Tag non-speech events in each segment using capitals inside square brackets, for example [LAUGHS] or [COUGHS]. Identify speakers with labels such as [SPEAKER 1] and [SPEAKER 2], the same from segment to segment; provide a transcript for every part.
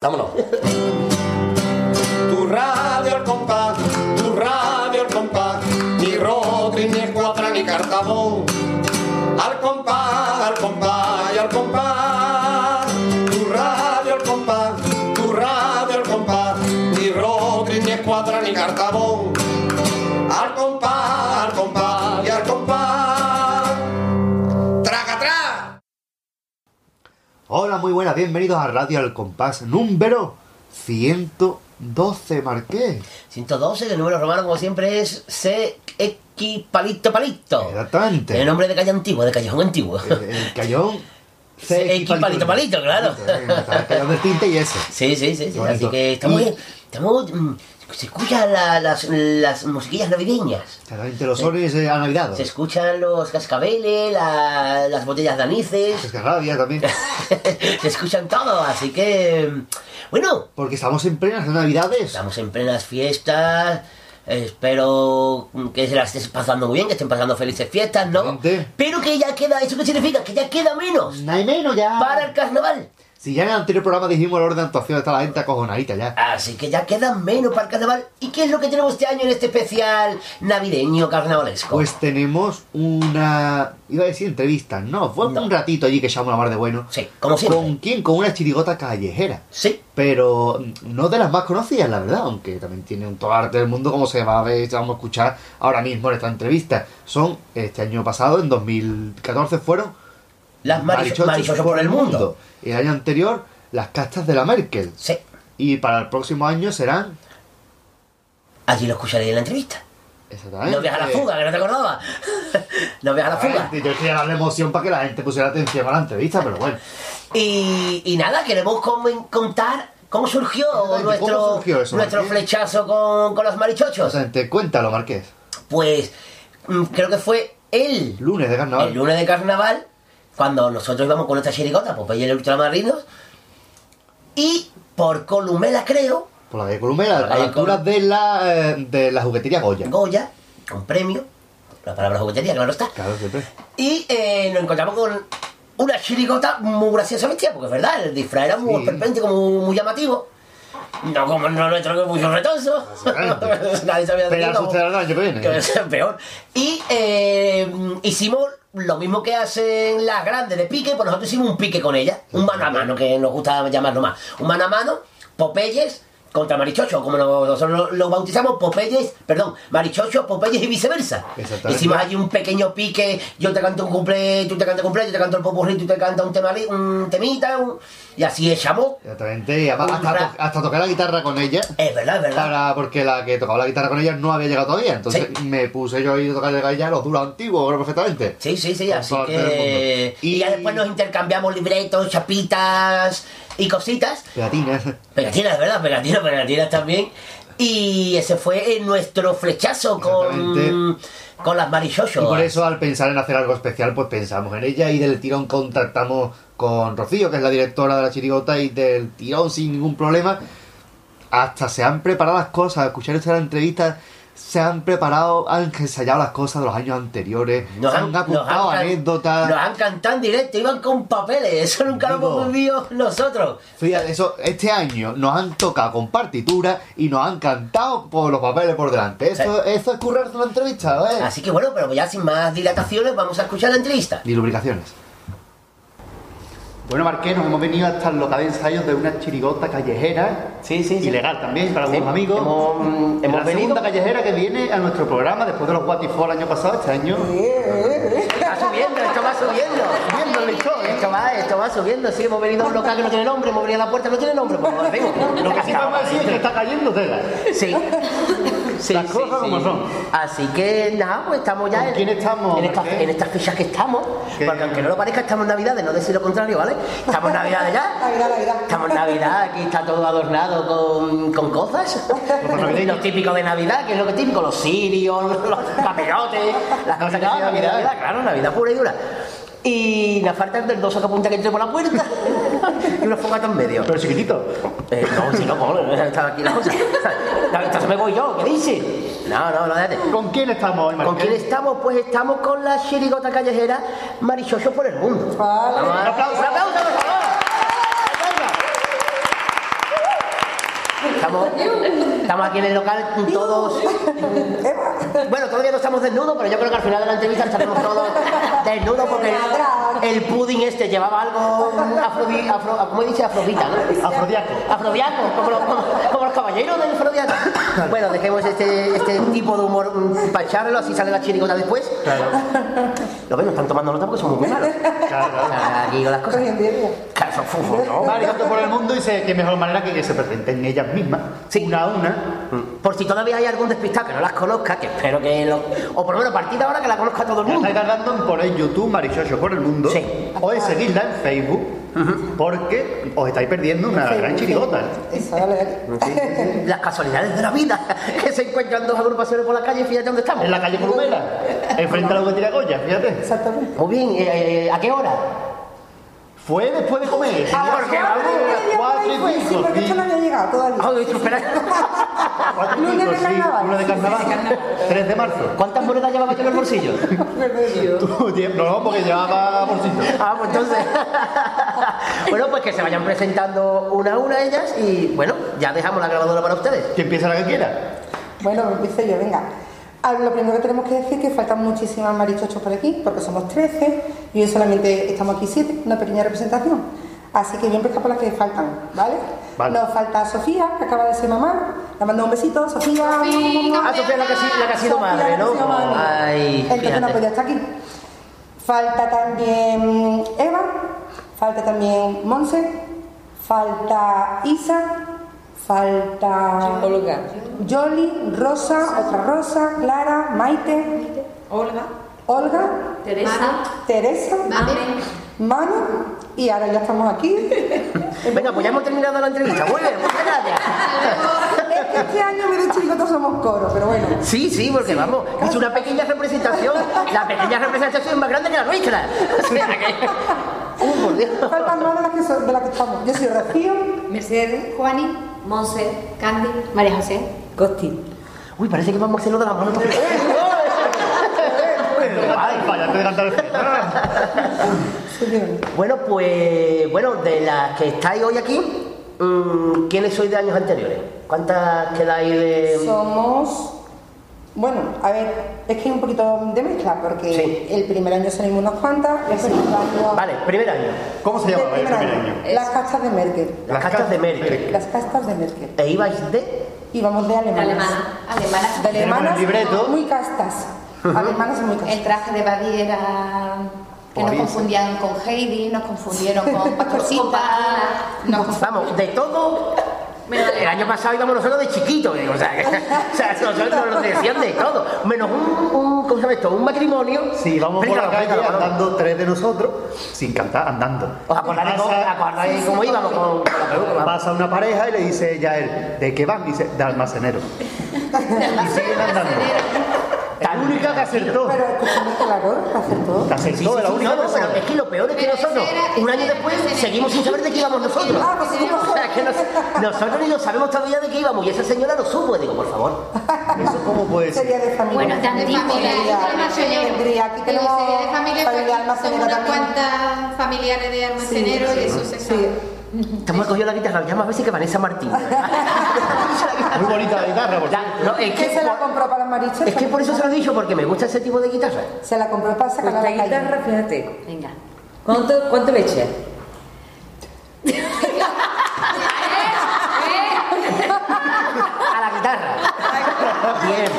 [SPEAKER 1] Vámonos. tu radio al compás, tu radio al compás, ni roto ni escuadra ni cartabón. Al compás, al compás y al compás. Tu radio al compás, tu radio al compás, ni roto ni escuadra ni cartabón. Al compás, al compás y al compás. ¡Traca, atrás!
[SPEAKER 2] Hola, muy buenas, bienvenidos a Radio Al Compás número 112, Marqués.
[SPEAKER 3] 112, que el número romano, como siempre, es CX palito palito.
[SPEAKER 2] Exactamente. Eh,
[SPEAKER 3] El nombre de calle antigua, de callejón antiguo.
[SPEAKER 2] El, el cayón
[SPEAKER 3] CX palito, palito, claro.
[SPEAKER 2] El cayón del tinte y ese.
[SPEAKER 3] [LAUGHS] Sí, sí, sí. sí.
[SPEAKER 2] Bonito.
[SPEAKER 3] Así que estamos
[SPEAKER 2] Y-
[SPEAKER 3] bien. Estamos. mm, Se escuchan la- las, las musiquillas navideñas.
[SPEAKER 2] Exactamente, los soles eh, a Navidad.
[SPEAKER 3] Se escuchan los cascabeles, la- las botellas de anices. [LAUGHS]
[SPEAKER 2] Escarrabia también.
[SPEAKER 3] se escuchan todo, así que. mm, Bueno,
[SPEAKER 2] Porque estamos en plenas Navidades.
[SPEAKER 3] Estamos en plenas fiestas. Espero que se las estés pasando muy bien, que estén pasando felices fiestas, ¿no?
[SPEAKER 2] Exactamente.
[SPEAKER 3] Pero que ya queda, ¿eso qué significa? Que ya queda menos
[SPEAKER 2] No hay menos ya.
[SPEAKER 3] para el carnaval.
[SPEAKER 2] Si ya en el anterior programa dijimos el orden de actuación, está la gente acojonadita ya.
[SPEAKER 3] Así que ya queda menos para el carnaval. ¿Y qué es lo que tenemos este año en este especial navideño carnavalesco?
[SPEAKER 2] Pues tenemos una. iba a decir entrevista, no, fue
[SPEAKER 3] No.
[SPEAKER 2] un ratito allí que echamos la mar de bueno.
[SPEAKER 3] Sí, como siempre.
[SPEAKER 2] ¿Con quién? Con una chirigota callejera.
[SPEAKER 3] Sí,
[SPEAKER 2] Pero mm, no de las más conocidas, la verdad, aunque también tiene un todo arte del mundo, como se va a ver, vamos a escuchar ahora mismo en esta entrevista. Son, este año pasado, en 2014, fueron
[SPEAKER 3] las marichosas
[SPEAKER 2] marichochos
[SPEAKER 3] por el mundo.
[SPEAKER 2] El año anterior, las castas de la Merkel.
[SPEAKER 3] Sí,
[SPEAKER 2] Y para el próximo año serán.
[SPEAKER 3] allí lo escucharéis en la entrevista.
[SPEAKER 2] Exactamente.
[SPEAKER 3] No veas a la fuga, que no te acordaba. [LAUGHS] no veas a la fuga.
[SPEAKER 2] Exactamente, Yo quería darle emoción para que la gente pusiera atención a la entrevista, pero bueno.
[SPEAKER 3] Y, y nada, queremos con- contar cómo surgió
[SPEAKER 2] ¿Cómo
[SPEAKER 3] nuestro,
[SPEAKER 2] surgió eso,
[SPEAKER 3] nuestro
[SPEAKER 2] Martín?
[SPEAKER 3] flechazo con, con los marichochos.
[SPEAKER 2] Exactamente, cuéntalo, Marqués.
[SPEAKER 3] Pues mm, creo que fue el,
[SPEAKER 2] Lunes de carnaval.
[SPEAKER 3] el lunes de carnaval, cuando nosotros íbamos con nuestra chirigota, pues y el ultramarinos, y por Columela, creo,
[SPEAKER 2] Por la de Columela,
[SPEAKER 3] Por la
[SPEAKER 2] a la
[SPEAKER 3] calle Col-
[SPEAKER 2] altura de la, eh, de la juguetería Goya.
[SPEAKER 3] Goya, con premio, la palabra juguetería, claro está,
[SPEAKER 2] Claro, siempre.
[SPEAKER 3] y eh, nos encontramos con una chirigota muy graciosa bestia, porque es verdad, el disfraz era muy
[SPEAKER 2] Sí.
[SPEAKER 3] perpente, como muy llamativo. No como no nuestro que es mucho retoso.
[SPEAKER 2] Exactamente.
[SPEAKER 3] [LAUGHS] Nadie sabía
[SPEAKER 2] Pero
[SPEAKER 3] decirlo.
[SPEAKER 2] asustará el año que viene.
[SPEAKER 3] Que va a ser peor. Y eh, hicimos lo mismo que hacen las grandes de pique, pues nosotros hicimos un pique con ella, un mano a mano, que nos gusta llamarlo más. Un mano a mano, Popeyes contra Marichocho, como lo- nosotros lo, lo bautizamos, Popeyes, perdón, Marichocho, Popeyes y viceversa.
[SPEAKER 2] Exactamente.
[SPEAKER 3] Hicimos allí un pequeño pique, yo te canto un cumple, tú te cantas un cumple, yo te canto el popurrí, tú te cantas un, tema, un temita, un- y así echamos.
[SPEAKER 2] Exactamente, y además
[SPEAKER 3] Un
[SPEAKER 2] hasta,
[SPEAKER 3] rap.
[SPEAKER 2] to- hasta tocar la guitarra con ella.
[SPEAKER 3] Es verdad, es verdad.
[SPEAKER 2] Para, porque la que tocaba la guitarra con ella no había llegado todavía. Entonces
[SPEAKER 3] Sí.
[SPEAKER 2] me puse yo ahí a tocar ya los duros antiguos, creo perfectamente.
[SPEAKER 3] Sí, sí, sí,
[SPEAKER 2] Con
[SPEAKER 3] así
[SPEAKER 2] todo el arte del mundo.
[SPEAKER 3] que... Y...
[SPEAKER 2] Y-
[SPEAKER 3] ya después nos intercambiamos libretos, chapitas y cositas.
[SPEAKER 2] Pegatinas.
[SPEAKER 3] Pegatinas, ¿verdad? Pegatinas, pegatinas también. Y ese fue eh, nuestro flechazo con,
[SPEAKER 2] Exactamente.
[SPEAKER 3] con las marichochos.
[SPEAKER 2] Y por eso al pensar en hacer algo especial, pues pensamos en ella y del tirón contactamos con Rocío, que es la directora de la chirigota, y del tirón sin ningún problema. Hasta se han preparado las cosas, escuchar esta entrevista, se han preparado, han ensayado las cosas de los años anteriores,
[SPEAKER 3] Nos
[SPEAKER 2] se
[SPEAKER 3] han,
[SPEAKER 2] han, apuntado
[SPEAKER 3] nos han can-
[SPEAKER 2] anécdotas.
[SPEAKER 3] Nos han cantado en directo, iban con papeles. Eso nunca lo
[SPEAKER 2] Digo.
[SPEAKER 3] hemos vivido nosotros.
[SPEAKER 2] Fíjate, eso, este año nos han tocado con partitura y nos han cantado por los papeles por delante. Eso, eso es currarse una entrevista, ¿eh?
[SPEAKER 3] Así que bueno, pero ya sin más dilataciones vamos a escuchar la entrevista.
[SPEAKER 2] Y lubricaciones. Bueno, Marqués, nos hemos venido hasta el local de ensayos de una chirigota callejera.
[SPEAKER 4] Sí, sí, sí.
[SPEAKER 2] Ilegal también para
[SPEAKER 4] Sí,
[SPEAKER 2] algunos amigos.
[SPEAKER 4] hemos- hemos
[SPEAKER 2] la
[SPEAKER 4] venido.
[SPEAKER 2] segunda callejera que viene a nuestro programa después de los What If All el año pasado, este año.
[SPEAKER 3] Va subiendo, esto va subiendo.
[SPEAKER 2] Viendo el listón, ¿eh?
[SPEAKER 3] Esto va, esto va subiendo, sí, hemos venido a un local que no tiene nombre, hemos venido a la puerta, no tiene nombre, pues lo digo,
[SPEAKER 2] Lo que sí vamos a decir es que está cayendo tela.
[SPEAKER 3] Sí. Sí,
[SPEAKER 2] Las
[SPEAKER 3] sí,
[SPEAKER 2] cosas
[SPEAKER 3] sí.
[SPEAKER 2] como son.
[SPEAKER 3] Así que nada, pues estamos ya
[SPEAKER 2] ¿Con
[SPEAKER 3] en,
[SPEAKER 2] quién estamos,
[SPEAKER 3] en, estas,
[SPEAKER 2] Marqués?
[SPEAKER 3] en estas fechas que estamos.
[SPEAKER 2] ¿Qué?
[SPEAKER 3] Porque aunque no lo parezca, estamos en Navidades, no decir lo contrario, ¿vale? Estamos en Navidades ya.
[SPEAKER 2] [LAUGHS]
[SPEAKER 5] Navidad, Navidad.
[SPEAKER 3] Estamos en Navidad, aquí está todo adornado con, con cosas.
[SPEAKER 2] Pues
[SPEAKER 3] [LAUGHS]
[SPEAKER 2] navideñas.
[SPEAKER 3] Lo típico de Navidad, que es lo que es típico, los sirios, [LAUGHS] los papelotes, las
[SPEAKER 2] No, que sea
[SPEAKER 3] cosas que hacen en
[SPEAKER 2] Navidad.
[SPEAKER 3] Navidad, claro, Navidad pura y dura. Y nos falta el dos que apunta que entre por la puerta [LAUGHS] y una fogata en medio.
[SPEAKER 2] Pero chiquitito.
[SPEAKER 3] Eh, no, si no, ¿cómo? Estaba aquí la cosa. No, Entonces me voy yo, ¿qué dices? No, no, no, déjate.
[SPEAKER 2] ¿Con quién estamos hoy, Marqués?
[SPEAKER 3] ¿Con quién estamos? Pues estamos con la chirigota callejera Marichocho por el mundo.
[SPEAKER 5] Vale.
[SPEAKER 3] Vamos a-
[SPEAKER 2] ¡Un aplauso!
[SPEAKER 3] ¡Un aplauso, por favor! estamos, estamos aquí en el local todos. Bueno, todavía no estamos desnudos, pero yo creo que al final de la entrevista estaremos todos desnudos porque el, el pudding este llevaba algo afrodi, afro, ¿cómo dice? Afrodita, ¿no?
[SPEAKER 6] Afrodíaco.
[SPEAKER 3] Afrodiaco, como, los- como, como los caballeros del Afrodiaco. Bueno, dejemos este, este tipo de humor mm, para echarlo, así sale la chirigota después.
[SPEAKER 6] Claro,
[SPEAKER 3] Lo ven, no están tomando nota porque somos muy malos.
[SPEAKER 6] claro.
[SPEAKER 3] Aquí digo las cosas. Claro, fufo,
[SPEAKER 6] [LAUGHS]
[SPEAKER 3] ¿no?
[SPEAKER 6] Manejando por el mundo dice que mejor manera que, que se presenten ellas mismas,
[SPEAKER 3] Sí.
[SPEAKER 6] una a una.
[SPEAKER 3] Mm. Por si todavía hay algún despistado que no las conozca, que espero que lo... O por lo menos a partir de ahora que la conozca todo el
[SPEAKER 6] Ya
[SPEAKER 3] mundo.
[SPEAKER 6] estáis tardando en poner YouTube, Marichocho por el mundo,
[SPEAKER 3] Sí.
[SPEAKER 6] o en seguirla en Facebook, porque os estáis perdiendo una gran chirigota.
[SPEAKER 4] Eso, dale, dale.
[SPEAKER 3] Las casualidades de la vida, [LAUGHS] que se encuentran dos agrupaciones por la calle y fíjate dónde estamos.
[SPEAKER 6] En la calle Corumela, enfrente a la guetira Goya, fíjate.
[SPEAKER 4] Exactamente.
[SPEAKER 3] Muy bien, eh, eh, ¿a qué hora?
[SPEAKER 6] Fue después de comer.
[SPEAKER 4] A las
[SPEAKER 3] porque vamos
[SPEAKER 4] cuatro y
[SPEAKER 3] a
[SPEAKER 6] las Ah, cuatro y
[SPEAKER 4] media, por ahí fue, pues, sí,
[SPEAKER 6] pico,
[SPEAKER 4] porque esto
[SPEAKER 6] sí.
[SPEAKER 4] no había llegado
[SPEAKER 3] Ah,
[SPEAKER 4] todavía.
[SPEAKER 3] oye, espera. [LAUGHS]
[SPEAKER 6] Cuatro,
[SPEAKER 4] Lunes
[SPEAKER 6] cinco,
[SPEAKER 4] de
[SPEAKER 6] sí,
[SPEAKER 4] carnaval.
[SPEAKER 6] Uno de carnaval. 3 de marzo. [LAUGHS]
[SPEAKER 3] ¿Cuántas monedas llevaba yo en el bolsillo?
[SPEAKER 4] [LAUGHS]
[SPEAKER 6] Tú, tío, Ah, No, porque llevaba bolsito.
[SPEAKER 3] Ah, pues entonces. [LAUGHS] bueno, pues que se vayan presentando una a una ellas y bueno, ya dejamos la grabadora para ustedes.
[SPEAKER 6] Que empieza la que quiera.
[SPEAKER 4] Bueno, empiezo yo, venga. Ah, Lo primero que tenemos que decir es que faltan muchísimas marichochos por aquí, porque somos 13 y hoy solamente estamos aquí 7, una pequeña representación. Así que yo empiezo por las que faltan, ¿vale?
[SPEAKER 6] Vale.
[SPEAKER 4] Nos falta Sofía, que acaba de ser mamá. Le mando un besito, Sofía.
[SPEAKER 3] Ah, Sofía es la que, ha sido- la que ha sido
[SPEAKER 4] Sofía,
[SPEAKER 3] madre,
[SPEAKER 4] la que ha
[SPEAKER 3] ¿no?
[SPEAKER 4] sido madre.
[SPEAKER 3] Ay,
[SPEAKER 4] Entonces no
[SPEAKER 3] fíjate.
[SPEAKER 4] podía estar aquí. Falta también Eva, falta también Monse, falta Isa, falta
[SPEAKER 5] Olga.
[SPEAKER 4] Jolly, Rosa, otra Rosa, Clara, Maite,
[SPEAKER 5] Olga,
[SPEAKER 4] Olga,
[SPEAKER 7] Teresa,
[SPEAKER 4] Teresa,
[SPEAKER 7] Mame,
[SPEAKER 4] Manu y ahora ya estamos
[SPEAKER 5] [LAUGHS]
[SPEAKER 4] aquí.
[SPEAKER 3] Venga, pues ya hemos terminado la entrevista. Bueno, muchas gracias.
[SPEAKER 4] Es que este año me de chico todos somos coro, pero bueno.
[SPEAKER 3] Sí, sí, porque vamos, es una pequeña representación, la pequeña representación es más grande que la nuestra. O sea que... [LAUGHS] Uh, por Dios.
[SPEAKER 4] Faltan más de las que, so- de las que estamos. Yo soy Rocío,
[SPEAKER 5] Mercedes,
[SPEAKER 7] Juani, Monse, Candy, María José.
[SPEAKER 5] Costi.
[SPEAKER 3] Uy, parece que vamos a hacerlo de la mano. porque-
[SPEAKER 6] Ay, vaya, antes de cantar el final. Ah,
[SPEAKER 4] soy yo.
[SPEAKER 3] Bueno, pues, bueno, de las que estáis hoy aquí, mm, ¿quiénes sois de años anteriores? ¿Cuántas quedáis de...?
[SPEAKER 4] Somos. Bueno, a ver, es que hay un poquito de mezcla, porque
[SPEAKER 3] Sí.
[SPEAKER 4] el primer año salimos unas cuantas, el segundo año.
[SPEAKER 3] Vale, primer año.
[SPEAKER 6] ¿Cómo se
[SPEAKER 4] del
[SPEAKER 6] llamaba el
[SPEAKER 4] primer
[SPEAKER 6] primer
[SPEAKER 4] año.
[SPEAKER 6] año?
[SPEAKER 4] Las castas de Merkel.
[SPEAKER 3] Las cartas de Merkel.
[SPEAKER 4] Las castas de Merkel.
[SPEAKER 3] E ibais de...
[SPEAKER 4] Íbamos de alemanas.
[SPEAKER 7] Alemana, alemana.
[SPEAKER 4] De alemanas
[SPEAKER 6] el libreto.
[SPEAKER 4] muy castas. Alemanas muy castas.
[SPEAKER 7] El traje de Babi era que nos
[SPEAKER 6] Babi, sí.
[SPEAKER 7] confundían con Heidi, nos confundieron [LAUGHS] con Pastorcita,
[SPEAKER 4] [LAUGHS]
[SPEAKER 7] nos confundieron.
[SPEAKER 3] Vamos, de todo... El año pasado íbamos nosotros de chiquitos, digo, o sea, que- o sea, [LAUGHS] nosotros nos decían de todo, menos un, un- ¿cómo se llama esto? Un matrimonio.
[SPEAKER 6] Sí, vamos por la
[SPEAKER 3] Explícalo,
[SPEAKER 6] calle
[SPEAKER 3] explícalo, vamos.
[SPEAKER 6] andando tres de nosotros, sin cantar, andando.
[SPEAKER 3] ¿Os acordáis cómo,
[SPEAKER 6] Pasa-
[SPEAKER 3] acordáis cómo íbamos con, con la peluca? vamos?
[SPEAKER 6] Pasa una pareja y le dice ella a él, ¿de qué van? Dice, de almacenero. Y
[SPEAKER 7] [LAUGHS]
[SPEAKER 6] siguen andando. La única que acertó.
[SPEAKER 4] Pero escúchame, claro, para hacer todo.
[SPEAKER 6] La
[SPEAKER 3] Sí, sí,
[SPEAKER 6] acertó, la
[SPEAKER 3] sí,
[SPEAKER 6] única
[SPEAKER 3] no, no, pero
[SPEAKER 6] persona.
[SPEAKER 3] es que lo peor es que
[SPEAKER 7] Pero ese
[SPEAKER 3] nosotros,
[SPEAKER 7] era- ese
[SPEAKER 3] un año
[SPEAKER 7] era
[SPEAKER 3] después,
[SPEAKER 7] el presidente.
[SPEAKER 3] seguimos sin saber de qué íbamos nosotros.
[SPEAKER 4] Ah, pues seguimos
[SPEAKER 3] O sea, que nos- nosotros ni lo sabemos todavía de qué íbamos y esa señora lo supo. Y digo, por favor,
[SPEAKER 6] Eso cómo puede
[SPEAKER 4] Sería
[SPEAKER 6] ser.
[SPEAKER 4] de familia.
[SPEAKER 7] Bueno, de
[SPEAKER 4] de
[SPEAKER 7] familia,
[SPEAKER 4] familia. Vendría, Aquí tenemos
[SPEAKER 7] serie de familia, pues,
[SPEAKER 4] familia
[SPEAKER 7] pero son
[SPEAKER 4] almacenera
[SPEAKER 7] unas
[SPEAKER 4] también.
[SPEAKER 7] cuantas familiares de almacenero y eso se
[SPEAKER 4] Sí.
[SPEAKER 7] sabe.
[SPEAKER 3] estamos cogido la guitarra, llama a ver si que Vanessa Martín.
[SPEAKER 6] Muy bonita la guitarra, por
[SPEAKER 3] La- no, es,
[SPEAKER 4] ¿Qué
[SPEAKER 3] que
[SPEAKER 4] se la
[SPEAKER 3] por,
[SPEAKER 4] compró para las marichas?
[SPEAKER 3] es que por eso se lo he dicho, porque me gusta ese tipo de guitarra.
[SPEAKER 4] Se la compró para sacar a
[SPEAKER 5] Nuestra
[SPEAKER 4] la calle.
[SPEAKER 5] guitarra, fíjate.
[SPEAKER 7] Venga.
[SPEAKER 5] ¿Cuánto, cuánto le echas?
[SPEAKER 3] A la guitarra. [LAUGHS] Bien,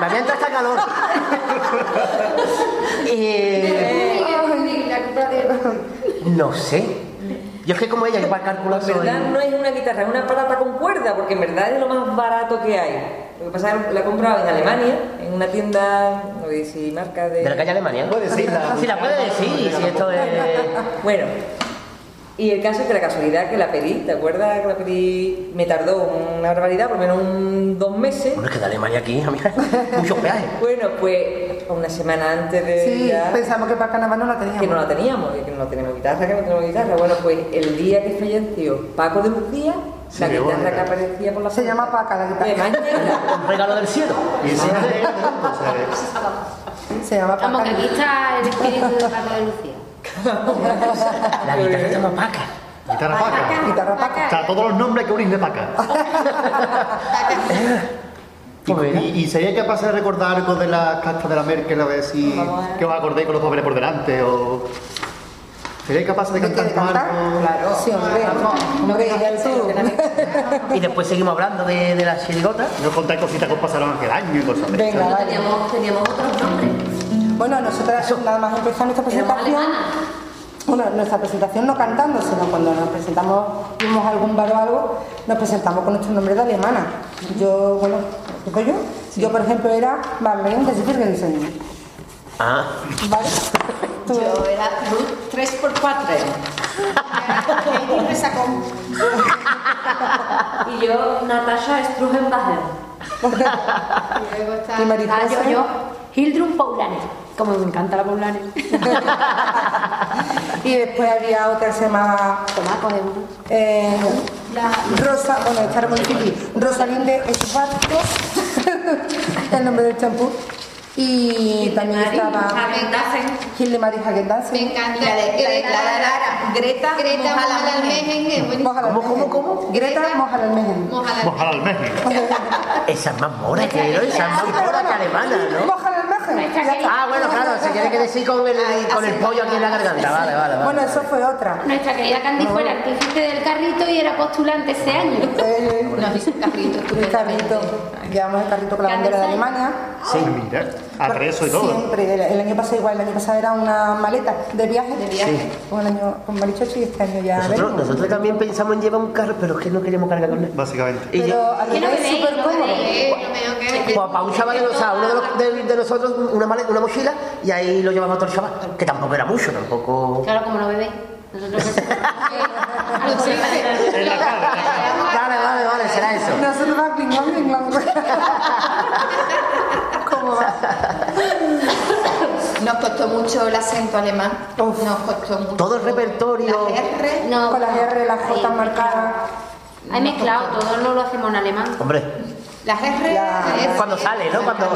[SPEAKER 3] me había entrado hasta calor. Eh, no sé. Yo es que como ella, que para calcular
[SPEAKER 5] En verdad no es una guitarra, es una parata con cuerda, porque en verdad es lo más barato que hay. Lo que pasa es que la he comprado en Alemania, en una tienda, no sé si marca de...
[SPEAKER 3] De la calle Alemania.
[SPEAKER 6] Puede decirla.
[SPEAKER 3] Sí, la puede decir, si esto es.
[SPEAKER 5] [LAUGHS] Bueno, y el caso es que la casualidad que la pedí, ¿te acuerdas que la pedí? Me tardó una barbaridad, por lo menos un, dos meses.
[SPEAKER 3] Bueno, es que de Alemania aquí, a mí, [LAUGHS] muchos peajes.
[SPEAKER 5] Bueno, pues una semana antes de...
[SPEAKER 4] Sí, pues,
[SPEAKER 5] ya-
[SPEAKER 4] pensamos que para carnaval no la teníamos.
[SPEAKER 5] que no la teníamos, que no tenemos guitarra, que no tenemos guitarra. Bueno, pues el día que falleció Paco de Lucía,
[SPEAKER 6] Sí,
[SPEAKER 5] la
[SPEAKER 6] qué
[SPEAKER 5] guitarra
[SPEAKER 6] bonita.
[SPEAKER 5] que aparecía por la
[SPEAKER 4] Se llama Paca la
[SPEAKER 5] de
[SPEAKER 4] guitarra.
[SPEAKER 5] mañana.
[SPEAKER 3] Un regalo del cielo.
[SPEAKER 6] Y si no, pues, eh,
[SPEAKER 4] Se llama Paca.
[SPEAKER 7] Vamos, que aquí está el espíritu de Paco de Lucía.
[SPEAKER 3] La guitarra se llama Paca.
[SPEAKER 6] Guitarra paca.
[SPEAKER 4] Guitarra
[SPEAKER 6] O sea, todos los nombres que unís
[SPEAKER 3] [LAUGHS]
[SPEAKER 6] de paca. Y,
[SPEAKER 3] Pues mira.
[SPEAKER 6] y- y sería capaz de recordar algo de las cartas de la Merkel, a ver si
[SPEAKER 5] Vamos a ver.
[SPEAKER 6] que os acordéis con los papeles por delante o. ¿Sería capaz de
[SPEAKER 4] ¿De qué?
[SPEAKER 6] cantar
[SPEAKER 4] ¿De cantar?
[SPEAKER 6] algo?
[SPEAKER 4] Claro. Sí, hombre. Hombre, ya tú.
[SPEAKER 3] Y después seguimos hablando de, de las chirigotas.
[SPEAKER 6] No contáis cositas que os pasaron aquel año y cosas de
[SPEAKER 4] Venga,
[SPEAKER 6] esas.
[SPEAKER 4] vale.
[SPEAKER 8] Teníamos, teníamos otros nombres.
[SPEAKER 4] Bueno, nosotras nada más empezar nuestra
[SPEAKER 8] Éramos
[SPEAKER 4] presentación.
[SPEAKER 8] alemanas.
[SPEAKER 4] Bueno, nuestra presentación no cantando, sino cuando nos presentamos, vimos algún bar o algo, nos presentamos con nuestro nombre de alemana. Yo, bueno, ¿qué soy yo? Yo, por ejemplo, era Marlene de Sifirgensen.
[SPEAKER 3] Ah,
[SPEAKER 8] [LAUGHS]
[SPEAKER 4] ¿Vale? Tú-
[SPEAKER 9] Yo era Ruth
[SPEAKER 7] [LAUGHS]
[SPEAKER 9] 3x4. Y me sacó un-
[SPEAKER 8] Y yo, Natasha Strugenbacher. [LAUGHS]
[SPEAKER 9] y luego está-
[SPEAKER 4] ¿Y Mariposa?
[SPEAKER 8] Ah, yo, yo, Hildrun Paulane. Como me encanta la Paulane.
[SPEAKER 4] [LAUGHS]
[SPEAKER 8] [LAUGHS]
[SPEAKER 4] y después había otra que se llamaba
[SPEAKER 8] Tomá, cogemos.
[SPEAKER 4] eh,
[SPEAKER 9] La-
[SPEAKER 4] Rosa, bueno, esta era muy difícil. Rosalinde Esparto, [LAUGHS] el nombre del champú. Y también
[SPEAKER 8] Mari,
[SPEAKER 4] estaba
[SPEAKER 8] Mari Dassen.
[SPEAKER 4] Hildemarie Hagendansen.
[SPEAKER 9] Me encanta.
[SPEAKER 7] La de Greta,
[SPEAKER 9] La- la-
[SPEAKER 7] Greta,
[SPEAKER 9] Greta
[SPEAKER 7] Moja la
[SPEAKER 9] Moja la
[SPEAKER 7] Mejen.
[SPEAKER 9] Mejen, es buenísimo.
[SPEAKER 4] Moja la
[SPEAKER 3] ¿Cómo,
[SPEAKER 4] almejen.
[SPEAKER 3] cómo, cómo?
[SPEAKER 4] Greta moja la almejen.
[SPEAKER 9] Moja la-
[SPEAKER 6] Ojalá al México.
[SPEAKER 3] esa es más mora que esa es más mora que alemana, ¿no?
[SPEAKER 4] Moja la almejen. Ya está.
[SPEAKER 3] Ah, bueno, claro, se tiene que decir con el, con el pollo aquí en la garganta. Vale, vale, vale.
[SPEAKER 4] Bueno, eso fue otra.
[SPEAKER 8] Nuestra querida Candy fue la artífice del carrito y era postulante ese año.
[SPEAKER 4] Eh,
[SPEAKER 9] [LAUGHS] Nos hizo un carrito
[SPEAKER 4] el carrito. Llevamos el carrito con la bandera de Alemania.
[SPEAKER 6] Sí, mira. Al revés soy todo.
[SPEAKER 4] Siempre. El, el año pasado igual. El año pasado era una maleta de viaje.
[SPEAKER 9] De viaje.
[SPEAKER 4] Sí. Con, el año, con Marichochi y este año ya
[SPEAKER 3] Nosotros,
[SPEAKER 4] veremos.
[SPEAKER 3] nosotros también pensamos en llevar un carro, pero es que no queríamos cargar con él.
[SPEAKER 6] Básicamente.
[SPEAKER 3] Y
[SPEAKER 4] Pero
[SPEAKER 3] yo-
[SPEAKER 4] al
[SPEAKER 8] Que no
[SPEAKER 4] final es
[SPEAKER 8] bebéis,
[SPEAKER 4] súper
[SPEAKER 8] no
[SPEAKER 4] cómodo.
[SPEAKER 8] bebéis.
[SPEAKER 9] Eh, no me digo que-
[SPEAKER 3] pues para un chaval, o sea, uno de, los- de- de nosotros, una, male- una mochila, y ahí lo llevamos todo el chaval, que tampoco era mucho, tampoco...
[SPEAKER 8] Claro, como no bebé.
[SPEAKER 4] [LAUGHS]
[SPEAKER 8] Nosotros
[SPEAKER 9] Lo sé.
[SPEAKER 6] En la cara, en la cara.
[SPEAKER 3] Vale, vale, vale, será eso.
[SPEAKER 4] Nosotros vamos pingón, pingón. ¿Cómo va?
[SPEAKER 9] Nos costó mucho el acento alemán.
[SPEAKER 4] Uf.
[SPEAKER 9] Nos costó mucho.
[SPEAKER 3] Todo el repertorio.
[SPEAKER 9] La R.
[SPEAKER 8] No,
[SPEAKER 4] Con las R, las J
[SPEAKER 8] ahí,
[SPEAKER 4] marcadas.
[SPEAKER 8] Hay mezclado, todo no lo hacemos en alemán.
[SPEAKER 3] Hombre,
[SPEAKER 9] Las R.
[SPEAKER 4] Ya.
[SPEAKER 9] la R.
[SPEAKER 3] cuando sale, ¿no? Cuando,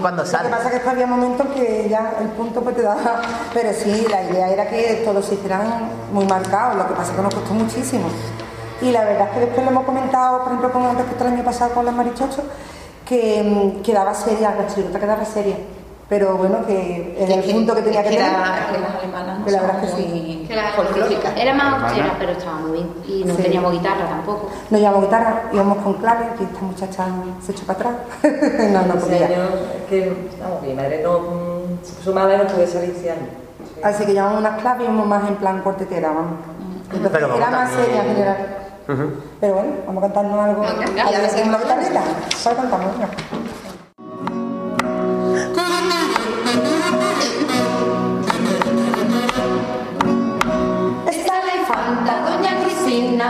[SPEAKER 3] cuando
[SPEAKER 4] Lo que
[SPEAKER 3] sale.
[SPEAKER 4] pasa es que después había momentos que ya el punto pues te daba, pero sí, la idea era que todos se hicieran muy marcados, lo que pasa es que nos costó muchísimo. Y la verdad es que después lo hemos comentado, por ejemplo, con respecto al año pasado con las marichochos, que mm, quedaba seria, la chirigota quedaba seria, pero bueno, que era el punto que tenía que
[SPEAKER 9] Es
[SPEAKER 4] tener.
[SPEAKER 9] la- que las alemanas no
[SPEAKER 4] Que la verdad
[SPEAKER 9] son
[SPEAKER 4] es que
[SPEAKER 9] muy
[SPEAKER 4] sí.
[SPEAKER 8] Que la-
[SPEAKER 9] folclóricas.
[SPEAKER 8] Era más austera, pero estaba muy bien. Y no
[SPEAKER 4] Sí.
[SPEAKER 8] teníamos guitarra tampoco.
[SPEAKER 4] Nos llevamos guitarra, íbamos con clave, que esta muchacha se echó para atrás. [LAUGHS] no, no
[SPEAKER 5] Ese
[SPEAKER 4] podía.
[SPEAKER 5] año que, vamos, mi madre no, mm, su madre no pude salir ese año. Sí.
[SPEAKER 4] Así que llevamos unas claves y íbamos más en plan cuartetera, vamos. Entonces
[SPEAKER 3] Pero vamos
[SPEAKER 4] era más
[SPEAKER 3] también.
[SPEAKER 4] seria en general. Pero bueno, vamos a cantarnos algo.
[SPEAKER 9] Venga, ya,
[SPEAKER 4] Algo
[SPEAKER 9] ya
[SPEAKER 4] de
[SPEAKER 9] seguimos.
[SPEAKER 4] Magdalena. Ahora cantamos, venga.
[SPEAKER 7] Está la infanta Doña Cristina,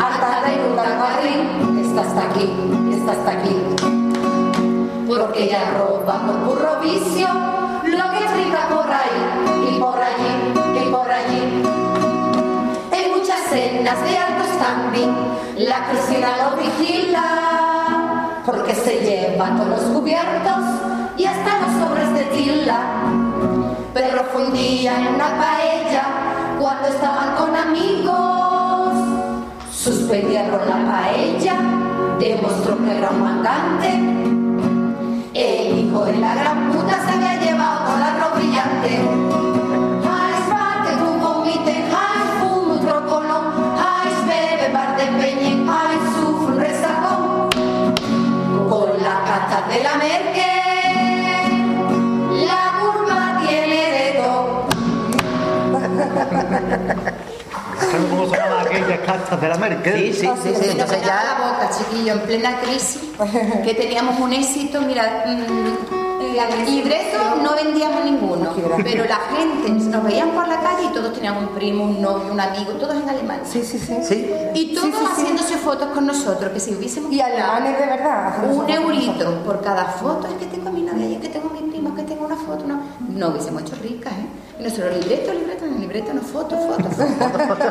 [SPEAKER 7] atada en un tamarrín. Está hasta aquí, está hasta aquí. Porque ella roba por burro vicio lo que frica por ahí y por allí y por allí. En muchas cenas de alto standing, la Cristina lo vigila. Porque se lleva todos los cubiertos y hasta los sobres de tila. Pero fundía en una paella cuando estaban con amigos. Suspendieron la paella, demostró que era un mandante. El hijo de la gran puta se había llevado con la ropa brillante. Hais parte tu comite, hais fumo trocolón, hais bebe bar de peñen, hais sufre un resacón. Con la cata de la Merkel. La curva tiene de todo.
[SPEAKER 6] ¿Saben cómo sonaban aquellas cartas de la Merkel?
[SPEAKER 3] Sí, sí, Ah, sí, sí.
[SPEAKER 9] Se nos
[SPEAKER 3] Entonces
[SPEAKER 9] llenaba
[SPEAKER 3] ya...
[SPEAKER 9] la boca, chiquillo, en plena crisis, que teníamos un éxito, mira, mm, libreto no vendíamos ninguno, pero la gente nos veían por la calle y todos tenían un primo, un novio, un amigo, todos en alemán.
[SPEAKER 4] Sí, sí, sí.
[SPEAKER 3] Sí.
[SPEAKER 9] Y todos
[SPEAKER 4] Sí, sí, sí.
[SPEAKER 9] haciéndose fotos con nosotros, que si hubiésemos
[SPEAKER 4] Y
[SPEAKER 9] ganado
[SPEAKER 4] alemanes de verdad. hacemos
[SPEAKER 9] un
[SPEAKER 4] eso.
[SPEAKER 9] eurito por cada foto, es que tengo a mi novia, es que tengo a mi primo, es que tengo una foto, no, no hubiésemos hecho ricas, ¿eh? Y nosotros libreto, libreto, libreto, no foto, foto, foto.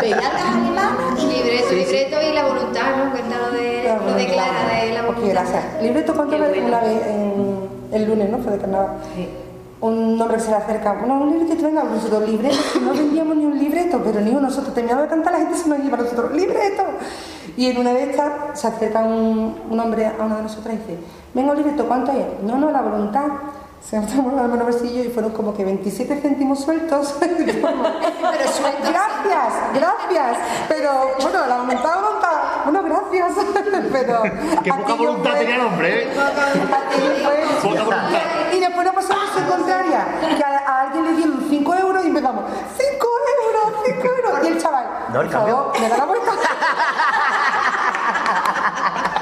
[SPEAKER 9] Veían las alemanas y
[SPEAKER 7] Libreto, libreto y la voluntad, ¿no? Cuenta lo de,
[SPEAKER 4] Claro,
[SPEAKER 7] lo de
[SPEAKER 4] claro.
[SPEAKER 7] Clara, de la
[SPEAKER 4] Porque
[SPEAKER 7] voluntad.
[SPEAKER 4] gracias. Libreto cuánto
[SPEAKER 7] Qué
[SPEAKER 4] vez
[SPEAKER 7] bueno.
[SPEAKER 4] una vez en- el lunes, ¿no? Fue de carnaval.
[SPEAKER 5] Sí.
[SPEAKER 4] un hombre se le acerca, bueno, un libreto, venga, nosotros dos libretos, no vendíamos ni un libreto, pero ni uno, nosotros terminamos de cantar, la gente se nos lleva a nosotros, libreto. Y en una de estas se acerca un, un hombre a una de nosotras y dice, venga, un libreto, ¿cuánto hay? No, no, la voluntad. Se nos tomó la mano bolsillo y fueron como que 27 céntimos sueltos. [LAUGHS] pero
[SPEAKER 7] sueltos, sí.
[SPEAKER 4] Gracias, gracias. Pero bueno, la voluntad, voluntad. Bueno, gracias. [LAUGHS] pero.
[SPEAKER 6] Que poca
[SPEAKER 4] aquello
[SPEAKER 6] voluntad
[SPEAKER 4] fue-
[SPEAKER 6] tenía el hombre, ¿eh?
[SPEAKER 4] Aquello fue-
[SPEAKER 6] Poca voluntad.
[SPEAKER 4] y después nos pasó cosa contraria, que a, a alguien le dieron 5 euros y empezamos, 5 euros, 5 euros. Y el chaval,
[SPEAKER 3] No, el
[SPEAKER 4] por favor, me da la vuelta.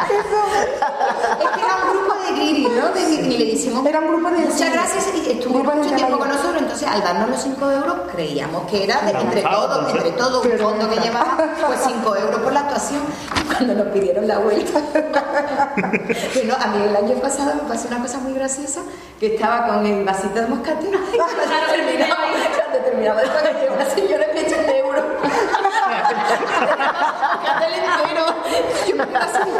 [SPEAKER 4] Eso,
[SPEAKER 7] Es que era un grupo de guiris, ¿no? De, y le decimos
[SPEAKER 4] era un grupo de...
[SPEAKER 7] muchas gracias y estuvo
[SPEAKER 4] Grupo de
[SPEAKER 7] mucho
[SPEAKER 4] gente
[SPEAKER 7] tiempo con
[SPEAKER 4] mayor.
[SPEAKER 7] nosotros. Entonces, al darnos los 5 euros, creíamos que era de- entre
[SPEAKER 6] Claro,
[SPEAKER 7] todos, entre todos, un
[SPEAKER 4] Pero
[SPEAKER 7] fondo que
[SPEAKER 4] nunca.
[SPEAKER 7] llevaba, pues 5 euros por la actuación. Y cuando nos pidieron
[SPEAKER 4] [LAUGHS]
[SPEAKER 7] la vuelta. bueno, a mí el año pasado me pasó una cosa muy graciosa, que estaba con el vasito de
[SPEAKER 4] [LAUGHS]
[SPEAKER 7] moscate. Y cuando terminaba, cuando terminaba de pagar, llegó una señora y me echó un euro. Moscate le entero. Yo me quedé así.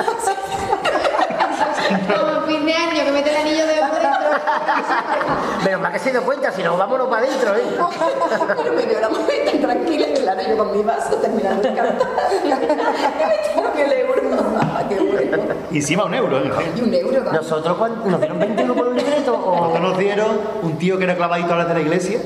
[SPEAKER 10] Como fin de año que mete el anillo de oro dentro.
[SPEAKER 3] Menos mal que se dio cuenta, si no, vámonos para adentro, ¿eh?
[SPEAKER 7] Pero me vio la mujer tan tranquila, claro, yo con mi vaso terminando de cantar. Y me tengo que el euro. Ah, qué bueno.
[SPEAKER 6] Y encima un euro, ¿eh?
[SPEAKER 7] Y un euro, va.
[SPEAKER 3] Nosotros, cuando ¿nos dieron 20 euros por un libreto
[SPEAKER 6] Nosotros
[SPEAKER 3] o...?
[SPEAKER 6] nos dieron un tío que era clavadito a las de la iglesia,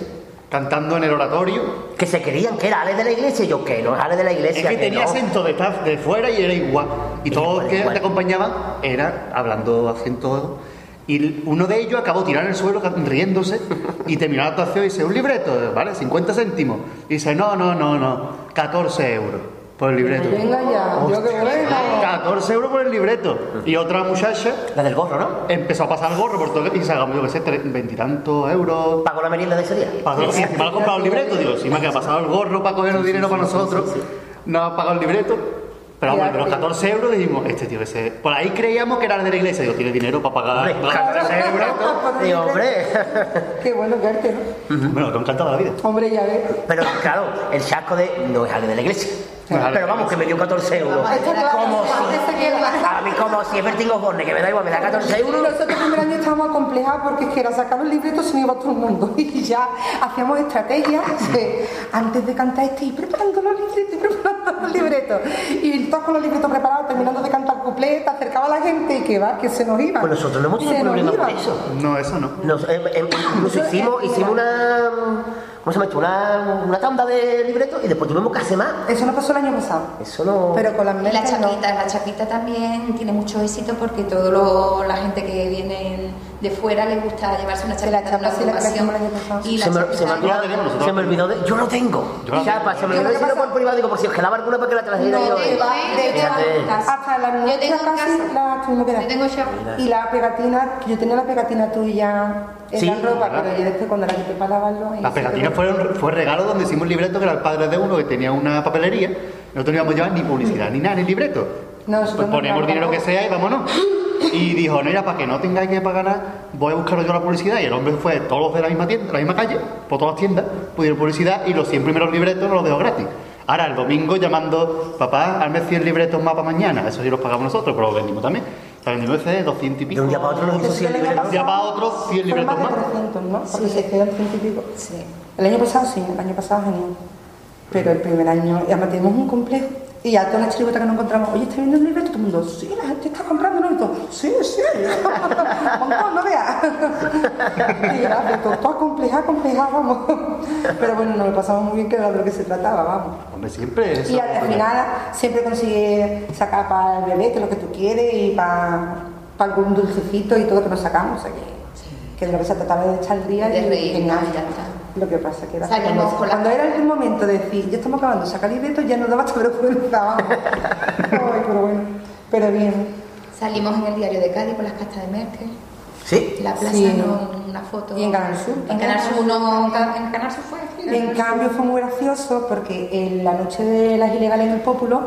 [SPEAKER 6] cantando en el oratorio.
[SPEAKER 3] Que se creían que era Ale de la iglesia, y yo que no es Ale de la
[SPEAKER 6] Es
[SPEAKER 3] iglesia,
[SPEAKER 6] que tenía
[SPEAKER 3] no.
[SPEAKER 6] acento de estar de fuera y era igual. Y
[SPEAKER 3] Era
[SPEAKER 6] todos
[SPEAKER 3] igual,
[SPEAKER 6] que
[SPEAKER 3] igual.
[SPEAKER 6] te acompañaban eran hablando acento. Y uno de ellos acabó tirado en el suelo riéndose y terminó la actuación y dice, un libreto, ¿vale? 50 céntimos. Y dice, no, no, no, no, 14 euros por el libreto.
[SPEAKER 4] Venga ya, yo que venga.
[SPEAKER 6] 14 euros por el libreto. Y otra muchacha
[SPEAKER 3] La del gorro, ¿no?
[SPEAKER 6] empezó a pasar el gorro por todo y se ha yo que sé, tre- veintitantos euros.
[SPEAKER 3] Pagó la merienda de ese día.
[SPEAKER 6] Pagó, y encima le ha comprado el libreto, digo, encima que ha pasado el gorro para coger el dinero para nosotros. No ha pagado el libreto. Pero vamos, de los 14 euros dijimos, este tío ese. Por ahí creíamos que era el de la iglesia, digo, tiene dinero para pagar
[SPEAKER 3] Hombre,
[SPEAKER 6] para pagar ese libreto.
[SPEAKER 3] Y hombre,
[SPEAKER 4] Qué bueno que arte, ¿no?
[SPEAKER 6] Bueno, te encantaba la vida.
[SPEAKER 4] Hombre, ya ves.
[SPEAKER 3] pero claro, el chasco de no es Ale de la iglesia.
[SPEAKER 6] No es Ale de
[SPEAKER 3] Pero
[SPEAKER 6] la
[SPEAKER 3] vamos, que me dio 14 euros.
[SPEAKER 4] Esto claro,
[SPEAKER 3] Como si,
[SPEAKER 4] antes se queda.
[SPEAKER 3] a mí como si es Bertín Osborne, que me da igual, me da 14
[SPEAKER 4] Y
[SPEAKER 3] euros.
[SPEAKER 4] nosotros el primer año estábamos acomplejados porque es que era sacar los libretos se nos iba todo el mundo. [LAUGHS] Y ya hacíamos estrategias de, antes de cantar este, y preparando los libretos, y preparando los libretos. Y todos con los libretos preparados, terminando de cantar cupleta, acercaba a la gente y que va, que se nos iba.
[SPEAKER 3] Pues nosotros no hemos
[SPEAKER 4] Se
[SPEAKER 3] tenido
[SPEAKER 4] nos
[SPEAKER 3] problema
[SPEAKER 4] iba.
[SPEAKER 3] por eso.
[SPEAKER 6] No, eso no.
[SPEAKER 3] Nos, em, em, incluso
[SPEAKER 4] Eso es
[SPEAKER 3] hicimos,
[SPEAKER 4] mira.
[SPEAKER 3] hicimos una. ¿Cómo se llama esto? Una, una tanda de libretos y después tuvimos que hacer más.
[SPEAKER 4] Eso no pasó el año pasado.
[SPEAKER 3] Eso no.
[SPEAKER 4] Pero con las
[SPEAKER 7] Y la
[SPEAKER 4] mezclas no.
[SPEAKER 7] chapita, la chapita también tiene mucho éxito porque toda la gente que viene de fuera le gusta llevarse una
[SPEAKER 4] Sí, la
[SPEAKER 7] chapita de una
[SPEAKER 4] chapa sí la
[SPEAKER 7] agrupación.
[SPEAKER 4] trajimos el año pasado.
[SPEAKER 7] Y la
[SPEAKER 3] se me, se me
[SPEAKER 7] chapita-
[SPEAKER 6] Ya la tenemos
[SPEAKER 3] olvidó,
[SPEAKER 6] nosotros.
[SPEAKER 3] se me olvidó de. Yo no tengo.
[SPEAKER 6] Yo la
[SPEAKER 3] Chapa,
[SPEAKER 6] tengo.
[SPEAKER 3] se me olvidó
[SPEAKER 4] Yo lo que
[SPEAKER 3] decirlo
[SPEAKER 4] pasa-
[SPEAKER 3] por privado, digo, por si os quedaba alguna para que la trajera
[SPEAKER 4] No,
[SPEAKER 3] yo.
[SPEAKER 4] de- de-
[SPEAKER 3] Fíjate.
[SPEAKER 4] Hasta la
[SPEAKER 10] Yo
[SPEAKER 4] noche
[SPEAKER 10] tengo
[SPEAKER 4] casi
[SPEAKER 10] casa.
[SPEAKER 4] la tuvimos que dar.
[SPEAKER 10] Yo tengo chapa.
[SPEAKER 4] Y la pegatina, yo tenía la pegatina tuya en
[SPEAKER 3] Sí,
[SPEAKER 4] la ropa,
[SPEAKER 6] ¿verdad?
[SPEAKER 4] pero yo después cuando la quité para lavarlo... ahí
[SPEAKER 6] La
[SPEAKER 4] se
[SPEAKER 6] pegatina
[SPEAKER 4] quedó.
[SPEAKER 6] fue, un- fue regalo donde hicimos un libreto que era el padre de uno que tenía una papelería. Nosotros no íbamos a llevar ni publicidad ni nada, ni libreto.
[SPEAKER 4] No, nosotros
[SPEAKER 6] pues
[SPEAKER 4] no
[SPEAKER 6] ponemos el
[SPEAKER 4] llevamos
[SPEAKER 6] dinero que
[SPEAKER 4] tampoco.
[SPEAKER 6] sea y vámonos. Y dijo, no, era para que no tengáis que pagar nada, voy a buscaros yo la publicidad. Y el hombre fue todos los de la misma tienda, de la misma calle, por todas las tiendas, pudieron publicidad y los 100 primeros libretos nos los dejó gratis. Ahora, el domingo, llamando, papá, hazme 100 libretos más para mañana. Eso sí los pagamos nosotros, pero los vendimos también. O sea, vendimos ese 200 y
[SPEAKER 3] De
[SPEAKER 6] pico.
[SPEAKER 3] un día para otro nos hizo
[SPEAKER 4] Eso
[SPEAKER 3] 100
[SPEAKER 4] el año
[SPEAKER 3] libretos.
[SPEAKER 6] De un día para otro, 100
[SPEAKER 4] Fueron
[SPEAKER 6] libretos
[SPEAKER 4] más
[SPEAKER 6] más.
[SPEAKER 4] de 300, ¿no? Porque se quedan 100 y pico. Sí. El año pasado sí, el año pasado genial. Pero el primer año, y además tenemos un complejo. Y ya todas las chirigotas que nos encontramos, oye, ¿está viendo el libreto? Todo el mundo, sí, la gente está comprando ¿no? Y todo, Sí, sí. [LAUGHS] Montón, no veas. [LAUGHS] y ya, pero todo, todo compleja, compleja, vamos. [LAUGHS] Pero bueno, nos lo pasamos muy bien, que era de lo que se trataba, vamos.
[SPEAKER 6] Hombre, siempre eso. pues,
[SPEAKER 4] Y al final siempre consigue sacar para el bebé que es lo que tú quieres y para, para algún dulcecito y todo que nos sacamos. O sea que, que de lo que se trataba de echar el día
[SPEAKER 7] De
[SPEAKER 4] y-
[SPEAKER 7] reír,
[SPEAKER 4] y nada.
[SPEAKER 7] ya está.
[SPEAKER 4] Lo que pasa que era
[SPEAKER 7] Salimos
[SPEAKER 4] como-
[SPEAKER 7] con la-
[SPEAKER 4] cuando era el momento de decir, ya estamos acabando, sacar libretos, ya nos daba [LAUGHS] hasta vergüenza.
[SPEAKER 7] [LAUGHS]
[SPEAKER 4] vamos. Ay, pero bueno, pero bien.
[SPEAKER 7] Salimos en el diario de Cádiz con las castas de Merkel.
[SPEAKER 3] ¿Sí?
[SPEAKER 7] La plaza,
[SPEAKER 4] Sí.
[SPEAKER 7] no, una foto.
[SPEAKER 4] Y en Canal Sur
[SPEAKER 7] En
[SPEAKER 4] también.
[SPEAKER 7] Canal Sur, no, en Ca- en Canal Sur fue. sí.
[SPEAKER 4] En cambio fue muy gracioso porque en la noche de las ilegales en el Pópulo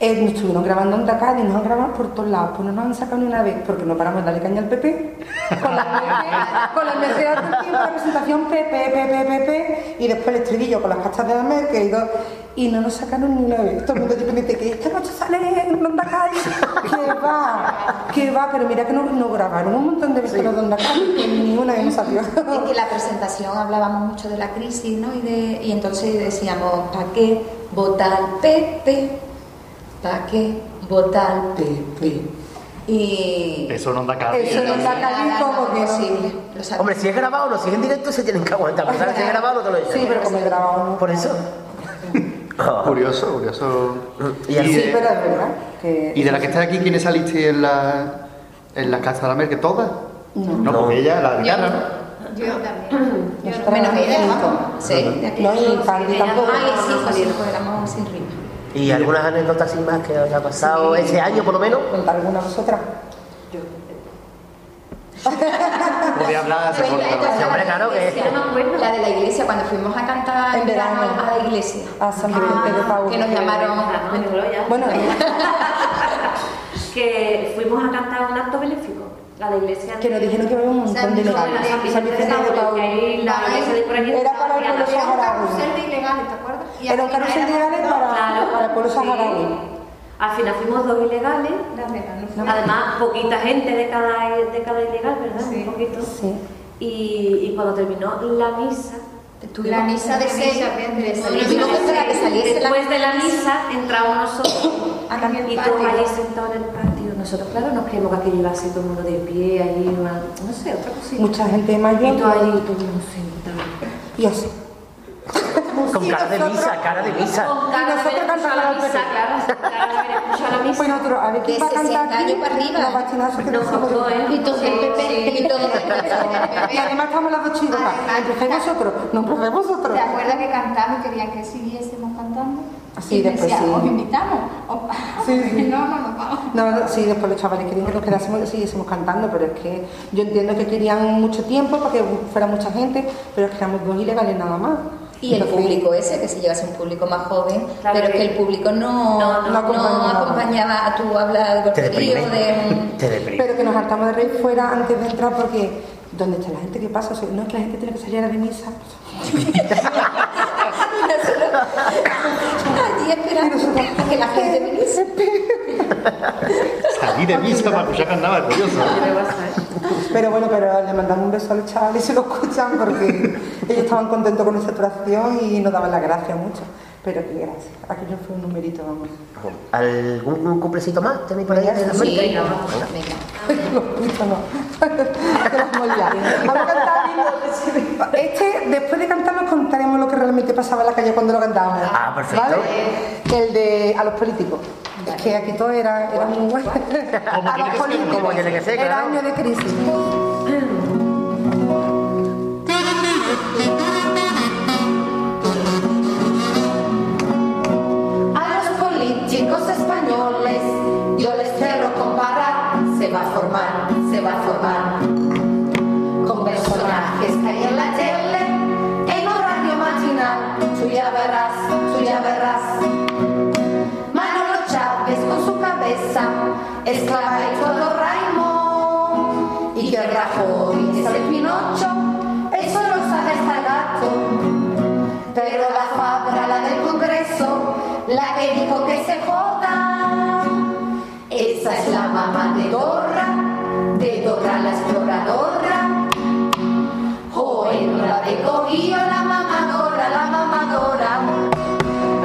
[SPEAKER 4] eh, nos estuvieron grabando en Dakar y nos han grabado por todos lados, pues no nos han sacado ni una vez porque no paramos de darle caña al PP con la merced- con la merced todo el tiempo la presentación PP, PP, PP y después el estribillo con las pastas de la Merkel y todo, y no nos sacaron ni una vez todo el mundo tipo dice que esta noche sale en Onda Cádiz que va, Que va, pero mira que nos no grabaron un montón de veces los Don Nakami y pues ninguna vez nos salió.
[SPEAKER 7] [LAUGHS]
[SPEAKER 1] Es que la presentación hablábamos mucho de la crisis, ¿no? Y, de, y entonces decíamos, ¿para qué votar Pepe? ¿Para qué votar Pepe? Y...
[SPEAKER 6] Eso no da cabida.
[SPEAKER 4] Eso no da cabida, como que no.
[SPEAKER 1] Lo sac-
[SPEAKER 3] Hombre, si es grabado, lo si es en directo, se tienen que aguantar. Porque sabes si es grabado, te lo echan.
[SPEAKER 4] Sí, pero como el grabado no.
[SPEAKER 3] Por eso. [LAUGHS] Oh,
[SPEAKER 6] Curioso, curioso.
[SPEAKER 3] Y así,
[SPEAKER 4] Sí,
[SPEAKER 6] de-
[SPEAKER 4] pero es verdad que...
[SPEAKER 6] ¿Y de las que están aquí, quiénes saliste en la, en la Casa de la Merkel? ¿Todas? No, porque ella, la de Carla, ¿no?
[SPEAKER 1] Yo también. Yo
[SPEAKER 4] Nosotras
[SPEAKER 1] menos ella, ¿no?
[SPEAKER 4] tampoco.
[SPEAKER 1] Sí, de aquí.
[SPEAKER 4] No, y
[SPEAKER 1] Sí,
[SPEAKER 4] Candy
[SPEAKER 1] sí,
[SPEAKER 4] tampoco.
[SPEAKER 1] Ay, sí, José, el amor sin rima.
[SPEAKER 3] y algunas anécdotas sin más que os ha pasado ese año, por lo menos.
[SPEAKER 4] ¿Contar alguna vosotras?
[SPEAKER 6] Podía hablar, se
[SPEAKER 1] Pero
[SPEAKER 6] corta
[SPEAKER 1] la
[SPEAKER 6] la
[SPEAKER 1] de-
[SPEAKER 6] relación.
[SPEAKER 3] hombre, claro que-
[SPEAKER 1] iglesia, no me acuerdo. La de la iglesia, cuando fuimos a cantar
[SPEAKER 4] En
[SPEAKER 1] en verano
[SPEAKER 4] verano.
[SPEAKER 1] a la iglesia. Ah,
[SPEAKER 4] A San Vicente de Paúl.
[SPEAKER 1] Que nos llamaron.
[SPEAKER 8] Ah, no, yo ya.
[SPEAKER 4] Bueno,
[SPEAKER 8] que fuimos a cantar un acto benéfico a la iglesia.
[SPEAKER 4] que nos dijeron que había un montón de ilegales. San Vicente de
[SPEAKER 8] Paúl, que
[SPEAKER 4] Paúl.
[SPEAKER 8] ahí la iglesia de por aquí
[SPEAKER 4] Era
[SPEAKER 8] estaba
[SPEAKER 4] para el
[SPEAKER 8] creada.
[SPEAKER 4] pueblo saharaui.
[SPEAKER 1] de ilegales, ¿te acuerdas? Y
[SPEAKER 4] Era
[SPEAKER 1] al
[SPEAKER 4] un carrusel
[SPEAKER 1] final
[SPEAKER 4] de ilegales
[SPEAKER 1] era-
[SPEAKER 4] para,
[SPEAKER 8] Claro,
[SPEAKER 4] para el pueblo
[SPEAKER 8] sí.
[SPEAKER 4] saharaui.
[SPEAKER 8] Al final fuimos dos ilegales.
[SPEAKER 1] Las venas, ¿no?
[SPEAKER 8] Además, poquita gente de cada, de cada ilegal, ¿verdad? Un poquito.
[SPEAKER 4] Sí.
[SPEAKER 8] Y, y cuando terminó la misa,
[SPEAKER 1] La misa de sella, de salir. Tuvimos que esperar a que saliese la
[SPEAKER 8] después de la misa entramos nosotros
[SPEAKER 11] Ah,
[SPEAKER 1] A cambiar el
[SPEAKER 8] y
[SPEAKER 1] patio.
[SPEAKER 8] todos allí sentados en el patio. Nosotros, claro, nos creemos que aquello iba a ser todo el mundo de pie, allí, una- no sé, otra cosita.
[SPEAKER 4] Mucha gente
[SPEAKER 8] Y todos
[SPEAKER 4] mayor. pues,
[SPEAKER 8] allí, todo el mundo sentado.
[SPEAKER 4] Dios.
[SPEAKER 3] Con
[SPEAKER 4] Y
[SPEAKER 3] cara de
[SPEAKER 4] nosotros-
[SPEAKER 3] misa, cara de misa.
[SPEAKER 8] Con cara de
[SPEAKER 4] nosotros
[SPEAKER 8] haber escuchado la
[SPEAKER 4] cantando
[SPEAKER 8] misa,
[SPEAKER 4] la
[SPEAKER 8] claro, cara de haber escuchado la
[SPEAKER 4] Pues
[SPEAKER 8] misa.
[SPEAKER 4] nosotros, a ver,
[SPEAKER 1] De
[SPEAKER 4] ¿quién va a cantar
[SPEAKER 1] 60 años
[SPEAKER 4] aquí?
[SPEAKER 1] para arriba.
[SPEAKER 4] Los bastinazos que
[SPEAKER 8] Nos
[SPEAKER 4] tenemos.
[SPEAKER 8] costó, ¿eh?
[SPEAKER 12] Y todo el Pepe.
[SPEAKER 1] Y todo el-
[SPEAKER 4] Y además estamos las dos chicas.
[SPEAKER 1] Ay,
[SPEAKER 4] Empecé vosotros, no empecé vosotros.
[SPEAKER 7] ¿Te acuerdas que cantamos y querían que siguiésemos cantando?
[SPEAKER 4] Sí,
[SPEAKER 7] y
[SPEAKER 4] después
[SPEAKER 7] decía,
[SPEAKER 4] sí.
[SPEAKER 7] os invitamos. O-
[SPEAKER 4] Sí, sí.
[SPEAKER 7] no, no, no, vamos.
[SPEAKER 4] No, no, sí, después los chavales querían que nos quedásemos y siguiésemos cantando, pero es que yo entiendo que querían mucho tiempo para que fuera mucha gente, pero es que éramos dos ilegales nada más.
[SPEAKER 1] Y el
[SPEAKER 4] Entonces,
[SPEAKER 1] público ese, que si llevase un público más joven,
[SPEAKER 8] Claro
[SPEAKER 1] pero es
[SPEAKER 8] que-
[SPEAKER 1] que el público no,
[SPEAKER 8] No,
[SPEAKER 1] no,
[SPEAKER 4] no acompañaba.
[SPEAKER 1] acompañaba a tu habla de
[SPEAKER 3] Te
[SPEAKER 1] golperío, de... [LAUGHS]
[SPEAKER 3] deprime. Te deprime.
[SPEAKER 4] Pero que nos hartamos de reír fuera antes de entrar porque ¿dónde está la gente? ¿Qué pasa? O sea, no es que la gente tiene que salir a la de misa.
[SPEAKER 1] Allí esperando a que la gente viniese.
[SPEAKER 6] Salí de misa para escuchar carnaval, curioso.
[SPEAKER 4] Pero bueno, pero le mandamos un beso a los chavales y se lo escuchan porque ellos estaban contentos con nuestra actuación y nos daban las gracias mucho. Pero qué gracias. Aquello fue un numerito, vamos.
[SPEAKER 3] ¿Algún un cumplecito más tenéis por ahí? Ah, de la
[SPEAKER 1] Sí,
[SPEAKER 3] Merkel?
[SPEAKER 1] venga,
[SPEAKER 3] Venga.
[SPEAKER 1] venga.
[SPEAKER 4] Los putos no. [LAUGHS] Que las molía. Vamos a cantar mismo. Este, después de cantarlo, contaremos lo que realmente pasaba en la calle cuando lo cantábamos.
[SPEAKER 3] Ah, perfecto.
[SPEAKER 4] ¿Vale? El de a los políticos. Es que aquí todo era, era muy bueno. A
[SPEAKER 6] tiene
[SPEAKER 4] los
[SPEAKER 6] que ser,
[SPEAKER 4] políticos.
[SPEAKER 3] como tiene que ser,
[SPEAKER 4] Era
[SPEAKER 3] claro.
[SPEAKER 4] año de crisis.
[SPEAKER 7] A los políticos españoles yo les quiero comparar, se va a formar, se va a formar. Con personajes que hay en la tele, en horario matinal, tú ya verás, tú ya verás. Manolo Chávez con su cabeza, esclava y todo Raimo. Y que Rajoy es el Pinocho, eso lo sabe hasta el gato. Pero la fabra, la del Congreso, la que dijo que se joda, esa es la mamá de Dora, de Dora la exploradora. Joder, la de cogido, la mamá Dora, la mamá Dora.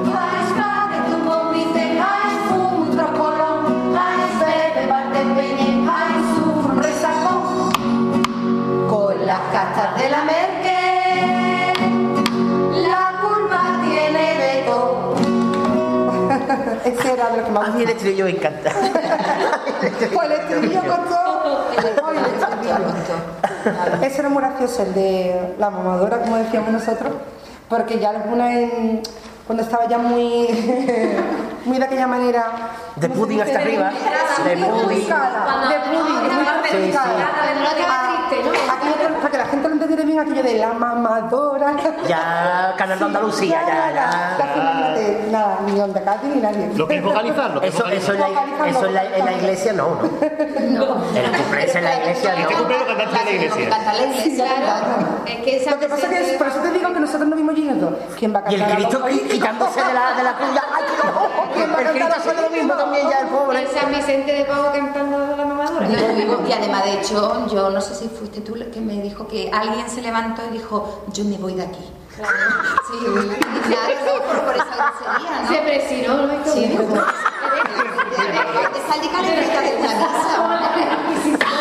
[SPEAKER 7] Vais para tu bombite, vais un trocolón, vais bebe, parte peñe, vais un resacón. Con las cartas de la Merkel. La culpa tiene Beto.
[SPEAKER 4] Ese Este era lo que más
[SPEAKER 3] A mí el estribillo me encanta.
[SPEAKER 4] Pues el estribillo costó. Ay, el estribillo. Ese era muy gracioso, el de la mamadora, como decíamos nosotros, porque ya alguna en- cuando estaba ya muy, [LAUGHS] muy de aquella manera.
[SPEAKER 3] De
[SPEAKER 4] ¿cómo se
[SPEAKER 3] pudding
[SPEAKER 4] dice?
[SPEAKER 3] hasta arriba,
[SPEAKER 4] De
[SPEAKER 3] de
[SPEAKER 4] pudding.
[SPEAKER 3] pudding.
[SPEAKER 4] De pudding, muy perjudicada. Aquello que- Para que la gente lo entendiera bien, aquello de la mamadora.
[SPEAKER 3] Ya, Canal de Andalucía, ya, ya.
[SPEAKER 4] Imagínate, Nada, ni onda Cati ni nadie.
[SPEAKER 6] Lo que es vocalizar, lo que es
[SPEAKER 3] Eso, eso,
[SPEAKER 6] vocalizar.
[SPEAKER 3] en, la, eso en, la, en la iglesia no, ¿no? El cumpleaños en la iglesia
[SPEAKER 6] Este
[SPEAKER 3] no.
[SPEAKER 6] cumple lo cantaste en la iglesia.
[SPEAKER 1] Canta la iglesia, claro. Es que esa
[SPEAKER 4] Lo que pasa es que es- por eso te digo que nosotros no vimos llegando. ¿Quién va a
[SPEAKER 3] Y
[SPEAKER 4] cantar?
[SPEAKER 3] el
[SPEAKER 4] a los
[SPEAKER 3] Cristo
[SPEAKER 4] políticos?
[SPEAKER 3] quitándose de la, de la cruz. ¡Ay, qué horror!
[SPEAKER 4] ¿quién va a cantar después de lo mismo también ya el pobre?
[SPEAKER 13] El San Vicente de Pau cantando la mamadora.
[SPEAKER 14] Yo digo, y además, de hecho, yo no sé si fuiste tú la que me dijo que alguien se levantó y dijo, yo me voy de aquí. Sí, claro, por, por esa grosería, ¿no?
[SPEAKER 15] Se presionó, ¿no? Esto
[SPEAKER 14] Sí,
[SPEAKER 15] mismo.
[SPEAKER 14] Te salí calentita de esta misa.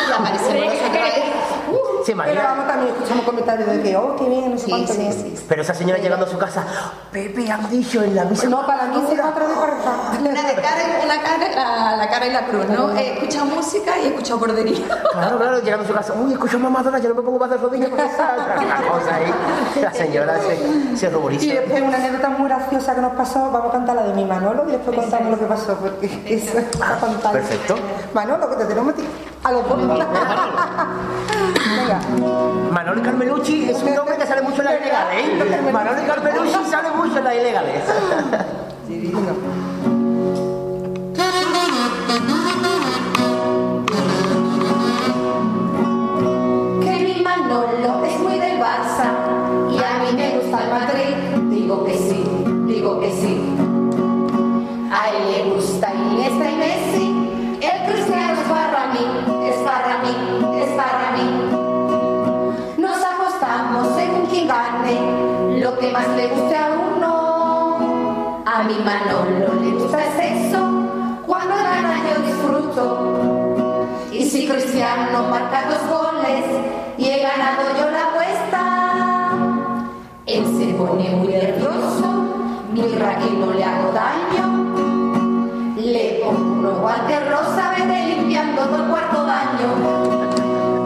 [SPEAKER 14] Y aparecieron los otros.
[SPEAKER 3] Se
[SPEAKER 4] Pero
[SPEAKER 3] imagina.
[SPEAKER 4] vamos también escuchamos comentarios de que, oh, qué bien, no sé
[SPEAKER 14] Sí,
[SPEAKER 4] cuánto
[SPEAKER 14] sí,
[SPEAKER 4] bien.
[SPEAKER 14] sí.
[SPEAKER 3] Pero esa señora llegando a su casa, Pepe, han dicho en la misa. Ah,
[SPEAKER 4] No, para mí se va otra vez para rezar.
[SPEAKER 14] Una de cara, una cara, la, la cara y la cruz, ¿no? He escuchado música y he escuchado bordería.
[SPEAKER 3] Claro, claro, llegando a su casa, uy, escucha mamadora, yo no me pongo más de rodillas con esa. Una cosa ahí. La señora se, se
[SPEAKER 4] [LAUGHS] Y
[SPEAKER 3] ruboriza.
[SPEAKER 4] después una anécdota muy graciosa que nos pasó, vamos a cantar la de mi Manolo y después contamos lo que pasó, porque eso está fantástico.
[SPEAKER 3] Ah, perfecto.
[SPEAKER 4] Manolo, que te tenemos ti- a los dos. Venga.
[SPEAKER 3] Manolo y Carmelucci es un nombre que sale mucho en las ilegales, ¿eh? Manolo y Carmelucci sale mucho en las ilegales.
[SPEAKER 7] Que mi Manolo es muy del Barça y a mí me gusta el Madrid. Digo que sí, digo que sí. A él le gusta Iniesta y Messi. El Cristiano es para mí, es para mí, es para mí. Nos ajustamos según quien gane, lo que más le guste a uno. A mi Manolo le gusta el sexo, cuando gana yo disfruto. Y si Cristiano marca dos goles y he ganado yo la apuesta, él se pone muy nervioso, mira que no le hago daño. Le pongo unos guantes rosa, vete limpiando todo el cuarto baño.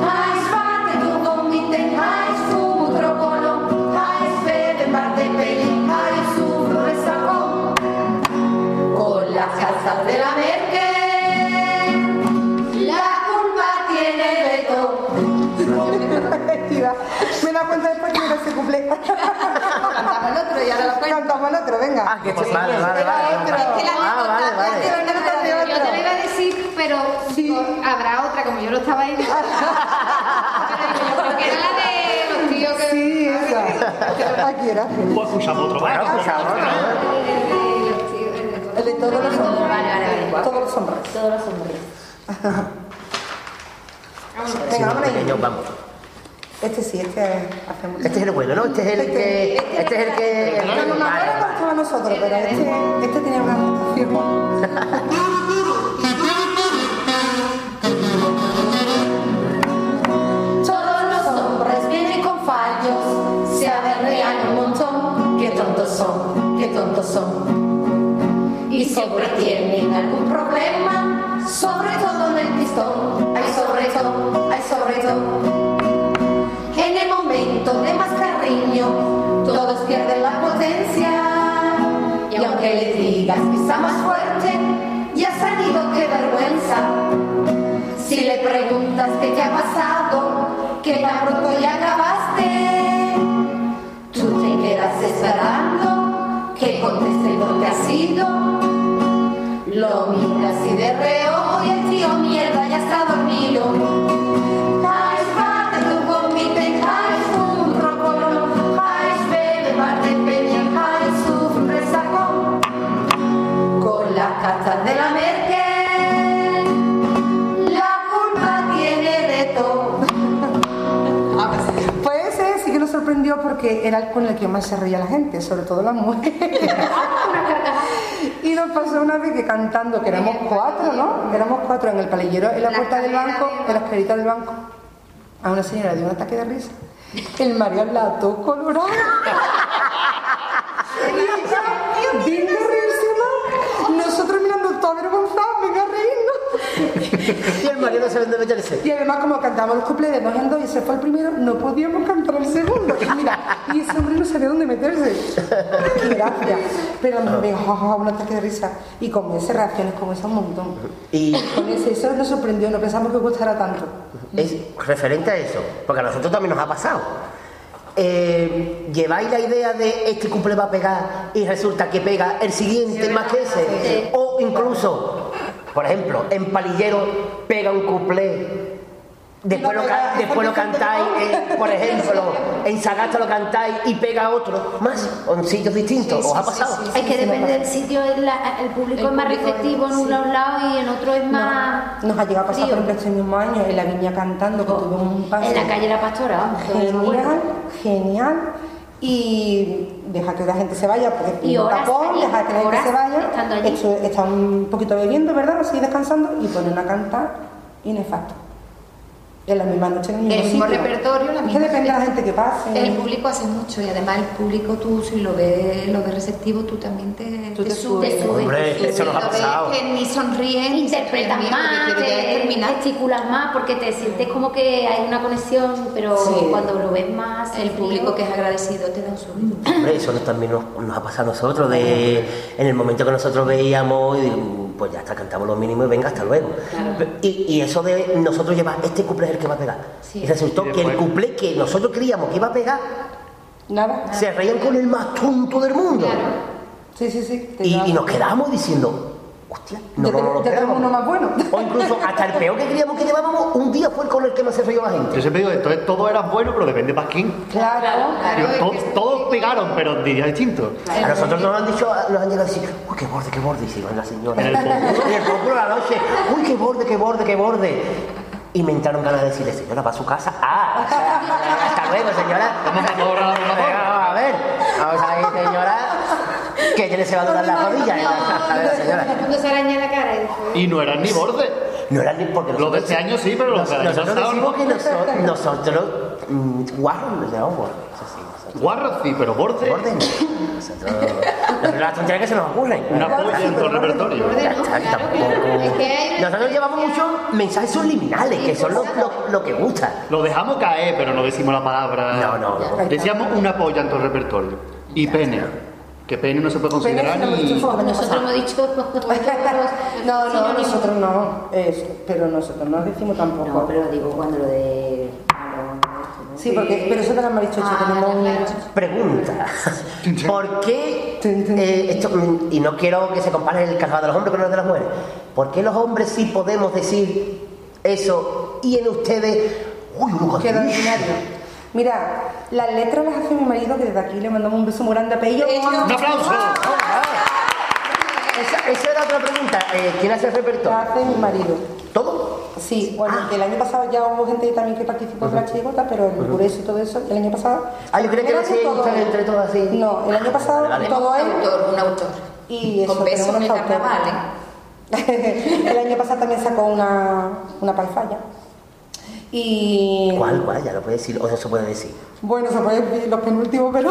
[SPEAKER 7] Ay, Sparte, tu convite, ay, su trocolo, ay, Fede, Marte, Peli, ay, su resacón. Con las calzas de la Merkel. La culpa tiene Beto.
[SPEAKER 4] Efectiva. Me he dado cuenta después que era se
[SPEAKER 3] [LAUGHS]
[SPEAKER 4] cumple.
[SPEAKER 14] Cantaba el otro y ahora lo cuento.
[SPEAKER 4] Cantamos el otro, venga.
[SPEAKER 3] Ah, que esto es vale, vale, vale.
[SPEAKER 14] Es que la
[SPEAKER 3] Ah, vale, vale.
[SPEAKER 15] Yo te lo iba a decir, pero digo, habrá otra, como yo lo estaba
[SPEAKER 14] [LAUGHS]
[SPEAKER 15] ahí. Pero digo, yo creo que era la de los tíos que.
[SPEAKER 4] Sí, esa. Aquí era.
[SPEAKER 6] Pues escuchamos otro más.
[SPEAKER 3] Bueno, escuchamos, ¿no?
[SPEAKER 15] El de los tíos, el de todos.
[SPEAKER 4] El de todos los
[SPEAKER 15] Vale,
[SPEAKER 4] hombres.
[SPEAKER 15] vale, vale.
[SPEAKER 4] Todos los hombres.
[SPEAKER 8] Todos los hombres.
[SPEAKER 4] Venga,
[SPEAKER 3] Sí,
[SPEAKER 4] vámonos.
[SPEAKER 3] pequeños, vamos.
[SPEAKER 4] Este sí, este hacemos.
[SPEAKER 3] Este es el bueno, ¿no? Este es el que. Este es el que.
[SPEAKER 4] Bueno,
[SPEAKER 3] Vale,
[SPEAKER 4] no
[SPEAKER 3] vale.
[SPEAKER 4] era porque va a nosotros, pero este, este tenía una anotación.
[SPEAKER 7] Todos los hombres vienen con fallos, se aberrean un montón. Qué tontos son, qué tontos son. Y siempre tienen algún problema, sobre todo en el pistón. Ay, sobre todo, ay, sobre todo. En el momento de más cariño, todos pierden la potencia. Y aunque le digas pisa más fuerte, ya ha salido qué vergüenza. Si le preguntas qué te ha pasado, que tan pronto ya acabaste, tú te quedas esperando que conteste lo que ha sido. Lo miras y de reojo y el tío mierda ya está dormido. Ay, parte tu convite, ay, un rocolón, ay, bebe, parte peña, ay, sufre sacón. Con las cartas de la Merkel. La culpa tiene de todo.
[SPEAKER 4] Pues ese sí que nos sorprendió porque era el con el que más se reía la gente, sobre todo las mujeres. [LAUGHS] y nos pasó una vez que cantando, que éramos cuatro, ¿no? Éramos cuatro en el palillero, en la
[SPEAKER 15] La
[SPEAKER 4] puerta del
[SPEAKER 15] escalera
[SPEAKER 4] banco,
[SPEAKER 15] del-
[SPEAKER 4] en la escalerita del banco. A una señora le dio un ataque de risa. El Mario la todo colorado. [LAUGHS] Y ella, Venga a reírse más. Nosotros mirando todo avergonzados, venga a reírnos.
[SPEAKER 3] Y el marido se vende belleza.
[SPEAKER 4] Y además, como cantamos los cumple de dos en dos y ese fue el primero, no podíamos cantar el segundo. Y mira, y ese hombre no sabía dónde meterse. Qué gracia. Pero me dijo, ja, ja, ja, un ataque de risa. Y con esas reacciones, como esa, un montón.
[SPEAKER 3] Y
[SPEAKER 4] Con ese, eso nos sorprendió, no pensamos que gustara tanto.
[SPEAKER 3] es referente a eso, porque a nosotros también nos ha pasado. Eh, ¿Lleváis la idea de este cumple va a pegar y resulta que pega el siguiente más que ese? O incluso, por ejemplo, en Palillero pega un cumple Después lo, ca- después lo cantáis, eh, [LAUGHS] por ejemplo, en Sagasta lo cantáis y pega otro más, o en sitios distintos. ¿Os ha pasado?
[SPEAKER 11] Hay que depender del sitio, el, la- el público es más receptivo en unos lados y en otros es más.
[SPEAKER 4] Nos ha llegado a pasar,
[SPEAKER 11] frío. Oh,
[SPEAKER 4] por ejemplo, este mismo año en la viña cantando, que tuve un paso.
[SPEAKER 11] En la calle La Pastora, vamos, que es muy
[SPEAKER 4] Genial,
[SPEAKER 11] bueno.
[SPEAKER 4] genial. Y deja que la gente se vaya, porque
[SPEAKER 11] Y
[SPEAKER 4] es un
[SPEAKER 11] horas
[SPEAKER 4] tapón,
[SPEAKER 11] allí,
[SPEAKER 4] deja que la gente
[SPEAKER 11] horas
[SPEAKER 4] se
[SPEAKER 11] estando
[SPEAKER 4] vaya.
[SPEAKER 11] allí.
[SPEAKER 4] Estu- Está un poquito bebiendo, ¿verdad? Así descansando, y ponen a cantar inefacto. En la misma noche, en el mismo,
[SPEAKER 16] El mismo
[SPEAKER 4] sitio.
[SPEAKER 16] repertorio, la
[SPEAKER 4] Es que
[SPEAKER 16] misma
[SPEAKER 4] depende de la
[SPEAKER 16] gente.
[SPEAKER 4] gente que pase.
[SPEAKER 16] El público hace mucho y además el público tú si lo ves lo ves receptivo tú también te,
[SPEAKER 4] Tú te
[SPEAKER 16] subes.
[SPEAKER 4] subes. Hombre,
[SPEAKER 16] te
[SPEAKER 4] eso nos ha
[SPEAKER 16] Lo ves
[SPEAKER 4] pasado.
[SPEAKER 16] que ni sonríen,
[SPEAKER 11] Interpretas más, te gesticulas más, porque te sientes como que hay una conexión, pero
[SPEAKER 16] Sí.
[SPEAKER 11] cuando lo ves más.
[SPEAKER 16] El público que es agradecido te da un sueldo.
[SPEAKER 3] Hombre, eso nos- también nos, nos ha pasado a nosotros, de, en el momento que nosotros veíamos, y, pues ya está, cantamos lo mínimo y venga, hasta luego. Y, y eso de nosotros llevar, este cuplé es el que va a pegar. Y resultó que el cuplé que nosotros creíamos que iba a pegar,
[SPEAKER 4] Nada.
[SPEAKER 11] Ah.
[SPEAKER 3] se reían con el más tonto del mundo.
[SPEAKER 4] Sí, sí, sí. te
[SPEAKER 3] Y,
[SPEAKER 4] da-
[SPEAKER 3] y nos quedamos diciendo, hostia, no, no, no lo
[SPEAKER 4] ya tenemos
[SPEAKER 3] esperábamos".
[SPEAKER 4] uno más bueno.
[SPEAKER 3] O incluso hasta el peor que creíamos que llevábamos, un día fue el con el que más se rió la gente.
[SPEAKER 2] Yo siempre digo, entonces todo era bueno, pero depende para quién.
[SPEAKER 4] [LAUGHS] Claro,
[SPEAKER 2] Digo,
[SPEAKER 16] [LAUGHS]
[SPEAKER 2] todos, todos pegaron, pero diría distinto.
[SPEAKER 3] A nosotros nos han dicho, nos han llegado a decir, uy, qué borde, qué borde, y se iban la señora.
[SPEAKER 2] [LAUGHS] En el
[SPEAKER 4] pueblo.
[SPEAKER 3] En el pueblo a la noche, uy, qué borde, qué borde, qué borde. Y me entraron ganas de decirle, señora, va a su casa. Ah, hasta luego, señora. Venga, a ver, vamos a ver, señora, que yo le se va a durar la rodilla
[SPEAKER 4] [LAUGHS]
[SPEAKER 3] en la casa de la señora.
[SPEAKER 17] Me puso araña en la cara.
[SPEAKER 2] Y no eran ni borde.
[SPEAKER 3] No eran ni porque
[SPEAKER 2] Los de
[SPEAKER 3] nosotros-
[SPEAKER 2] este año sí, pero los del año
[SPEAKER 3] Nosotros
[SPEAKER 2] pasado
[SPEAKER 3] decimos
[SPEAKER 2] no.
[SPEAKER 3] que nosotros, nosotros mm, guarros no llevamos borde. Eso sí, nosotros-
[SPEAKER 2] Guarros sí, pero borde.
[SPEAKER 3] Borde no. Nosotros, nosotros las tonterías que se nos ocurren.
[SPEAKER 2] Una polla en todo el repertorio.
[SPEAKER 17] Es que hay una-
[SPEAKER 3] Nosotros llevamos muchos mensajes subliminales, que son lo, lo- lo que gusta.
[SPEAKER 2] Lo dejamos caer, pero no decimos la palabra.
[SPEAKER 3] No, no, no.
[SPEAKER 2] Decíamos una polla en todo el repertorio. Y pene. Que pene no se puede considerar
[SPEAKER 4] Pene, sí, lo hemos
[SPEAKER 2] ni.
[SPEAKER 4] dicho, joder,
[SPEAKER 11] Nosotros hemos dicho.
[SPEAKER 4] [LAUGHS] No,
[SPEAKER 11] [LAUGHS]
[SPEAKER 4] no,
[SPEAKER 11] Sinónimo.
[SPEAKER 4] nosotros no, eso, pero nosotros no decimos tampoco.
[SPEAKER 11] No, pero digo, cuando lo de.
[SPEAKER 4] Sí, porque, pero eso de la marichocha
[SPEAKER 16] Ah,
[SPEAKER 4] tenemos un...
[SPEAKER 3] Pregunta. ¿Por qué eh, esto, mm, y no quiero que se compare el carnaval de los hombres con el de las mujeres? ¿Por qué los hombres sí podemos decir eso y en ustedes, uy, un
[SPEAKER 4] Queda ordinario. Mira, las letras las hace mi marido, que desde aquí le mandamos un beso muy grande a Pello.
[SPEAKER 2] ¡Un aplauso!
[SPEAKER 3] Esa, esa era otra pregunta. Eh, ¿Quién hace el
[SPEAKER 4] Las
[SPEAKER 3] repertorio?
[SPEAKER 4] hace mi marido.
[SPEAKER 3] ¿Todo?
[SPEAKER 16] Ah.
[SPEAKER 4] Sí, bueno, que el año pasado ya hubo gente también que participó de la chirigota, pero el Gureso y todo eso, el año pasado...
[SPEAKER 3] Ah, yo creía que
[SPEAKER 4] Era
[SPEAKER 3] lo hacían
[SPEAKER 4] todo
[SPEAKER 3] ustedes
[SPEAKER 4] él.
[SPEAKER 3] entre todos así.
[SPEAKER 4] No, el año pasado
[SPEAKER 3] Vale, vale.
[SPEAKER 4] todo
[SPEAKER 16] Un
[SPEAKER 4] él...
[SPEAKER 16] autor, un autor.
[SPEAKER 4] Y eso,
[SPEAKER 16] Con besos
[SPEAKER 4] tenemos
[SPEAKER 16] en el
[SPEAKER 4] los autores.
[SPEAKER 16] carnaval, ¿eh?
[SPEAKER 4] [LAUGHS] el año pasado también sacó una, una palfalla. Y
[SPEAKER 3] ¿Cuál, cuál? Ya lo puede decir, o no se puede decir.
[SPEAKER 4] bueno, se puede decir los penúltimos, pero [LAUGHS]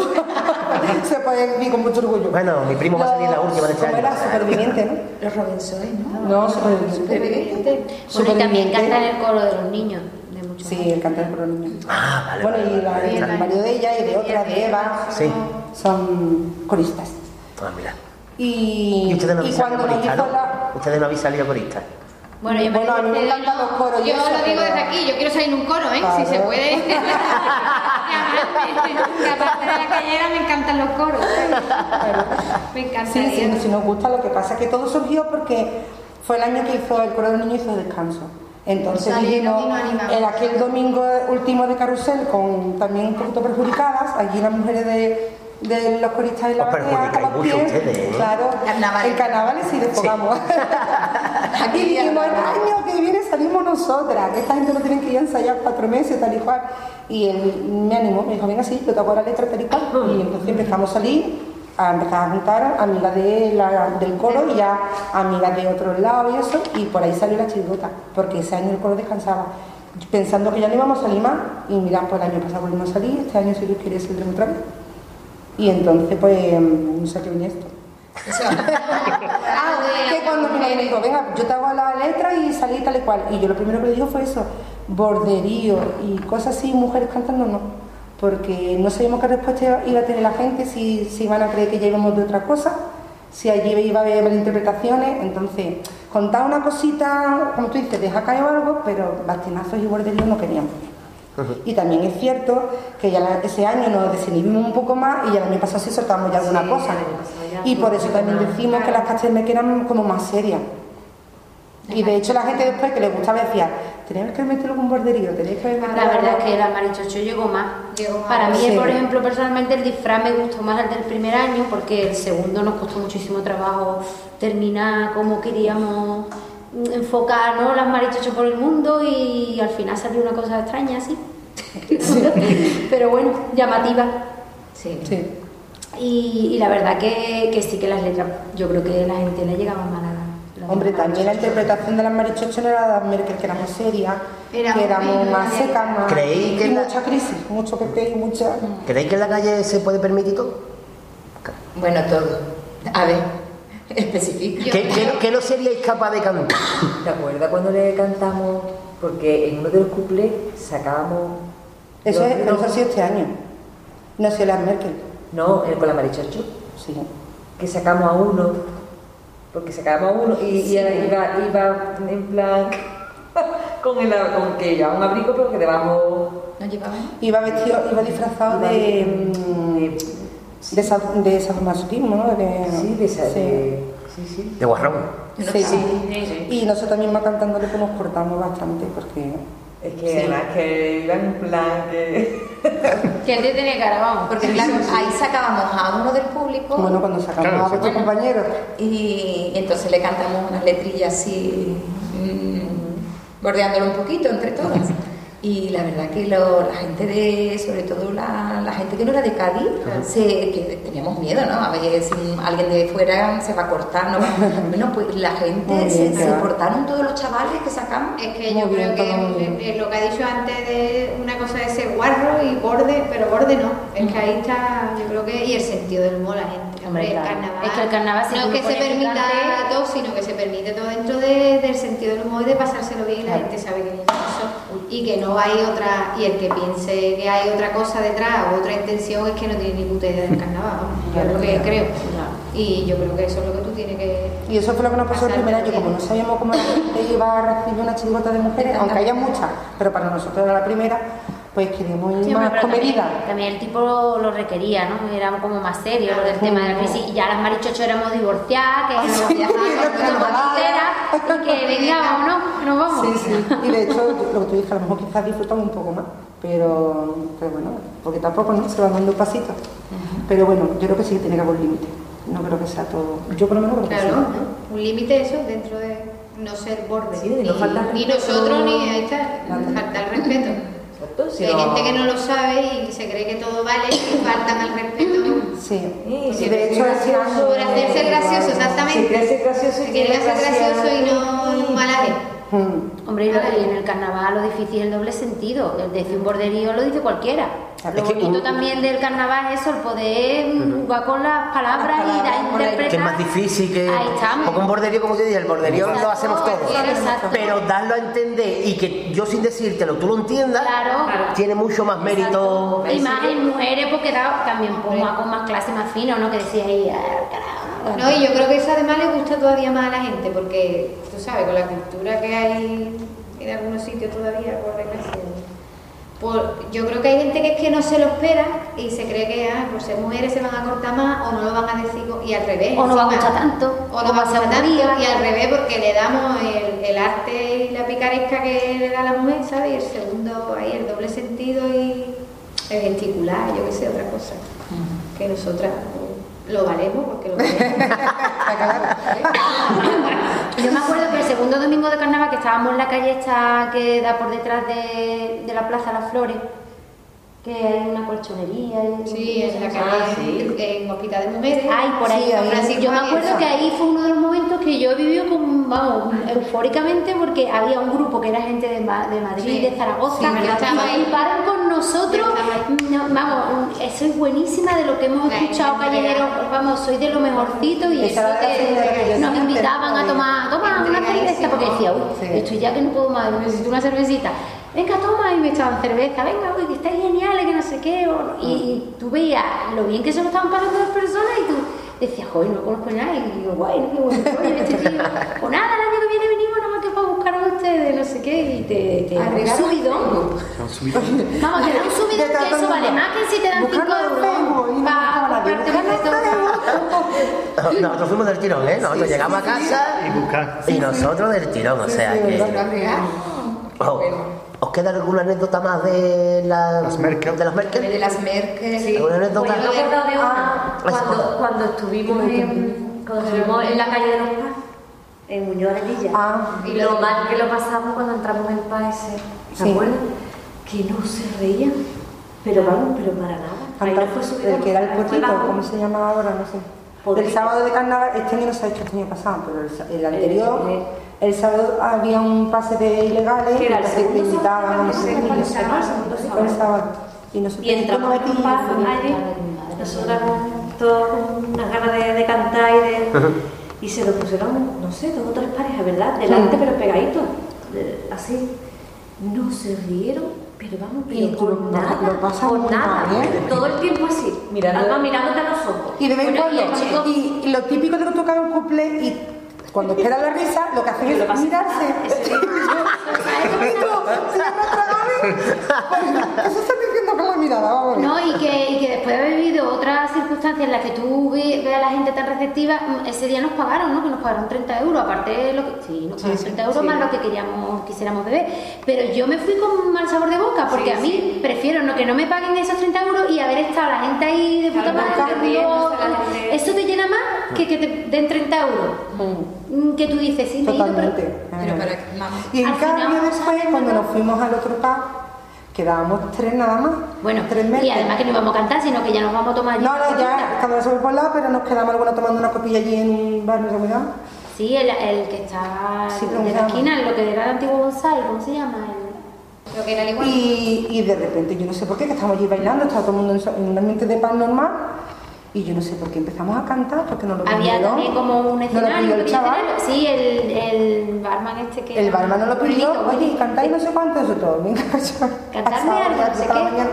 [SPEAKER 4] se puede decir con mucho orgullo.
[SPEAKER 3] Bueno, mi primo va a salir la última de este
[SPEAKER 4] Como era
[SPEAKER 3] año.
[SPEAKER 4] superviviente, ¿no?
[SPEAKER 16] Los Robinsones, ¿no?
[SPEAKER 4] No, superviviente.
[SPEAKER 11] Bueno, y también
[SPEAKER 4] Superviviente.
[SPEAKER 11] cantan el coro de los niños, de muchos
[SPEAKER 4] Sí, el cantar por los niños.
[SPEAKER 3] Ah, vale.
[SPEAKER 4] Bueno,
[SPEAKER 3] vale,
[SPEAKER 4] y la,
[SPEAKER 3] vale,
[SPEAKER 4] el
[SPEAKER 3] vale.
[SPEAKER 4] marido de ella y de otra, de Eva,
[SPEAKER 3] Sí.
[SPEAKER 4] son coristas.
[SPEAKER 3] Ah, mira.
[SPEAKER 4] Y,
[SPEAKER 3] Y ustedes no habéis salido
[SPEAKER 4] cuando nos
[SPEAKER 3] coristas,
[SPEAKER 4] dijo
[SPEAKER 3] ¿no?
[SPEAKER 4] la...
[SPEAKER 3] Ustedes no habéis salido coristas.
[SPEAKER 11] Bueno, yo me
[SPEAKER 4] Bueno, a mí me
[SPEAKER 11] dice,
[SPEAKER 4] encantan los coros. y
[SPEAKER 17] Yo
[SPEAKER 4] eso,
[SPEAKER 17] lo digo
[SPEAKER 4] pero-
[SPEAKER 17] desde aquí, yo quiero salir en un coro, ¿eh? Si se
[SPEAKER 4] Claro.
[SPEAKER 17] puede.
[SPEAKER 4] [LAUGHS]
[SPEAKER 17] [LAUGHS] Que aparte que aparte de la callera me encantan los coros. Me
[SPEAKER 4] Sí, sí,
[SPEAKER 17] encantaría.
[SPEAKER 4] no, sí nos gusta. Lo que pasa es que todo surgió porque fue el año que hizo el coro del niño hizo descanso. Entonces
[SPEAKER 17] Salieron
[SPEAKER 4] dijimos,
[SPEAKER 17] y nos animamos.
[SPEAKER 4] en aquel domingo último de carrusel, con también un poquito perjudicadas, allí las mujeres de, de los coristas de la
[SPEAKER 3] Os
[SPEAKER 4] batea,
[SPEAKER 3] perjudicáis
[SPEAKER 4] a los
[SPEAKER 3] Oh, mucho
[SPEAKER 4] pies,
[SPEAKER 3] ustedes, ¿eh?
[SPEAKER 4] Claro,
[SPEAKER 16] Carnavales.
[SPEAKER 4] en carnavales sí desfogamos. [LAUGHS] Aquí dijimos, el año que viene salimos nosotras, que esta gente no tiene que ir a ensayar cuatro meses, tal y cual. Y él me animó, me dijo, venga, sí, yo te hago la letra, tal y cual. Y entonces empezamos a salir, a empezar a juntar amigas de la- del coro y ya amigas de otros lados y eso. Y por ahí salió la chirigota, porque ese año el coro descansaba. Pensando que ya no íbamos a salir más, y mirad, pues el año pasado volvimos a salir, este año si Dios quiere saldremos otra vez. Y entonces, pues, no sé a qué venía esto. Ah, que cuando mi marido me dijo, venga, yo te hago la letra y salí tal y cual. Y yo lo primero que le dijo fue eso, borderío y cosas así, mujeres cantando no. Porque no sabíamos qué respuesta iba a tener la gente, si, si iban a creer que ya íbamos de otra cosa, si allí iba a haber interpretaciones. Entonces, contar una cosita, como tú dices, deja caer algo, pero bastinazos y borderío no queríamos. Y también es cierto que ya la- ese año nos desinhibimos un poco más y ya el año pasado sí soltamos ya alguna cosa. Y por eso también decimos que las castelmeques eran como más serias. Y de hecho la gente después que le gustaba decía, tenías que meterlo con borderío, tenías que haber
[SPEAKER 8] La
[SPEAKER 4] mandado-
[SPEAKER 8] verdad es que la marichocho llegó más. Para mí,
[SPEAKER 4] Sí.
[SPEAKER 8] por ejemplo, personalmente el disfraz me gustó más el del primer año porque el segundo nos costó muchísimo trabajo terminar como queríamos mm, enfocar ¿no? las marichochos por el mundo y al final salió una cosa extraña así. [LAUGHS] Pero bueno, llamativa.
[SPEAKER 4] Sí.
[SPEAKER 8] Y, y la verdad que, que sí que las letras, yo creo que la gente le llegaba más a la-
[SPEAKER 4] Hombre, también la
[SPEAKER 8] [LAUGHS]
[SPEAKER 4] interpretación de las marichochas no era de Merkel, que éramos serias,
[SPEAKER 8] Éramos
[SPEAKER 4] que éramos
[SPEAKER 8] menos
[SPEAKER 4] más
[SPEAKER 8] serias.
[SPEAKER 4] secas, más...
[SPEAKER 3] Creí que
[SPEAKER 4] y
[SPEAKER 3] la-
[SPEAKER 4] mucha crisis, mucho PP y mucha...
[SPEAKER 8] Mm.
[SPEAKER 3] ¿Creéis que en la calle se puede permitir todo?
[SPEAKER 18] Bueno, todo. A ver, especifica.
[SPEAKER 5] ¿Qué- qué-
[SPEAKER 3] no seríais capaz de cantar?
[SPEAKER 5] ¿Te acuerdas cuando le cantamos? Porque en uno de los cuplés sacábamos.
[SPEAKER 4] Eso,
[SPEAKER 5] los-
[SPEAKER 4] es,
[SPEAKER 5] los-
[SPEAKER 4] eso ha sido este año. No sé, las Merkel.
[SPEAKER 5] No, el con la marichacho.
[SPEAKER 4] Sí.
[SPEAKER 5] Que sacamos a uno. Porque sacábamos a uno y, y
[SPEAKER 4] Sí.
[SPEAKER 5] iba, iba en plan. [LAUGHS] con, el, con que llevaba un abrigo, pero que debajo.
[SPEAKER 8] ¿No llevamos?
[SPEAKER 4] Iba vestido, iba disfrazado de... mm, De, sa- de sadomasoquismo, ¿no? De, mm, sí, de
[SPEAKER 5] esa- de- Sí, sí.
[SPEAKER 3] De guarrón.
[SPEAKER 4] Sí, sí. Y nosotros mismos cantándole que nos cortamos bastante porque...
[SPEAKER 5] Es que además que iba en plan que.
[SPEAKER 8] ¿Quién te tiene cara? Vamos,
[SPEAKER 18] porque claro, ahí sacábamos a uno del público.
[SPEAKER 4] Bueno, cuando sacamos
[SPEAKER 18] Claro,
[SPEAKER 4] a vuestro
[SPEAKER 18] sí.
[SPEAKER 4] compañero.
[SPEAKER 18] Y entonces le cantamos unas letrillas así, mm, bordeándolo un poquito entre
[SPEAKER 8] [LAUGHS]
[SPEAKER 18] todas. Y la verdad que lo- la gente de, sobre todo la, la gente que no era de Cádiz, se, que teníamos miedo, ¿no? A ver si alguien de fuera se va a cortar,
[SPEAKER 8] [LAUGHS]
[SPEAKER 18] ¿no? Bueno, pues la gente
[SPEAKER 8] Muy
[SPEAKER 18] se,
[SPEAKER 8] bien,
[SPEAKER 18] se
[SPEAKER 8] ya.
[SPEAKER 18] portaron todos los chavales que sacamos.
[SPEAKER 7] Es que yo creo que es lo que ha dicho antes de una cosa es ser guarro y borde, pero borde no. Es que ahí está, yo creo que, y el sentido del humor, la gente.
[SPEAKER 8] Hombre,
[SPEAKER 7] el
[SPEAKER 8] claro.
[SPEAKER 7] carnaval.
[SPEAKER 8] Es que el carnaval se
[SPEAKER 7] No es que se
[SPEAKER 8] supone que
[SPEAKER 7] permita
[SPEAKER 8] cante.
[SPEAKER 7] todo, sino que se permite todo dentro de- del sentido del humor y de pasárselo bien y la gente sabe que es eso. Y que no hay otra, y el que piense que hay otra cosa detrás o otra intención es que no tiene ni puta idea del carnaval. vamos. Yo
[SPEAKER 4] Claro,
[SPEAKER 7] lo que
[SPEAKER 4] claro.
[SPEAKER 7] creo. Y yo creo que eso es lo que tú tienes que.
[SPEAKER 4] Y eso fue lo que nos pasó el primer año, como no sabíamos cómo te iba a recibir una chirigota de mujeres, aunque haya muchas, pero para nosotros era la primera, pues queríamos
[SPEAKER 8] Sí,
[SPEAKER 4] ir más
[SPEAKER 8] hombre, pero
[SPEAKER 4] comedida.
[SPEAKER 8] También, también el tipo lo requería, ¿no? Era como más serio lo del tema de la crisis. Y ya las marichocho éramos divorciadas, que éramos
[SPEAKER 4] Sí,
[SPEAKER 8] viajadas, que éramos solteras, y que veníamos, ¿no? Que nos vamos.
[SPEAKER 4] Sí, sí. Y de hecho, lo que tú dices, a lo mejor quizás disfrutamos un poco más, pero, pero bueno, porque tampoco ¿no? se van dando pasitos. Pero bueno, yo creo que sí que tiene que haber un límite. No creo que sea todo. Yo por lo menos creo que
[SPEAKER 7] Claro,
[SPEAKER 4] sí.
[SPEAKER 7] ¿no? un límite eso dentro de no ser borde.
[SPEAKER 5] de no
[SPEAKER 7] ni,
[SPEAKER 5] faltar
[SPEAKER 7] ni
[SPEAKER 5] respeto.
[SPEAKER 7] nosotros ni ahí está, falta el respeto.
[SPEAKER 5] Si
[SPEAKER 7] hay
[SPEAKER 5] no-
[SPEAKER 7] gente que no lo sabe y se cree que todo vale y faltan al
[SPEAKER 5] [LAUGHS]
[SPEAKER 7] respeto.
[SPEAKER 4] Sí.
[SPEAKER 7] Sí, Por hacerse gracioso, exactamente.
[SPEAKER 5] Se hace gracioso y
[SPEAKER 7] Quieren hacer gracioso y no un malaje.
[SPEAKER 4] Mm.
[SPEAKER 8] Hombre, y, lo- y en el carnaval lo difícil es el doble sentido. El decir un borderío lo dice cualquiera.
[SPEAKER 3] Claro,
[SPEAKER 8] Lo
[SPEAKER 3] es que
[SPEAKER 8] bonito
[SPEAKER 3] un-
[SPEAKER 8] también del carnaval es eso, el poder mm, jugar con las palabras y dar interpretar.
[SPEAKER 3] Que es más difícil que.
[SPEAKER 8] Ahí estamos.
[SPEAKER 3] Porque un borderío, como te dije, el borderío
[SPEAKER 8] Exacto,
[SPEAKER 3] lo hacemos todos.
[SPEAKER 8] exacto.
[SPEAKER 3] Pero darlo a entender y que yo sin decírtelo tú lo entiendas,
[SPEAKER 8] Claro.
[SPEAKER 3] tiene mucho más mérito.
[SPEAKER 8] Y más en mujeres, porque da también pues, más- con más clase, más fino, ¿no? Que decía ahí, "Ah, carajo".
[SPEAKER 7] No, y yo creo que eso además le gusta todavía más a la gente, porque tú sabes, con la cultura que hay en algunos sitios todavía, por desgracia, por- yo creo que hay gente que es que no se lo espera y se cree que ah, por ser mujeres se van a cortar más o no lo van a decir, y al revés.
[SPEAKER 8] O no va a
[SPEAKER 7] encima.
[SPEAKER 8] gustar tanto.
[SPEAKER 7] O no va a
[SPEAKER 8] ser
[SPEAKER 7] gustar
[SPEAKER 8] un
[SPEAKER 7] tanto,
[SPEAKER 8] día.
[SPEAKER 7] y al revés, porque le damos el, el arte y la picaresca que le da la mujer, ¿sabes? Y el segundo, ahí, el doble sentido y el gesticular, yo qué sé, otra cosa. Que nosotras pues, lo valemos porque lo valemos.
[SPEAKER 8] [LAUGHS] Yo me acuerdo que el segundo domingo de carnaval que estábamos en la calle esta que da por detrás de, de la Plaza Las Flores, que hay una colchonería. y-
[SPEAKER 7] Ah, Sí, en la calle, en Hospital de Mujeres.
[SPEAKER 8] Ah, Ay, por ahí.
[SPEAKER 7] Sí,
[SPEAKER 8] don Francisco. yo me
[SPEAKER 7] Javier.
[SPEAKER 8] acuerdo que ahí fue uno de los momentos que yo viví con, vamos, eufóricamente porque había un grupo que era gente de, Ma- de Madrid,
[SPEAKER 7] Sí.
[SPEAKER 8] de Zaragoza,
[SPEAKER 7] Sí, yo estaba
[SPEAKER 8] que
[SPEAKER 7] ahí.
[SPEAKER 8] participaron con nosotros.
[SPEAKER 7] Yo estaba
[SPEAKER 8] No, vamos, eso es buenísima de lo que hemos escuchado callejeros, vamos, soy de lo mejorcito y
[SPEAKER 4] Esa
[SPEAKER 8] eso
[SPEAKER 4] era la primera que
[SPEAKER 8] que
[SPEAKER 4] yo
[SPEAKER 8] nos
[SPEAKER 4] hice.
[SPEAKER 8] invitaban a tomar, toma una cerveza, porque decía, uy,
[SPEAKER 4] Sí.
[SPEAKER 8] estoy ya que no puedo más, necesito una cervecita. Venga, toma, y me echaban cerveza, venga, uy, que estáis geniales, que no sé qué, o- y, y tú veías lo bien que se lo estaban pasando las personas y tú decías, joder, no conozco a nadie, y yo, guay, qué bueno, coño, este tío, o nada, el año que viene venimos nada más que para buscar a ustedes, no sé qué, y te, te un
[SPEAKER 4] Agregar-
[SPEAKER 8] subidón. [LAUGHS] Vamos, te da un subidón
[SPEAKER 4] De
[SPEAKER 8] que
[SPEAKER 4] tanto
[SPEAKER 8] eso vale
[SPEAKER 4] mundo.
[SPEAKER 8] más que si te dan 5
[SPEAKER 4] Buscarlo en Facebook y
[SPEAKER 8] euros
[SPEAKER 4] no
[SPEAKER 8] para
[SPEAKER 4] buscaba nadie,
[SPEAKER 8] comprarte un reto.
[SPEAKER 3] Nosotros fuimos del tirón, ¿eh? Nosotros llegamos a casa
[SPEAKER 19] Y buscar.
[SPEAKER 3] y nosotros del tirón, o sea
[SPEAKER 4] sí,
[SPEAKER 3] que.
[SPEAKER 4] verdad.
[SPEAKER 3] Oh. ¿Os queda alguna anécdota más de la- De las Merkel.
[SPEAKER 16] De las Merkel.
[SPEAKER 11] Sí.
[SPEAKER 3] ¿Alguna anécdota?
[SPEAKER 11] Pues yo me he acordado de
[SPEAKER 16] Ah,
[SPEAKER 11] una.
[SPEAKER 3] esa
[SPEAKER 11] Cuando,
[SPEAKER 3] cosa.
[SPEAKER 11] cuando estuvimos en, cuando estuvimos en la calle de los Paz, en Muñoz Arandilla.
[SPEAKER 4] Ah.
[SPEAKER 11] y lo mal que lo pasamos cuando entramos en Paz ese. ¿Se
[SPEAKER 4] Sí.
[SPEAKER 11] acuerdan? Que no se reían. Pero vamos, pero para nada. Ahí no fue subida,
[SPEAKER 4] el que era el
[SPEAKER 11] ahí fue
[SPEAKER 4] potito,
[SPEAKER 11] bajo.
[SPEAKER 4] ¿cómo se llamaba ahora? No sé.
[SPEAKER 11] Potito.
[SPEAKER 4] El sábado de carnaval, este año no se ha hecho este año pasado, pero el, sa-
[SPEAKER 11] Eh,
[SPEAKER 4] el anterior, el sábado había un pase de ilegales
[SPEAKER 11] Que
[SPEAKER 4] y
[SPEAKER 11] era el
[SPEAKER 4] entonces te
[SPEAKER 11] segundo
[SPEAKER 4] invitaban,
[SPEAKER 11] sábado,
[SPEAKER 4] no sé,
[SPEAKER 11] el
[SPEAKER 4] y no sé
[SPEAKER 11] sábado,
[SPEAKER 4] más.
[SPEAKER 11] el segundo
[SPEAKER 4] Fue el
[SPEAKER 11] sábado.
[SPEAKER 4] sábado. Y nosotros
[SPEAKER 11] Y entramos en
[SPEAKER 4] metimos
[SPEAKER 11] un paso
[SPEAKER 4] y-
[SPEAKER 11] allí, nosotras con todas con unas ganas de, de cantar y de... Y se lo pusieron, no sé, dos o tres parejas, ¿verdad? Delante,
[SPEAKER 4] Sí.
[SPEAKER 11] pero pegadito, de- así. No se rieron, pero vamos, pero
[SPEAKER 4] Y
[SPEAKER 11] por
[SPEAKER 4] lo-
[SPEAKER 11] nada,
[SPEAKER 4] lo pasan
[SPEAKER 11] por
[SPEAKER 4] muy
[SPEAKER 11] nada.
[SPEAKER 4] mal, ¿eh?
[SPEAKER 11] Todo el tiempo así,
[SPEAKER 4] Mirando-
[SPEAKER 11] Alma mirándote a los ojos.
[SPEAKER 4] Y de vez en
[SPEAKER 11] Bueno,
[SPEAKER 4] cuando,
[SPEAKER 11] el chico-
[SPEAKER 4] y, y lo típico de que tocar un cumple y cuando queda la risa, lo que hacen
[SPEAKER 11] Que lo
[SPEAKER 4] es
[SPEAKER 11] pasen.
[SPEAKER 4] mirarse. [LAUGHS] Eso está diciendo con la mirada, vamos.
[SPEAKER 8] No, y que, y que después de haber vivido otras circunstancias en las que tú ve- veas a la gente tan receptiva, mm, ese día nos pagaron, ¿no? Que nos pagaron 30 euros, aparte de lo que... Sí, nos pagaron 30 euros
[SPEAKER 11] sí.
[SPEAKER 8] más lo que queríamos, quisiéramos beber. Pero yo me fui con un mal sabor de boca, porque a mí prefiero no que no me paguen esos 30 euros y haber estado la gente ahí de puta
[SPEAKER 11] Claro,
[SPEAKER 8] madre.
[SPEAKER 11] nunca riéndose la
[SPEAKER 8] riendo.
[SPEAKER 11] gente.
[SPEAKER 8] Eso te llena más que que te den 30 euros. Mm, Que tú dices, sí, me he ido, pero...
[SPEAKER 4] Totalmente.
[SPEAKER 16] Pero para vamos.
[SPEAKER 4] Y en
[SPEAKER 8] Al final,
[SPEAKER 4] cambio después, cuando nos fuimos al otro pub, quedábamos tres nada más.
[SPEAKER 8] Bueno,
[SPEAKER 4] tres meses.
[SPEAKER 8] y además que no íbamos a cantar, sino que ya nos vamos a tomar... allí
[SPEAKER 4] No,
[SPEAKER 8] una
[SPEAKER 4] no, ya,
[SPEAKER 8] copita.
[SPEAKER 4] cuando nos por lado, pero nos quedamos alguna tomando una copilla allí en un bar, no sé cómo se llama.
[SPEAKER 8] Sí, el, el que está
[SPEAKER 4] Sí, ¿cómo
[SPEAKER 8] de
[SPEAKER 4] se
[SPEAKER 8] la
[SPEAKER 4] llama?
[SPEAKER 8] esquina, lo que era el antiguo Gonzalo, ¿cómo se llama? El-
[SPEAKER 16] Lo que era el igual.
[SPEAKER 4] Y, y de repente, yo no sé por qué, que estamos allí bailando, estaba todo el mundo en so- en un ambiente de pan normal, y yo no sé por qué empezamos a cantar, porque nos lo
[SPEAKER 8] Había
[SPEAKER 4] pidieron.
[SPEAKER 8] también como un
[SPEAKER 4] No lo
[SPEAKER 8] escenario,
[SPEAKER 4] pidió
[SPEAKER 8] un
[SPEAKER 4] el
[SPEAKER 8] pequeño
[SPEAKER 4] chaval,
[SPEAKER 8] escenario. Sí, el, el barman este que...
[SPEAKER 4] el
[SPEAKER 8] era-
[SPEAKER 4] barman no lo pidió,
[SPEAKER 8] Julito,
[SPEAKER 4] oye, y cantáis no sé cuánto, eso todo, venga, [LAUGHS]
[SPEAKER 8] Cantadme
[SPEAKER 4] pasaba
[SPEAKER 8] algo,
[SPEAKER 4] ya
[SPEAKER 8] no sé
[SPEAKER 4] toda la
[SPEAKER 8] qué.
[SPEAKER 4] mañana.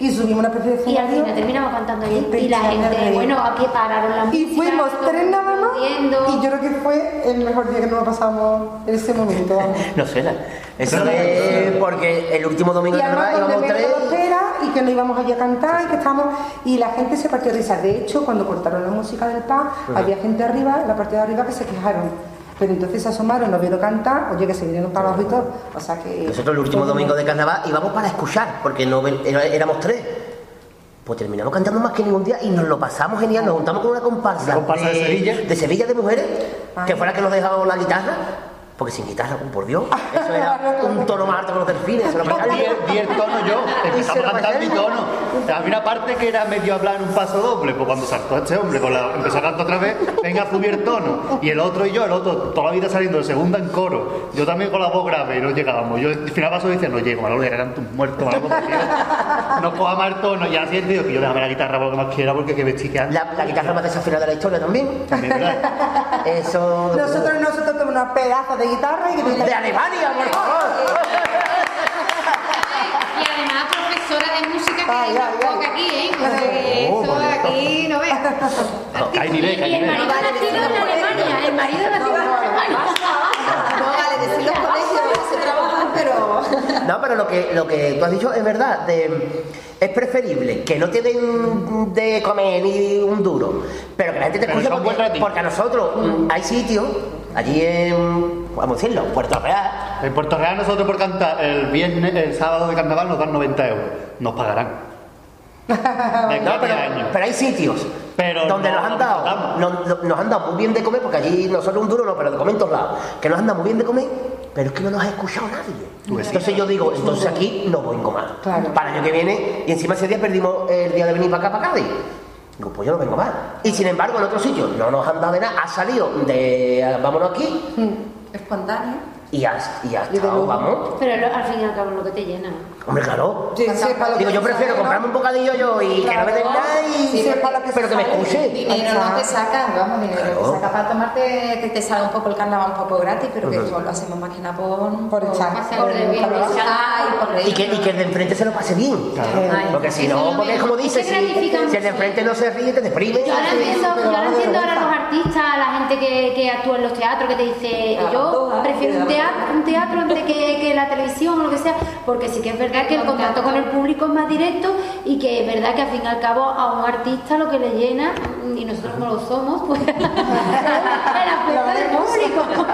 [SPEAKER 4] Y subimos una especie de
[SPEAKER 8] Y al
[SPEAKER 4] escenario.
[SPEAKER 8] final terminamos cantando
[SPEAKER 4] Qué
[SPEAKER 8] bien. Y la
[SPEAKER 4] pecha de
[SPEAKER 8] gente,
[SPEAKER 4] reír.
[SPEAKER 8] bueno, aquí pararon la
[SPEAKER 4] Y
[SPEAKER 8] música.
[SPEAKER 4] fuimos
[SPEAKER 8] todo el
[SPEAKER 4] tres
[SPEAKER 8] mundo
[SPEAKER 4] nada más
[SPEAKER 8] aplaudiendo.
[SPEAKER 4] y yo creo que fue el mejor día que nos lo pasamos en
[SPEAKER 3] [LAUGHS]
[SPEAKER 4] ese momento. vamos.
[SPEAKER 3] No suena. Eso es porque el último domingo
[SPEAKER 4] Y
[SPEAKER 3] de
[SPEAKER 4] además
[SPEAKER 3] carnaval
[SPEAKER 4] donde
[SPEAKER 3] íbamos
[SPEAKER 4] menos
[SPEAKER 3] tres.
[SPEAKER 4] lo espera y que no íbamos allí a cantar y que estábamos... Y la gente se partió de risa. De hecho, cuando cortaron la música del pub, había gente arriba, en la parte de arriba, que se quejaron. Pero entonces se asomaron, nos vieron cantar, oye, que se vinieron para abajo y todo. O sea que...
[SPEAKER 3] Nosotros el último domingo de carnaval íbamos para escuchar, porque no ven- era- éramos tres. Pues terminamos cantando más que ningún día y nos lo pasamos genial. Nos juntamos con una comparsa,
[SPEAKER 6] Una comparsa de Sevilla.
[SPEAKER 3] de Sevilla de mujeres, que
[SPEAKER 4] Ay.
[SPEAKER 3] fuera que nos dejaban la guitarra, porque sin guitarra, oh, por
[SPEAKER 4] [LAUGHS]
[SPEAKER 3] Dios, eso era un tono más alto que los delfines. Se lo pasaba
[SPEAKER 6] Di el- di el tono yo,
[SPEAKER 3] se
[SPEAKER 6] empezamos
[SPEAKER 3] lo
[SPEAKER 6] a cantar mi
[SPEAKER 3] pasé.
[SPEAKER 6] tono. Había una parte que era medio hablar en un paso doble, pues cuando saltó este hombre, con la, empezó a cantar otra vez, venga a subir el tono. Y el otro y yo, el otro, toda la vida saliendo de segunda en coro. Yo también con la voz grave, y no llegábamos. Yo al final paso dice, no llego, Manolo, ya canto un muerto, Manolo, por Dios. No coja más el tono, ya siento, digo, que yo déjame la guitarra por lo que más quiera, porque que vestir que ando.
[SPEAKER 3] La, la guitarra más desafinada de la historia también. Eso.
[SPEAKER 4] Nosotros nosotros tenemos una pedazo de guitarra y que
[SPEAKER 3] De Alemania, por favor.
[SPEAKER 16] Y además profesora de música que
[SPEAKER 4] Ay,
[SPEAKER 16] hay
[SPEAKER 4] ay,
[SPEAKER 16] poca
[SPEAKER 4] ay.
[SPEAKER 16] aquí, ¿eh? Cosa que
[SPEAKER 6] Oh,
[SPEAKER 16] eso
[SPEAKER 6] bonito.
[SPEAKER 16] aquí no veas.
[SPEAKER 6] Hay nivel, hay
[SPEAKER 8] Y el
[SPEAKER 6] nivel.
[SPEAKER 8] marido nacido en Alemania, el marido nacido en Alemania.
[SPEAKER 16] No vale decir los colegios no se trabajan, pero...
[SPEAKER 3] No, pero lo que, lo que tú has dicho es verdad. de- es preferible que no te den de comer ni un duro, pero que la gente te
[SPEAKER 6] Pero
[SPEAKER 3] escuche
[SPEAKER 6] son buen
[SPEAKER 3] porque,
[SPEAKER 6] ratito.
[SPEAKER 3] porque a nosotros mm, hay sitios, allí en, vamos a decirlo, Puerto Real,
[SPEAKER 6] En Puerto Real nosotros por cantar el viernes, el sábado de carnaval nos dan 90 euros. Nos pagarán.
[SPEAKER 3] [LAUGHS]
[SPEAKER 6] De
[SPEAKER 3] No,
[SPEAKER 6] cada
[SPEAKER 3] pero,
[SPEAKER 6] año.
[SPEAKER 3] pero hay sitios
[SPEAKER 6] Pero
[SPEAKER 3] donde
[SPEAKER 6] no
[SPEAKER 3] nos han
[SPEAKER 6] nos
[SPEAKER 3] dado,
[SPEAKER 6] tratamos.
[SPEAKER 3] no- no- nos han dado muy bien de comer, porque allí nosotros un duro no, pero de comer en todos lados, que nos han dado muy bien de comer, pero es que no nos ha escuchado nadie.
[SPEAKER 6] Pues
[SPEAKER 3] Entonces yo digo, entonces aquí no vengo más.
[SPEAKER 4] Claro.
[SPEAKER 3] Para el año que viene, y encima ese día perdimos el día de venir para acá, para Cádiz. Digo, pues yo no vengo más. Y sin embargo, en otro sitio no nos han dado de nada, ha salido de ah, vámonos aquí
[SPEAKER 16] Espontáneo.
[SPEAKER 3] y ha, y ha
[SPEAKER 4] Y de
[SPEAKER 3] estado,
[SPEAKER 4] lujo.
[SPEAKER 3] vamos.
[SPEAKER 8] Pero lo- al fin y al cabo lo que te llena.
[SPEAKER 3] Hombre, claro.
[SPEAKER 4] Sí, sí, es para lo
[SPEAKER 3] Digo,
[SPEAKER 4] que
[SPEAKER 3] yo
[SPEAKER 4] se
[SPEAKER 3] prefiero
[SPEAKER 4] sale, ¿no?
[SPEAKER 3] comprarme un bocadillo yo y que no me den nada y-
[SPEAKER 4] Sí, es para lo que se
[SPEAKER 3] pero que me
[SPEAKER 4] sale.
[SPEAKER 3] escuche.
[SPEAKER 16] Dinero no te
[SPEAKER 4] Exacto.
[SPEAKER 16] sacas, vamos, dinero
[SPEAKER 3] Claro.
[SPEAKER 16] te saca para tomarte, que te salga un poco el carnaval un poco gratis, pero que eso lo hacemos más que nada por...
[SPEAKER 4] Por echar.
[SPEAKER 16] Por echar y por reír.
[SPEAKER 3] Y que, y que el de enfrente se lo pase bien.
[SPEAKER 4] Claro.
[SPEAKER 3] Porque si
[SPEAKER 8] Eso es
[SPEAKER 3] no,
[SPEAKER 8] lo
[SPEAKER 3] porque es
[SPEAKER 8] mismo.
[SPEAKER 3] como dices,
[SPEAKER 8] Es
[SPEAKER 3] si,
[SPEAKER 8] gratificante.
[SPEAKER 3] si el de enfrente no se ríe, te deprime.
[SPEAKER 8] Yo ahora entiendo, yo ahora entiendo ahora a los artistas, a la gente que, que actúa en los teatros, que te dice,
[SPEAKER 5] Ah,
[SPEAKER 8] yo
[SPEAKER 5] todas,
[SPEAKER 8] prefiero un
[SPEAKER 5] que da-
[SPEAKER 8] teatro, un teatro antes que, que la televisión o lo que sea, porque sí que es verdad que el contacto con el público es más directo y que es verdad que al fin y al cabo a un artista lo que le llena, mm, y nosotros no lo [LAUGHS]
[SPEAKER 7] [LAUGHS]
[SPEAKER 8] somos, pues es la puerta del público.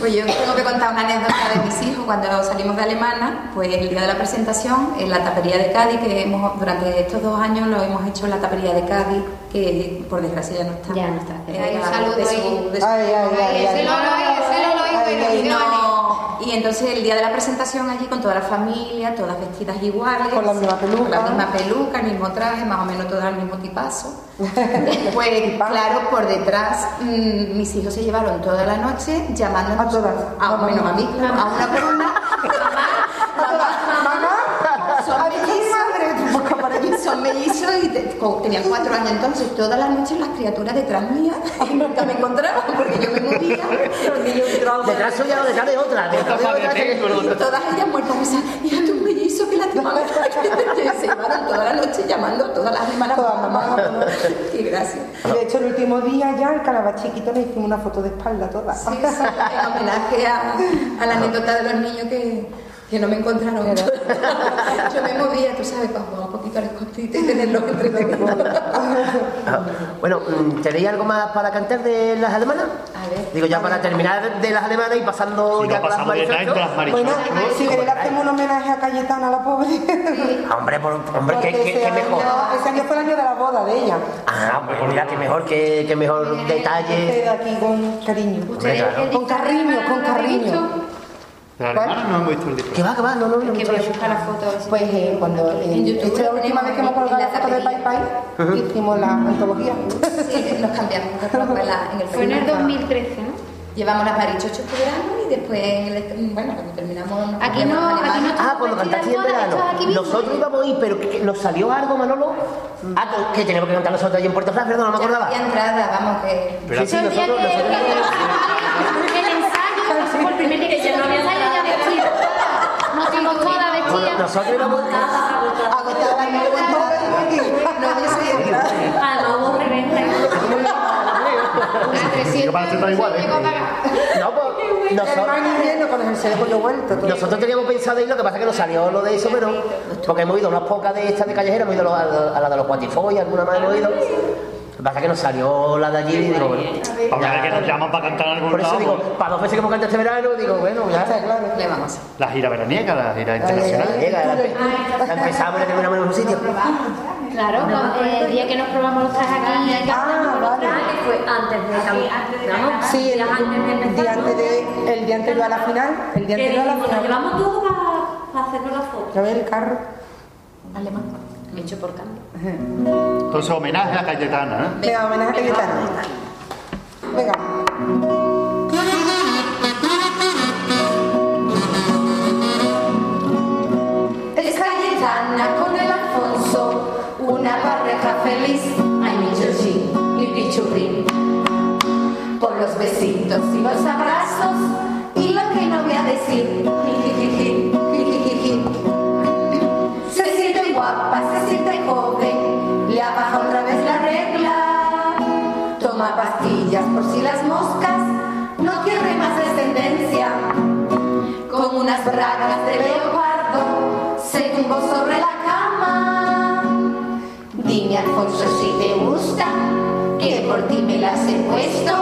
[SPEAKER 7] Pues yo tengo que contar una anécdota de mis hijos. Cuando salimos de Alemana, pues el día de la presentación, en la tapería de Cádiz, que hemos, durante estos dos años lo hemos hecho en la tapería de Cádiz, que por desgracia ya no está. Ya no está.
[SPEAKER 17] Ay, un saludo ahí. Ay, ay, ay, ay. Ese lo oí, ese lo oí, pero
[SPEAKER 7] Y
[SPEAKER 17] yo
[SPEAKER 7] no- y entonces el día de la presentación allí con toda la familia, todas vestidas iguales, con la misma peluca, la misma peluca, el mismo traje, más o menos todas al mismo tipazo. [LAUGHS] pues claro, por detrás mm, mis hijos se llevaron toda la noche llamando a todas, a menos a mí, a una por una. Son pues, mellizos, son mellizos y te- co- tenían cuatro años entonces. Toda la noche las criaturas detrás mía y nunca me encontraban porque yo me movía.
[SPEAKER 3] Detrás suya o detrás de otra. Detrás de otra.
[SPEAKER 7] Y todas ellas muertas, me decían, mira tu mellizo que la tía mamá se iban toda la noche llamando todas las hermanas a mamá. Qué gracia.
[SPEAKER 4] De hecho, el último día ya el calabac chiquito le hicimos una foto de espalda toda.
[SPEAKER 7] Sí, sí, en homenaje a, a la anécdota de los niños que, que no me encontraron. Yo, me movía, tú sabes, para jugar un poquito al escondite y tenerlos entretenidos.
[SPEAKER 3] Ah, Bueno, mm, ¿tenéis algo más para cantar de las alemanas?
[SPEAKER 7] A ver.
[SPEAKER 3] Digo, ya para terminar de las alemanas y pasando ya con las marichochos.
[SPEAKER 4] Bueno, si queréis le hacemos un homenaje a Cayetana, la pobre. [LAUGHS]
[SPEAKER 3] Hombre, por, hombre,
[SPEAKER 4] Porque
[SPEAKER 3] que, que-
[SPEAKER 4] ese
[SPEAKER 3] que
[SPEAKER 4] año-
[SPEAKER 3] mejor.
[SPEAKER 4] Ese año fue el año de la boda de ella.
[SPEAKER 3] Ah, pues mira, que mejor, que, que mejor detalle.
[SPEAKER 4] Ustedes aquí con cariño.
[SPEAKER 3] Ustedes
[SPEAKER 7] eh,
[SPEAKER 3] claro. que
[SPEAKER 4] Con cariño, con cariño.
[SPEAKER 6] Las alemanas no han visto el disfraz.
[SPEAKER 3] Que va, que va, no, no, no.
[SPEAKER 17] Que voy a buscar la foto.
[SPEAKER 4] Pues eh, cuando eh,
[SPEAKER 7] YouTube
[SPEAKER 4] esta es la última vez que hemos colgado la foto de Pai Pai, hicimos la antología.
[SPEAKER 7] Sí, [LAUGHS] nos
[SPEAKER 4] [LAUGHS]
[SPEAKER 7] cambiamos nos colocó en, la- en el
[SPEAKER 17] Fue en el
[SPEAKER 7] Facebook.
[SPEAKER 17] 2013, ¿no?
[SPEAKER 7] Llevamos las marichochos por verano y después, el- bueno, cuando terminamos... nos
[SPEAKER 17] Aquí
[SPEAKER 7] cambiamos
[SPEAKER 17] no-
[SPEAKER 7] a Alemania.
[SPEAKER 17] aquí no
[SPEAKER 3] Ah, cuando cantaste en verano. Nosotros íbamos a ir, pero que- que nos salió algo, Manolo. Ah, que- que tenemos que cantar nosotros allí en Puerto Franco, no me acordaba.
[SPEAKER 7] Ya entrada, vamos, que...
[SPEAKER 3] Pero Sí, sí,
[SPEAKER 7] el día
[SPEAKER 3] nosotros-
[SPEAKER 7] que...
[SPEAKER 3] nosotros-
[SPEAKER 8] El ensayo, fue el primer día que hicimos el ensayo ya vestido. Nos fuimos todas vestidas.
[SPEAKER 3] Bueno, nosotros íbamos-
[SPEAKER 7] Agotada, no No, yo soy
[SPEAKER 11] Ah, no, vos
[SPEAKER 6] Que van a ser tan iguales.
[SPEAKER 3] No, pues, nosotros,
[SPEAKER 4] Hermano lleno con el jersey de cuello vuelto. todo.
[SPEAKER 3] nosotros teníamos pensado ir, lo que pasa es que nos salió lo de eso, pero. Porque hemos ido a unas pocas de estas de callejera, hemos ido a, la- a la de los cuatifoy, alguna más hemos ido. Lo que pasa es que nos salió la de allí y digo, bueno.
[SPEAKER 6] Ahora que nos llaman para cantar en algún
[SPEAKER 3] Por eso
[SPEAKER 6] lado.
[SPEAKER 3] digo, para dos veces que hemos cantado este verano, digo, bueno, ya.
[SPEAKER 4] Está claro.
[SPEAKER 7] Le vamos.
[SPEAKER 6] La gira veraniega, la gira
[SPEAKER 3] Internacional,
[SPEAKER 6] internacional.
[SPEAKER 3] llega, la, la empezamos y la terminamos en un sitio.
[SPEAKER 8] Claro, cuando- el día que nos probamos los trajes
[SPEAKER 7] Ah,
[SPEAKER 8] aquí y cantamos con los trajes.
[SPEAKER 11] que fue antes de Vamos,
[SPEAKER 4] Sí, el,
[SPEAKER 11] días antes de
[SPEAKER 4] el
[SPEAKER 11] empezar,
[SPEAKER 4] día
[SPEAKER 11] ¿no?
[SPEAKER 4] antes de, el día anterior a la final, el
[SPEAKER 11] Que
[SPEAKER 4] día anterior a la
[SPEAKER 11] dijimos, nos
[SPEAKER 4] final.
[SPEAKER 11] llevamos todo para, hacernos la foto.
[SPEAKER 4] Ya ves el carro.
[SPEAKER 7] Alemán. Hecho por cambio.
[SPEAKER 6] Entonces, homenaje a Cayetana, ¿eh?
[SPEAKER 4] Venga, homenaje a Cayetana. Venga.
[SPEAKER 20] Es Cayetana con el Alfonso, una pareja feliz. Ay, mi Georgie, mi pichurrín. Con los besitos y los abrazos, y lo que no voy a decir. Jijijiji, jijijiji. Se siente guapa, se siente joven, le abaja otra vez la regla. Toma pastillas por si las moscas, no quiere más descendencia con unas bragas de leopardo, se tumbó sobre la cama. Dime, Alfonso, si te gusta, que por ti me las he puesto.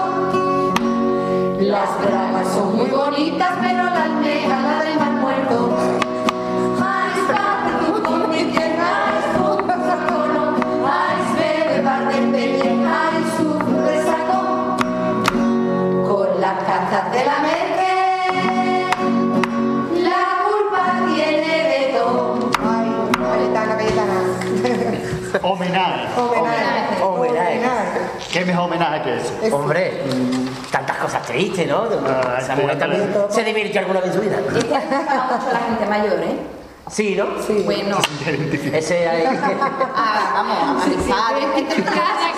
[SPEAKER 20] Las bragas son muy bonitas, pero la almeja, la del mar muerto. Eis con mi tierra, eis con sacono, eis bebe, bar de pelle, eis su resaco. Con la caza de la Merkel. La culpa tiene de todo.
[SPEAKER 4] Ay, Cayetana, Cayetana.
[SPEAKER 6] Homenaje.
[SPEAKER 4] Homenaje.
[SPEAKER 3] Homenaje.
[SPEAKER 6] ¿Qué mejor homenaje que ese?
[SPEAKER 3] Hombre, mm, tantas cosas tristes, ¿no? De-
[SPEAKER 6] Ah,
[SPEAKER 3] Esa mujer
[SPEAKER 6] sí,
[SPEAKER 3] también
[SPEAKER 6] claro.
[SPEAKER 3] se divirtió alguna vez en su vida.
[SPEAKER 7] Este año va mucho la gente mayor, ¿eh?
[SPEAKER 3] Sí, ¿no?
[SPEAKER 7] Bueno,
[SPEAKER 3] Ese ahí.
[SPEAKER 7] ah, vamos, a ¿eh? mis padres que te casa,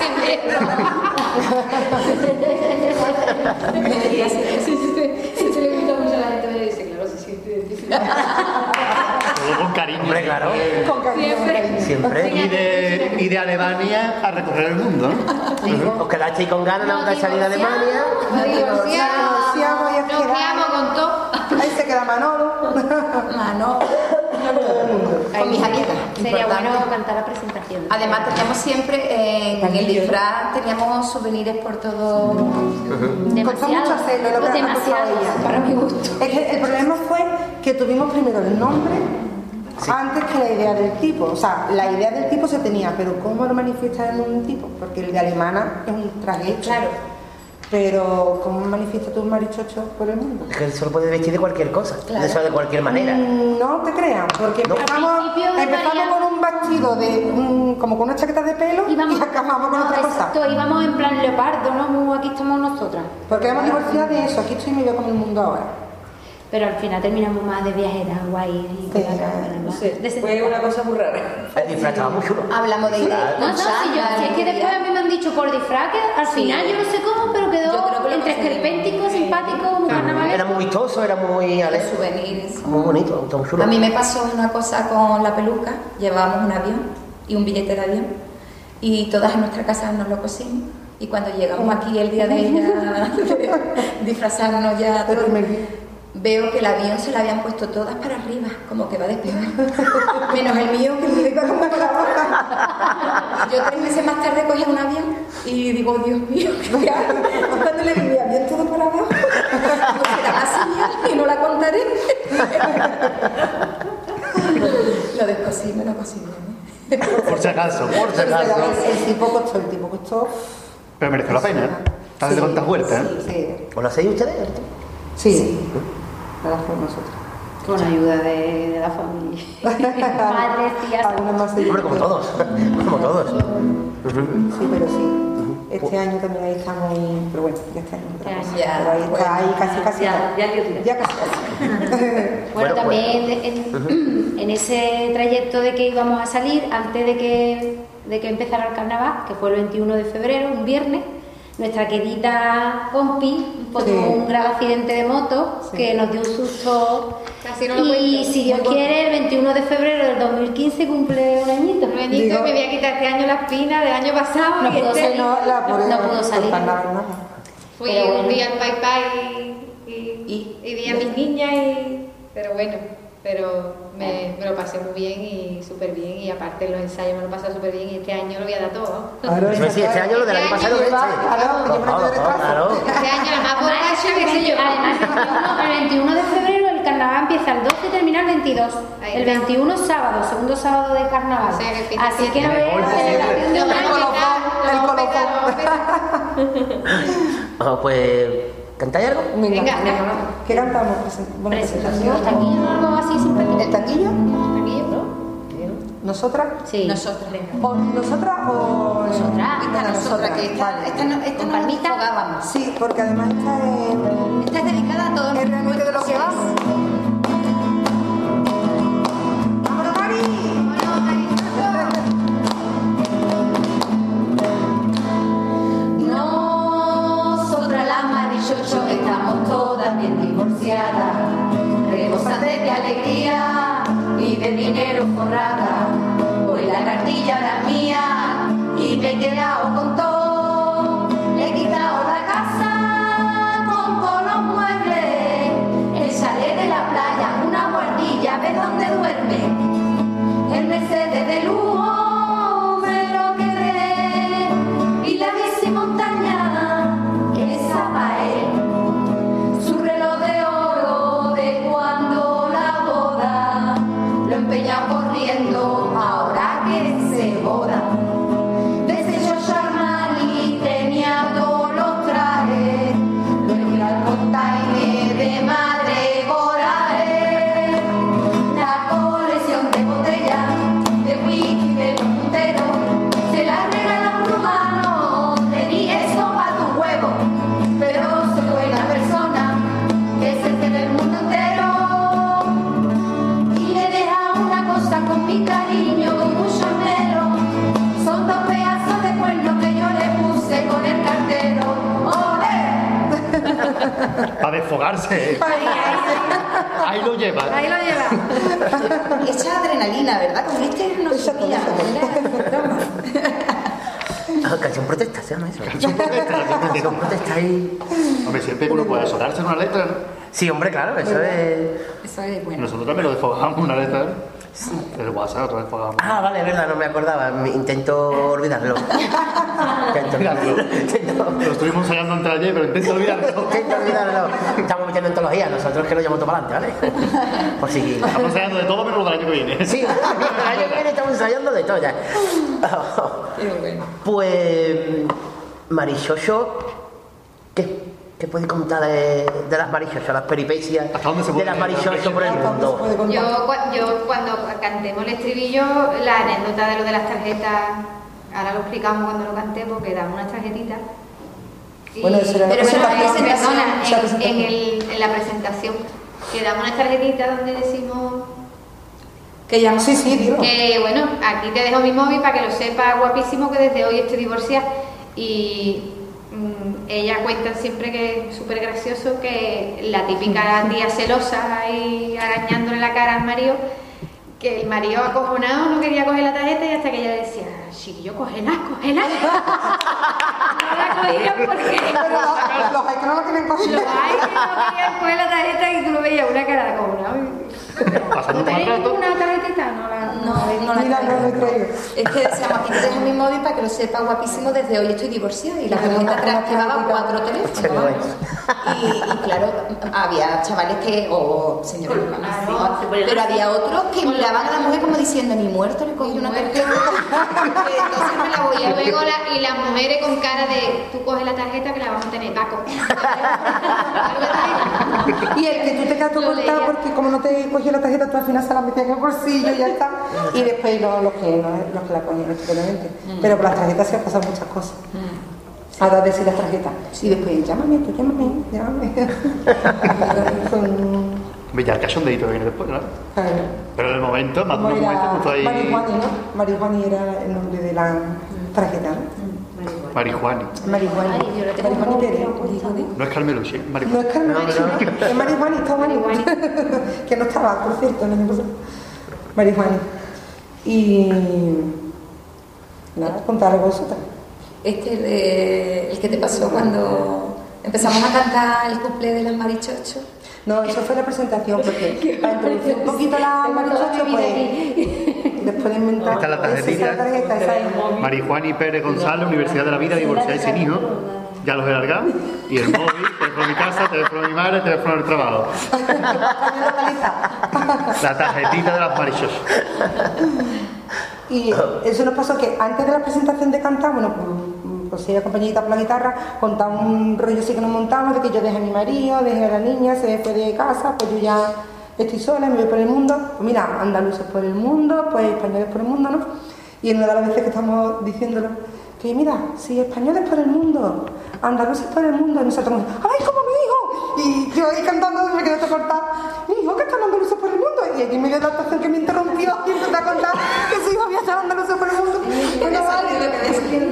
[SPEAKER 17] Se se le gusta mucho a la gente me dice, claro, se siente identificada.
[SPEAKER 6] Todo con cariño.
[SPEAKER 3] Hombre, claro.
[SPEAKER 4] Con cariño.
[SPEAKER 17] Siempre.
[SPEAKER 3] Siempre.
[SPEAKER 6] Y de, y de Alemania a recorrer el mundo, [LAUGHS] ¿no?
[SPEAKER 3] Ujú. Os quedasteis con ganas ¿no? de salir de Alemania.
[SPEAKER 17] Nos divorciamos,
[SPEAKER 4] divorciamos y
[SPEAKER 17] nos
[SPEAKER 4] esperamos.
[SPEAKER 17] quedamos con todo.
[SPEAKER 7] [LAUGHS]
[SPEAKER 4] Ahí se queda Manolo.
[SPEAKER 7] Manolo,
[SPEAKER 4] pañuelo del mundo.
[SPEAKER 21] con mis amigas.
[SPEAKER 8] Sería
[SPEAKER 21] importante.
[SPEAKER 8] bueno cantar la presentación.
[SPEAKER 4] Ah,
[SPEAKER 21] Además teníamos siempre eh, en el
[SPEAKER 8] Pañuelo.
[SPEAKER 21] disfraz teníamos souvenirs por todo.
[SPEAKER 4] Costó mucho hacerlo, lo que ha costado ella.
[SPEAKER 21] Para mi gusto.
[SPEAKER 4] Es que el problema fue que tuvimos primero el nombre antes que la idea del tipo. O sea, la idea del tipo se tenía, pero ¿cómo lo manifiesta en un tipo? Porque el de alemana es un traje hecho. Claro. Pero ¿cómo manifiesta tu marichocho por el mundo?
[SPEAKER 3] Es que solo puedes vestir de cualquier cosa,
[SPEAKER 4] Claro.
[SPEAKER 3] de eso de cualquier manera.
[SPEAKER 4] Mm, No te creas, porque
[SPEAKER 3] No.
[SPEAKER 4] empezamos, empezamos con un vestido de mm, como con una chaqueta de pelo y, acabamos con otra cosa.
[SPEAKER 8] Exacto, íbamos en plan leopardo, ¿no? Como Aquí estamos nosotras.
[SPEAKER 4] Porque hemos divorciado de eso, aquí estoy medio con el mundo ahora.
[SPEAKER 8] Pero al final terminamos más de viajeras guay. y de vacaciones, ¿no? De ese tipo.
[SPEAKER 22] cosa muy rara.
[SPEAKER 3] El disfraz estaba Eh, muy chulo.
[SPEAKER 21] Hablamos de ideas.
[SPEAKER 8] No, no, si yo, si es que después a mí me han dicho por disfraque, al final yo no sé cómo, pero quedó entre esperpéntico, simpático, muy carnaval.
[SPEAKER 3] Era muy vistoso, era muy alegre. Muy bonito, estaba muy chulo.
[SPEAKER 21] A mí me pasó una cosa con la peluca, llevábamos un avión y un billete de avión y todas en nuestra casa nos lo cosimos y cuando llegamos aquí el día de ella [LAUGHS] disfrazarnos ya todo, veo que el avión se lo habían puesto todas para arriba, como que va a despegar, [LAUGHS] menos el mío que me iba como a la boca. Yo tres meses más tarde cogí un avión y digo, Dios mío, ¿qué hago? Cuando le digo, mi avión todo para abajo, [LAUGHS] digo, será así ¿eh?". y no la contaré. Lo descosí, me lo ¿eh? cosí.
[SPEAKER 6] Por si acaso, por si acaso.
[SPEAKER 4] El tipo costó, el tipo costó.
[SPEAKER 6] Pero mereció la pena, ¿eh? Estás de cuantas vueltas, ¿eh?
[SPEAKER 4] Sí,
[SPEAKER 3] ¿O lo hacéis ustedes?
[SPEAKER 4] sí. Lo hacemos nosotros.
[SPEAKER 8] Con ayuda de, de la [LAUGHS] familia. Madres,
[SPEAKER 4] [LAUGHS]
[SPEAKER 8] tías.
[SPEAKER 3] Hombre, como todos, [LAUGHS] como todos.
[SPEAKER 4] Sí, pero sí. Este año también ahí está muy. Pero bueno, ya está en otra cosa.
[SPEAKER 8] Ya,
[SPEAKER 4] Pero ahí está,
[SPEAKER 8] bueno,
[SPEAKER 4] ahí casi, casi.
[SPEAKER 8] ya,
[SPEAKER 4] ya, casi, casi.
[SPEAKER 8] Bueno, también [CLEARS THROAT] En, en ese trayecto de que íbamos a salir, antes de que, de que empezara el carnaval, que fue el 21 de febrero, un viernes, nuestra querida compi pues,
[SPEAKER 21] Sí.
[SPEAKER 8] tuvo un grave accidente de moto que nos dio un susto.
[SPEAKER 23] Casi no lo
[SPEAKER 8] y
[SPEAKER 23] cuento.
[SPEAKER 8] si Dios
[SPEAKER 23] Muy
[SPEAKER 8] quiere, el 21 de febrero del 2015 cumple un añito.
[SPEAKER 23] Benito, me voy a quitar este año la espina del año pasado
[SPEAKER 8] No
[SPEAKER 23] y
[SPEAKER 8] pudo
[SPEAKER 23] este
[SPEAKER 8] salir.
[SPEAKER 23] año-
[SPEAKER 8] No- no pudo salir.
[SPEAKER 23] Fui
[SPEAKER 8] Pero bueno.
[SPEAKER 23] un día al Pai Pai y, y- y vi a mis niñas y... Pero bueno, pero
[SPEAKER 21] Ah.
[SPEAKER 23] me, me lo pasé muy bien y súper bien y aparte los ensayos me lo pasé súper bien y este año lo voy a dar todo.
[SPEAKER 21] Ah.
[SPEAKER 3] Claro, sí, sí, este año lo del año pasado es este. Claro, claro.
[SPEAKER 23] [LAUGHS] Este año la más borracha que se yo.
[SPEAKER 8] Además, el 21 el 21 de febrero el carnaval empieza el 12 y termina el 22. El 21 sábado, segundo sábado de carnaval. Así que no veo la celebración de un año.
[SPEAKER 3] Ah, pues, ¿cantáis algo?
[SPEAKER 4] Venga, ¿Qué cantamos? Presen- Bueno, presentación.
[SPEAKER 8] ¿Taquillo algo así simpático?
[SPEAKER 4] ¿El taquillo?
[SPEAKER 8] ¿no?
[SPEAKER 4] ¿Nosotras?
[SPEAKER 8] Sí.
[SPEAKER 4] Nosotras. O, ¿Nosotras o...? Nosotras.
[SPEAKER 21] Esta nosotras, que esta, esta no, esta no nos ahogábamos.
[SPEAKER 4] Sí, porque además esta es...
[SPEAKER 21] Esta es dedicada a todos los
[SPEAKER 4] realmente de lo que va. ¡Vámonos, Mari!
[SPEAKER 7] Nosotras las marichocho estamos todas bien divorciadas, rebosantes de alegría y de dinero forrada. Hoy la cartilla era mía y me he quedado con todo. Le he quitado la casa con todos los muebles, el chalet de la playa, una guardilla, ¿ves dónde duerme? el Mercedes de lujo me lo quedé y la bici montaña esa pa' él su reloj de oro de cuando la boda lo empeña corriendo ahora que se boda desde yo Armani tenía todos los trajes lo envió al container de madre Coraje la colección de botellas, de whisky, de los punteros, se la regala un rumano, tení eso para tu huevo, pero soy buena persona, que se quede el mundo entero, y le deja una cosa con mi cariño, con mucho esmero, son dos pedazos de cuerno que yo le puse con el cartero, ¡Ole!
[SPEAKER 6] Para desfogarse. Ahí lo llevan.
[SPEAKER 21] lo lleva. [LAUGHS] Echa adrenalina, ¿verdad? Con este no subía.
[SPEAKER 3] Ah, Canción protesta, se llama eso. Canción protesta, canción protesta ahí.
[SPEAKER 6] Hombre, siempre uno puede soltarse una letra.
[SPEAKER 3] Sí, hombre, claro, eso es.
[SPEAKER 21] Eso es
[SPEAKER 6] Nosotros también lo desfogamos una letra. El WhatsApp otra vez pagamos.
[SPEAKER 3] Ah, vale, es verdad, no me acordaba. Me- Intento olvidarlo. Intento olvidarlo.
[SPEAKER 6] Lo estuvimos ensayando antes de ayer, pero intento olvidarlo.
[SPEAKER 3] Intento olvidarlo. Estamos metiendo ontología, nosotros que lo llevamos todo para adelante, ¿vale? Por si.
[SPEAKER 6] Estamos ensayando de todo menos lo del año que
[SPEAKER 3] [LAUGHS]
[SPEAKER 6] viene.
[SPEAKER 3] Sí, el año que viene estamos ensayando de todo ya. Pues. Marichocho, ¿qué, qué puedes contar de, de las marichochos, las peripecias de las marichochos por el mundo?
[SPEAKER 7] Yo, cua- yo cuando cantemos el estribillo, la anécdota de lo de las tarjetas, ahora lo explicamos cuando lo cantemos, que dan unas tarjetitas. Y-
[SPEAKER 4] Bueno, eso era la
[SPEAKER 7] pero bueno,
[SPEAKER 4] presentación.
[SPEAKER 7] en- perdona,
[SPEAKER 4] Esa
[SPEAKER 7] en-
[SPEAKER 4] presentación.
[SPEAKER 7] en, el- en la presentación, que dan unas tarjetitas donde decimos
[SPEAKER 4] Que ya no Sí, sí, dilo.
[SPEAKER 7] que bueno, aquí te dejo mi móvil para que lo sepa guapísimo que desde hoy estoy divorciada y mm, ella cuenta siempre que es súper gracioso que la
[SPEAKER 4] [LAUGHS]
[SPEAKER 7] típica tía celosa ahí arañándole la cara al marido, que el marido acojonado no quería coger la tarjeta y hasta que ella decía, chiquillo, cógela,
[SPEAKER 8] [LAUGHS]
[SPEAKER 7] cógela. no la cogía porque...
[SPEAKER 4] Pero los- los hay que no la quieren coger.
[SPEAKER 7] Los hay que no querían coger la tarjeta y tú lo veías una cara de acojonado.
[SPEAKER 6] ¿No
[SPEAKER 7] tenéis una tarjetita? No la...
[SPEAKER 24] No, no la Es que decíamos, aquí te dejo mi móvil para que lo sepa guapísimo, desde hoy estoy divorciada. Y la tarjeta atrás llevaba cuatro teléfonos. Y, y claro, había chavales que, o señores, no, no, pero había otros que miraban a la mujer como diciendo, ni muerto le cogí una tarjeta.
[SPEAKER 8] [LAUGHS]
[SPEAKER 7] Entonces me la voy a luego la- y las mujeres con cara de tú coges la tarjeta que la vamos a tener, Paco.
[SPEAKER 4] Y el que tú te quedaste cortado porque como no te cogió la tarjeta, tú al final se la metías en el bolsillo y ya está. Y después los, los, que, no- los que la cogieron estupendamente. Pero con las tarjetas se han pasado muchas cosas. Ahora decir las tarjetas. Y Mm. después, llámame, tú llámame, [LAUGHS] llámame. Con-
[SPEAKER 6] Mira, el cachondeito que viene después, ¿no? Pero en el momento, más de
[SPEAKER 4] ¿Cómo
[SPEAKER 6] un
[SPEAKER 4] era?
[SPEAKER 6] momento, justo ahí.
[SPEAKER 4] Marihuani, ¿no? Marihuani era el nombre de la tarjeta, ¿no?
[SPEAKER 6] Marijuani.
[SPEAKER 4] Marihuani. Marihuani Pérez.
[SPEAKER 6] No es Carmeluche,
[SPEAKER 4] No es
[SPEAKER 6] Marijuani.
[SPEAKER 4] Carmen, es Marihuani, está bueno. [LAUGHS] que no estaba, por cierto, el año pasado. Marihuani. Y. Nada, contar algo vosotras.
[SPEAKER 24] Este el, de- el que te pasó cuando empezamos a cantar el cumple de las marichochos.
[SPEAKER 4] No, eso fue la presentación, porque para introducir un poquito la marichocho, pues. Después de inventar.
[SPEAKER 6] Está la tarjetita.
[SPEAKER 4] Esa tarjeta, esa [LAUGHS] es.
[SPEAKER 6] Marijuani Pérez González, Universidad de la Vida, divorciada y sin hijos. Ya los he largado. Y el móvil, teléfono de mi casa, teléfono de mi madre, teléfono del trabajo. La tarjetita de las marichos.
[SPEAKER 4] Y eso nos pasó que antes de la presentación de cantar, bueno, pues, pues ella compañerita por la guitarra, contaba un rollo así que nos montamos, de que yo dejé a mi marido, dejé a la niña, se fue de casa, pues yo ya estoy sola, me voy por el mundo. Pues mira, andaluces por el mundo, pues españoles por el mundo, ¿no? Y en una de las veces que estamos diciéndolo, que mira, si españoles por el mundo, andaluces por el mundo, y nosotros, ¡ay, como mi hijo! Y yo ahí cantando, me quedé cortada, mi hijo que están andaluces por el mundo. Y aquí me dio la actuación que me interrumpió y empezó a contar que su hijo había estado andaluces por el mundo. Bueno, vale.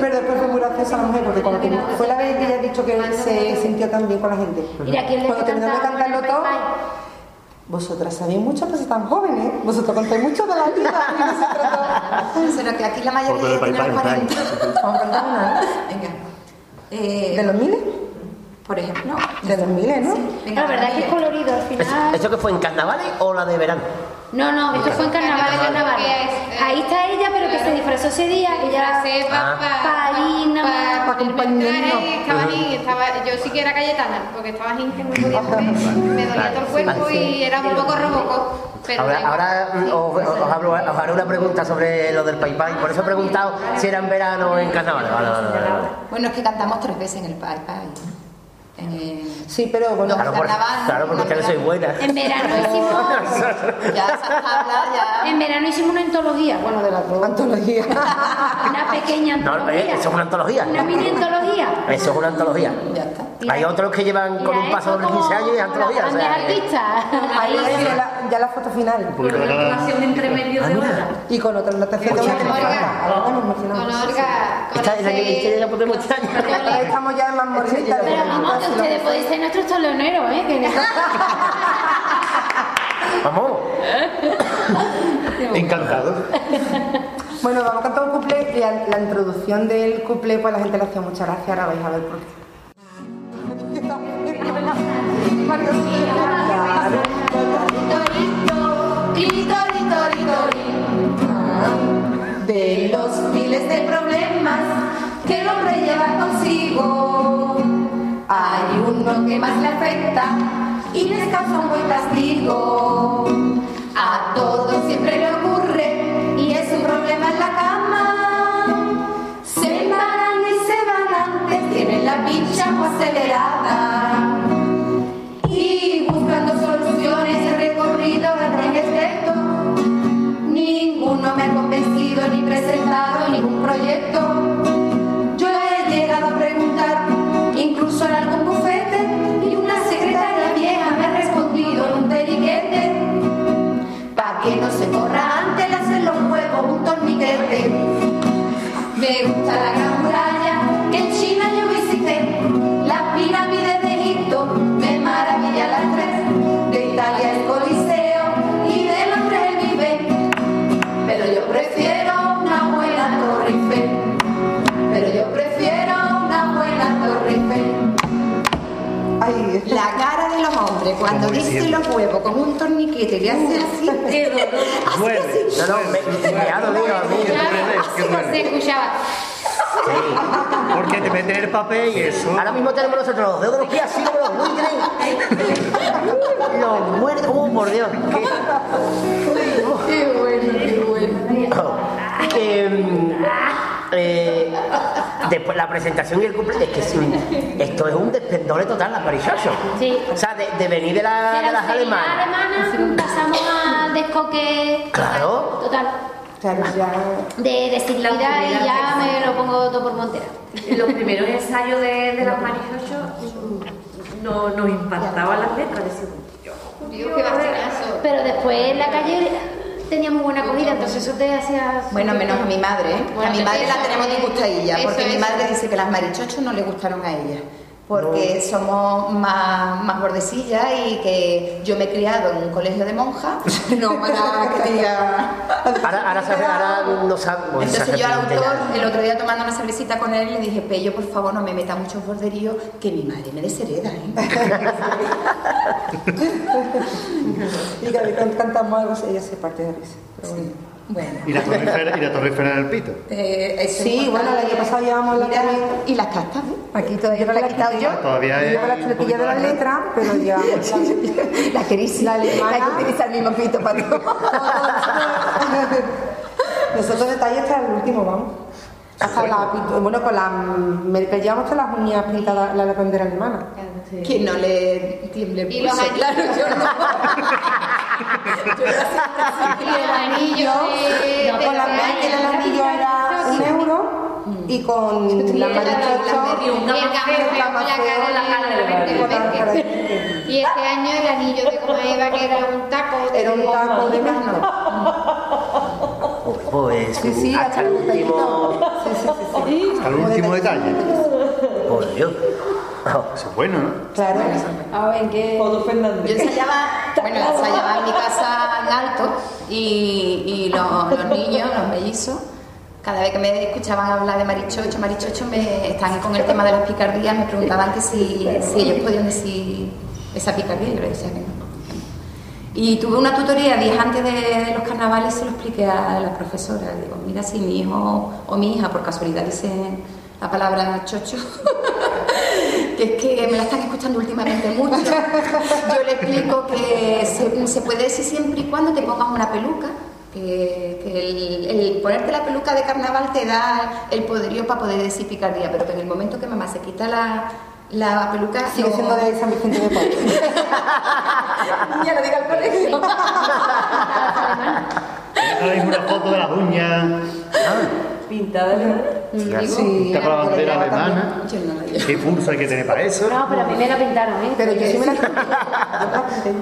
[SPEAKER 4] Pero después fue muy graciosa la mujer, porque cuando terminó, fue la vez que ella ha dicho que se sintió tan bien con la gente.
[SPEAKER 8] Mira, ¿quién le
[SPEAKER 4] Cuando terminamos de
[SPEAKER 8] cantaba
[SPEAKER 4] cantarlo
[SPEAKER 8] Bye,
[SPEAKER 4] todo,
[SPEAKER 8] bye?
[SPEAKER 4] vosotras sabéis mucho, pues tan jóvenes, vosotros contáis mucho de la vida. y nosotros no.
[SPEAKER 24] Pero que aquí la
[SPEAKER 4] Porque de
[SPEAKER 24] mayoría
[SPEAKER 4] Pai
[SPEAKER 24] tiene
[SPEAKER 4] Pai,
[SPEAKER 24] los 40.
[SPEAKER 4] Vamos a cantar una, ¿eh?
[SPEAKER 24] Venga. Eh,
[SPEAKER 4] ¿De los miles?
[SPEAKER 24] Por ejemplo.
[SPEAKER 4] De los miles, ¿no?
[SPEAKER 8] la verdad es que es colorido al final.
[SPEAKER 3] ¿Eso que fue en carnavales o la de verano?
[SPEAKER 8] No, no, esto fue en carnaval, en carnaval. Ahí está ella, pero que se disfrazó ese día, que ya
[SPEAKER 7] Ah.
[SPEAKER 8] Parina,
[SPEAKER 7] pa- Cara,
[SPEAKER 8] mamá.
[SPEAKER 7] eh, estaba ahí, estaba, yo sí que era cayetana, porque estaba gente que no podía comer, me dolía todo el cuerpo y era un poco roboco. Pero
[SPEAKER 3] Ahora, ahora mm, os, os- os hablo- os haré una pregunta sobre lo del PayPal. Por eso he preguntado si era en verano o en carnaval. Vale, vale, vale, vale.
[SPEAKER 24] Bueno, es que cantamos tres veces en el Pai Pai.
[SPEAKER 3] Ah.
[SPEAKER 24] Eh,
[SPEAKER 4] Sí, pero bueno,
[SPEAKER 3] Claro, por- claro, porque es que no soy buena.
[SPEAKER 8] En verano hicimos. En verano hicimos una antología. Bueno, de las dos.
[SPEAKER 4] Antología.
[SPEAKER 8] Una pequeña
[SPEAKER 3] Ah. No, eh,
[SPEAKER 8] antología.
[SPEAKER 3] eso es una antología.
[SPEAKER 8] Una mini antología.
[SPEAKER 3] Eso es una antología. Hay otros que llevan con un paso sobre 15 años y es antología. o
[SPEAKER 8] Grandes
[SPEAKER 3] sea, que- [LAUGHS]
[SPEAKER 8] artistas.
[SPEAKER 4] Ahí es la- ya la foto final.
[SPEAKER 3] poquito de cada-
[SPEAKER 8] entre medio
[SPEAKER 3] Ah,
[SPEAKER 8] de otra.
[SPEAKER 4] Y Ah, con otra notación de una que nos falta. Ahora mismo, al final.
[SPEAKER 3] eh, Esta es la que dice, ya podemos estar.
[SPEAKER 4] Estamos ya en más morritas.
[SPEAKER 8] Pero vamos, que ustedes podéis ser nuestros toloneros, ¿eh?
[SPEAKER 3] [LAUGHS]
[SPEAKER 8] Que
[SPEAKER 3] Vamos.
[SPEAKER 6] Encantado.
[SPEAKER 4] Bueno, vamos a cantar un couple y la, la introducción del couple pues la gente le hacía mucha gracia, ahora vais a ver por qué.
[SPEAKER 25] Tori, tori, tori, tori,
[SPEAKER 26] Ah, lo que más le afecta y les causa un buen castigo. A todos siempre le ocurre y es un problema en la cama. Se embaran y se van antes, tienen la pincha muy acelerada. Y buscando soluciones he recorrido el gran espectro. Ninguno me ha convencido ni presentado ningún proyecto. Yo he llegado a preguntar, incluso en algún bufete, y una secretaria vieja me ha respondido en un periquete. Pa' que no se corra antes de hacer los juegos un torniquete. Me gusta la gran muralla, que en China yo visité, las pirámides de Egipto, me maravilla las tres, de Italia el Coliseo y de Londres el Vive. Pero yo prefiero una buena Torre Eiffel. Pero yo prefiero una buena Torre Eiffel.
[SPEAKER 7] La cara de los hombres cuando
[SPEAKER 26] Como
[SPEAKER 7] dicen
[SPEAKER 26] diciendo.
[SPEAKER 7] los huevos con un torniquete y le
[SPEAKER 26] [LAUGHS]
[SPEAKER 7] hacen así.
[SPEAKER 3] Duele. No, no, me, me, me ha dolido a mí.
[SPEAKER 8] [LAUGHS]
[SPEAKER 6] Qué duele.
[SPEAKER 7] Se escuchaba.
[SPEAKER 6] Porque te meten el papel y eso.
[SPEAKER 3] Ahora mismo tenemos nosotros los dedos de los pies así como los buitres. Los muertos. Uh, por Dios.
[SPEAKER 26] Qué bueno, qué bueno.
[SPEAKER 3] Em, eh, después la presentación y el cumpleaños. Es que sí, esto es un despendole total, la Paris Fashion.
[SPEAKER 8] Sí.
[SPEAKER 3] O sea, de, de venir de, la- de las alemanas.
[SPEAKER 8] alemanas pasamos al descoque
[SPEAKER 3] Claro.
[SPEAKER 8] total. De desinhibida y ya me lo pongo todo por montera.
[SPEAKER 11] Los primeros ensayos de, de las Paris Fashion mm, no, nos impactaban las letras. Decimos,
[SPEAKER 8] Dios, qué bastinazo. Pero después en la calle tenía muy buena comida, entonces eso te hacía...
[SPEAKER 7] Bueno, menos a mi madre, ¿eh?
[SPEAKER 8] Bueno,
[SPEAKER 7] a mi madre
[SPEAKER 8] eso
[SPEAKER 7] la tenemos
[SPEAKER 8] es-
[SPEAKER 7] disgustadilla,
[SPEAKER 8] eso
[SPEAKER 7] porque mi
[SPEAKER 8] es.
[SPEAKER 7] madre dice que las marichochos no le gustaron a ella, porque somos más, más gordecillas y que yo me he criado en un colegio de monjas, [LAUGHS] no para
[SPEAKER 4] [LAUGHS]
[SPEAKER 7] que diga...
[SPEAKER 3] Ahora, ahora, sabe- ahora no sabemos.
[SPEAKER 4] Este
[SPEAKER 7] Entonces yo al autor, el otro día tomando una cervecita con él, le dije, Pello, por favor, no me meta mucho borderío, que mi madre me deshereda, ¿eh? [LAUGHS]
[SPEAKER 4] Y cada vez que cantamos algo, ella se parte de risa. Pero bueno.
[SPEAKER 7] Bueno.
[SPEAKER 6] Y la torre Eiffel- y la torre Eiffel en el pito.
[SPEAKER 7] Eh, eso
[SPEAKER 4] Sí,
[SPEAKER 7] es importante.
[SPEAKER 4] bueno, el año pasado llevamos la
[SPEAKER 7] Mira,
[SPEAKER 4] cara-
[SPEAKER 7] Y las cartas, Aquí todavía no las he quitado yo.
[SPEAKER 6] Todavía es
[SPEAKER 4] Lleva la
[SPEAKER 6] un
[SPEAKER 4] chuletilla de
[SPEAKER 6] poquito
[SPEAKER 4] la
[SPEAKER 6] larga.
[SPEAKER 4] letra, pero
[SPEAKER 6] [LAUGHS]
[SPEAKER 4] ya.
[SPEAKER 7] [LAUGHS] La queréis. La
[SPEAKER 4] alemana.
[SPEAKER 7] La que utiliza el mismo pito para todo.
[SPEAKER 4] [LAUGHS] Nosotros detalle hasta el último, vamos. Hasta la pintu- bueno, con la mm, Merkel llevamos hasta las uñas pintadas, la, la bandera alemana.
[SPEAKER 7] Que no le tiemble el
[SPEAKER 4] Y
[SPEAKER 7] pulso.
[SPEAKER 4] los
[SPEAKER 7] Claro, yo no.
[SPEAKER 4] Y el
[SPEAKER 7] anillo eh, de-
[SPEAKER 4] no, con la
[SPEAKER 7] de-
[SPEAKER 4] Merkel el anillo era un euro y con
[SPEAKER 7] Sí,
[SPEAKER 4] la
[SPEAKER 7] la- la-
[SPEAKER 4] marichocho
[SPEAKER 7] la- un camafeo,
[SPEAKER 4] un camafeo,
[SPEAKER 7] la cara de la Merkel.
[SPEAKER 4] con la cara de Merkel.
[SPEAKER 17] Y este año el anillo de Comaeva, que era un taco.
[SPEAKER 4] Era un taco de
[SPEAKER 7] mano.
[SPEAKER 3] Pues
[SPEAKER 4] Sí, sí,
[SPEAKER 3] hasta el último.
[SPEAKER 4] Sí, sí, sí, sí.
[SPEAKER 6] Hasta el último detalle.
[SPEAKER 3] Por Dios.
[SPEAKER 6] Eso es bueno, ¿no?
[SPEAKER 4] Claro.
[SPEAKER 5] A ver, ¿qué? Foto Fernández.
[SPEAKER 7] Yo ensayaba, bueno, ensayaba en mi casa en alto y, y los, los niños, los mellizos, cada vez que me escuchaban hablar de marichocho, marichocho, me estaban con el tema de las picardías, me preguntaban que si, si ellos podían decir esa picardía, yo les decía que no. Y tuve una tutoría días antes de los carnavales, se lo expliqué a la profesora. Digo, mira, si mi hijo o mi hija por casualidad dicen la palabra chocho, que es que me la están escuchando últimamente mucho. Yo le explico que se, se puede decir siempre y cuando te pongas una peluca, que, que el, el ponerte la peluca de carnaval te da el poderío para poder decir picardía, pero que en el momento que mamá se quita la, la peluca...
[SPEAKER 4] Sigue
[SPEAKER 7] no-
[SPEAKER 4] siendo de San Vicente de Paul.
[SPEAKER 7] Ya lo diga el colegio.
[SPEAKER 6] Ahora hay una foto de las uñas. Ah,
[SPEAKER 5] Pintada de
[SPEAKER 4] Sí,
[SPEAKER 6] Está con la
[SPEAKER 4] la
[SPEAKER 6] bandera
[SPEAKER 4] bandera
[SPEAKER 6] alemana. ¿Qué pulso hay que tener para eso?
[SPEAKER 8] No, pero a mí me la pintaron, ¿eh?
[SPEAKER 4] Pero yo sí me la yo la pinté.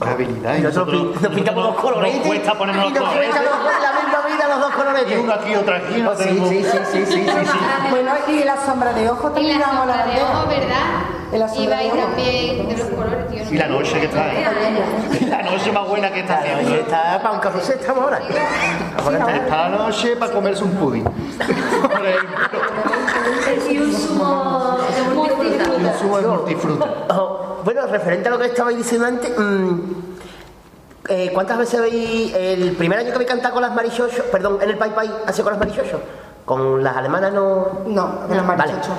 [SPEAKER 6] Qué habilidad. Y
[SPEAKER 3] Nosotros pin- nos pintamos los colores.
[SPEAKER 6] Nos cuesta ponernos
[SPEAKER 3] Y
[SPEAKER 6] los
[SPEAKER 3] nos
[SPEAKER 6] colores.
[SPEAKER 3] cuesta los, la misma vida los dos colores.
[SPEAKER 6] Y uno aquí, otro aquí. No
[SPEAKER 3] Oh, sí,
[SPEAKER 6] tenemos...
[SPEAKER 3] sí, sí, sí, sí,
[SPEAKER 6] [LAUGHS]
[SPEAKER 3] sí, sí.
[SPEAKER 4] Bueno, y la sombra de ojo
[SPEAKER 17] Y
[SPEAKER 4] también
[SPEAKER 17] la
[SPEAKER 4] damos la
[SPEAKER 17] sombra de
[SPEAKER 4] bandera.
[SPEAKER 17] ojo, ¿verdad?
[SPEAKER 4] Y la sombra
[SPEAKER 17] Iba
[SPEAKER 4] de
[SPEAKER 17] ahí
[SPEAKER 4] ojo.
[SPEAKER 17] también de los colores, tío. no
[SPEAKER 6] Y la
[SPEAKER 17] sé.
[SPEAKER 6] noche que trae. Y la noche más buena que está
[SPEAKER 3] Claro, y
[SPEAKER 6] haciendo.
[SPEAKER 3] está para un carrusel estamos ahora. Ahora está-
[SPEAKER 6] Esta noche para comerse un
[SPEAKER 11] [LAUGHS]
[SPEAKER 6] pudding. Por ejemplo,
[SPEAKER 11] y un zumo de multifruta.
[SPEAKER 6] un zumo de multifruta.
[SPEAKER 3] Ojo, Oh, Bueno, referente a lo que estabais diciendo antes, mm, eh, ¿cuántas veces habéis, el primer año que habéis cantado con las marichochos, perdón, en el Pai Pai, ha sido con las marichochos? Con las alemanas no...
[SPEAKER 4] No, de la
[SPEAKER 3] Vale.
[SPEAKER 4] marichocho.